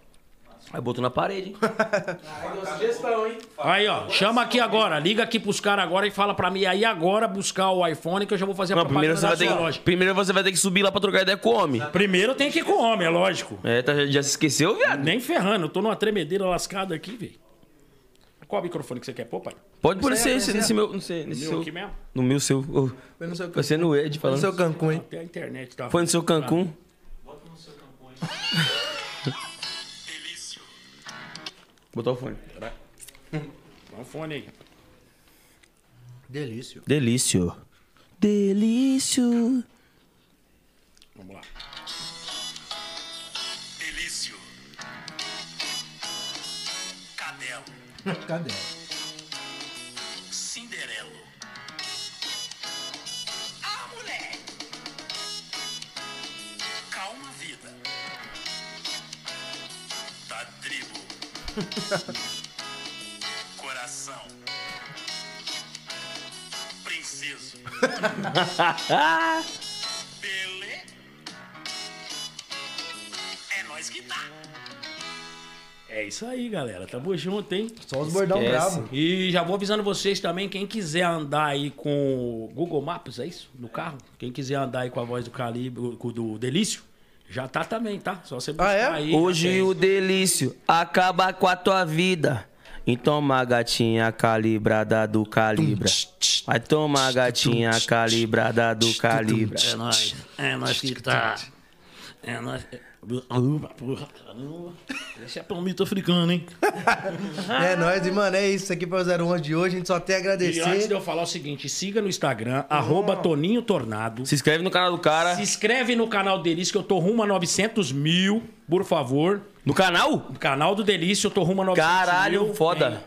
Aí botou na parede, hein?
Aí deu sugestão, hein?
Aí, ó. Chama aqui agora. Liga aqui pros caras agora e fala pra mim aí agora buscar o iPhone que eu já vou fazer a
Não,
propaganda
primeiro você, vai
da
ter
sua
que,
loja.
primeiro você vai ter que subir lá pra trocar ideia com o homem.
Primeiro tem que ir com o homem, é lógico.
É, tá, já- já se esqueceu, viado?
Nem ferrando, eu tô numa tremedeira lascada aqui, velho. Qual microfone que você quer pôr, pai?
Pode por ser esse, nesse meu. Não sei, nesse
Meu
seu.
aqui mesmo?
No meu, seu. ô,
Foi no seu,
Vai ser no Ed
no
falando.
seu Cancún, hein?
Até a internet tá.
Foi no seu Cancún.
[LAUGHS]
Bota o fone.
Dá um fone aí.
Delício.
Delício. Delício.
Vamos lá.
Delício. Cadelo.
Cadê?
Cinderelo. Ah, moleque! Calma, vida. Da
[LAUGHS]
tribo. Coração.
[LAUGHS]
Princeso. Belê. É nóis.
É isso aí, galera. Tamo junto, hein?
Só os bordão
Esquece.
brabo.
E já vou avisando vocês também, quem quiser andar aí com o Google Maps, é isso? No carro? Quem quiser andar aí com a voz do Calibre, com o do Delício, já tá também, tá? Só você buscar
Ah, é?
aí.
Hoje
É.
o delício acaba com a tua vida. E toma gatinha calibrada do calibra. Vai tomar gatinha calibrada do calibra.
É nóis. É nóis que tá. É nóis. Uba, porra, caramba. Esse é palmito africano, hein?
É nóis, e mano, é isso aqui para o 011 de hoje. A gente só tem a
E antes de
agradecer.
eu falar o seguinte, siga no Instagram, arroba Toninho Tornado.
Se inscreve no canal do cara.
Se inscreve no canal Delício, que eu tô rumo a 900 mil, por favor.
No canal?
No canal do Delício, eu tô rumo a 900
Caralho,
mil.
foda.
tem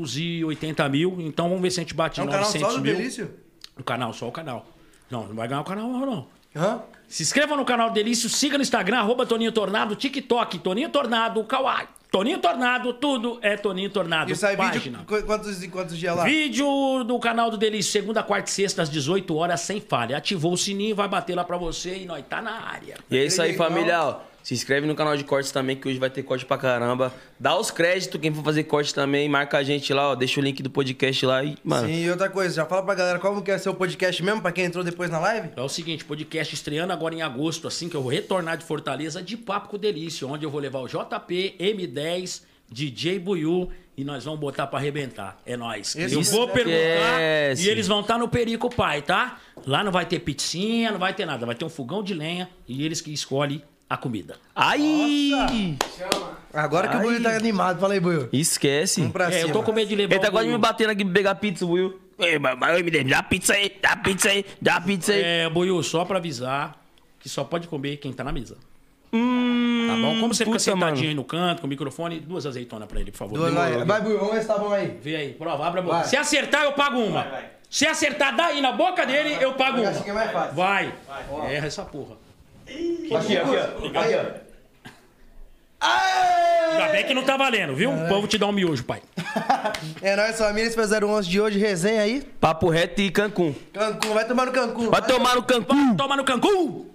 880 mil, então vamos ver se a gente bate
É um canal
900
só do
mil.
Delício?
O canal, só o canal. Não, não vai ganhar o canal não.
Hã?
Se inscreva no canal Delício, siga no Instagram, arroba Toninho Tornado, TikTok, Toninho Tornado, Kawaii. Toninho Tornado, tudo é Toninho Tornado.
E sai
Página.
vídeo qu- quantos, em quantos dias lá?
Vídeo do canal do Delício, segunda, quarta e sexta, às 18 horas, sem falha. Ativou o sininho, vai bater lá pra você e nós tá na área.
E é isso aí,
Legal.
família. ó. Se inscreve no canal de cortes também, que hoje vai ter corte pra caramba. Dá os créditos, quem for fazer corte também, marca a gente lá, ó. Deixa o link do podcast lá e, mano.
Sim, e outra coisa, já fala pra galera como que é seu podcast mesmo, pra quem entrou depois na live?
É o seguinte, podcast estreando agora em agosto, assim que eu retornar de Fortaleza, de Papo com o Delício, onde eu vou levar o JP, M10, DJ Buiu e nós vamos botar pra arrebentar. É nóis.
Esse
eu vou
esquece.
perguntar e eles vão estar no Perico Pai, tá? Lá não vai ter pizzinha, não vai ter nada. Vai ter um fogão de lenha e eles que escolhem a comida.
Ai!
Agora que o Buiu tá animado, fala aí, Buiu.
Esquece.
Vamos Um pra
É, eu
cima.
tô com medo de levar
Ele tá
o
quase me
Buiú.
batendo aqui pra pegar pizza, Will. Ei, mas- mas, MD, dá pizza aí, dá pizza aí, dá pizza aí.
É, Buiu, só pra avisar que só pode comer quem tá na mesa. Tá bom? Como você fica
Hum, puta,
sentadinho
mano.
aí no canto, com o microfone, duas azeitonas pra ele, por favor.
Duas, vai, vai, Buiu, vamos ver se tá bom aí.
Vê aí, prova, abre a boca.
Vai.
Se acertar, eu pago uma. Se acertar, daí na boca dele, eu pago
Eu
uma.
acho que é mais fácil.
Vai. Erra essa porra.
Aqui, aqui, ó. Aí, ó. Aê!
Ainda bem que não tá valendo, viu? O povo te dá um miojo, pai.
É nóis, família, esse foi o 011 de hoje, resenha aí.
Papo reto e Cancún.
Cancún, vai tomar no Cancún.
Vai tomar no Cancún!
Toma no Cancún!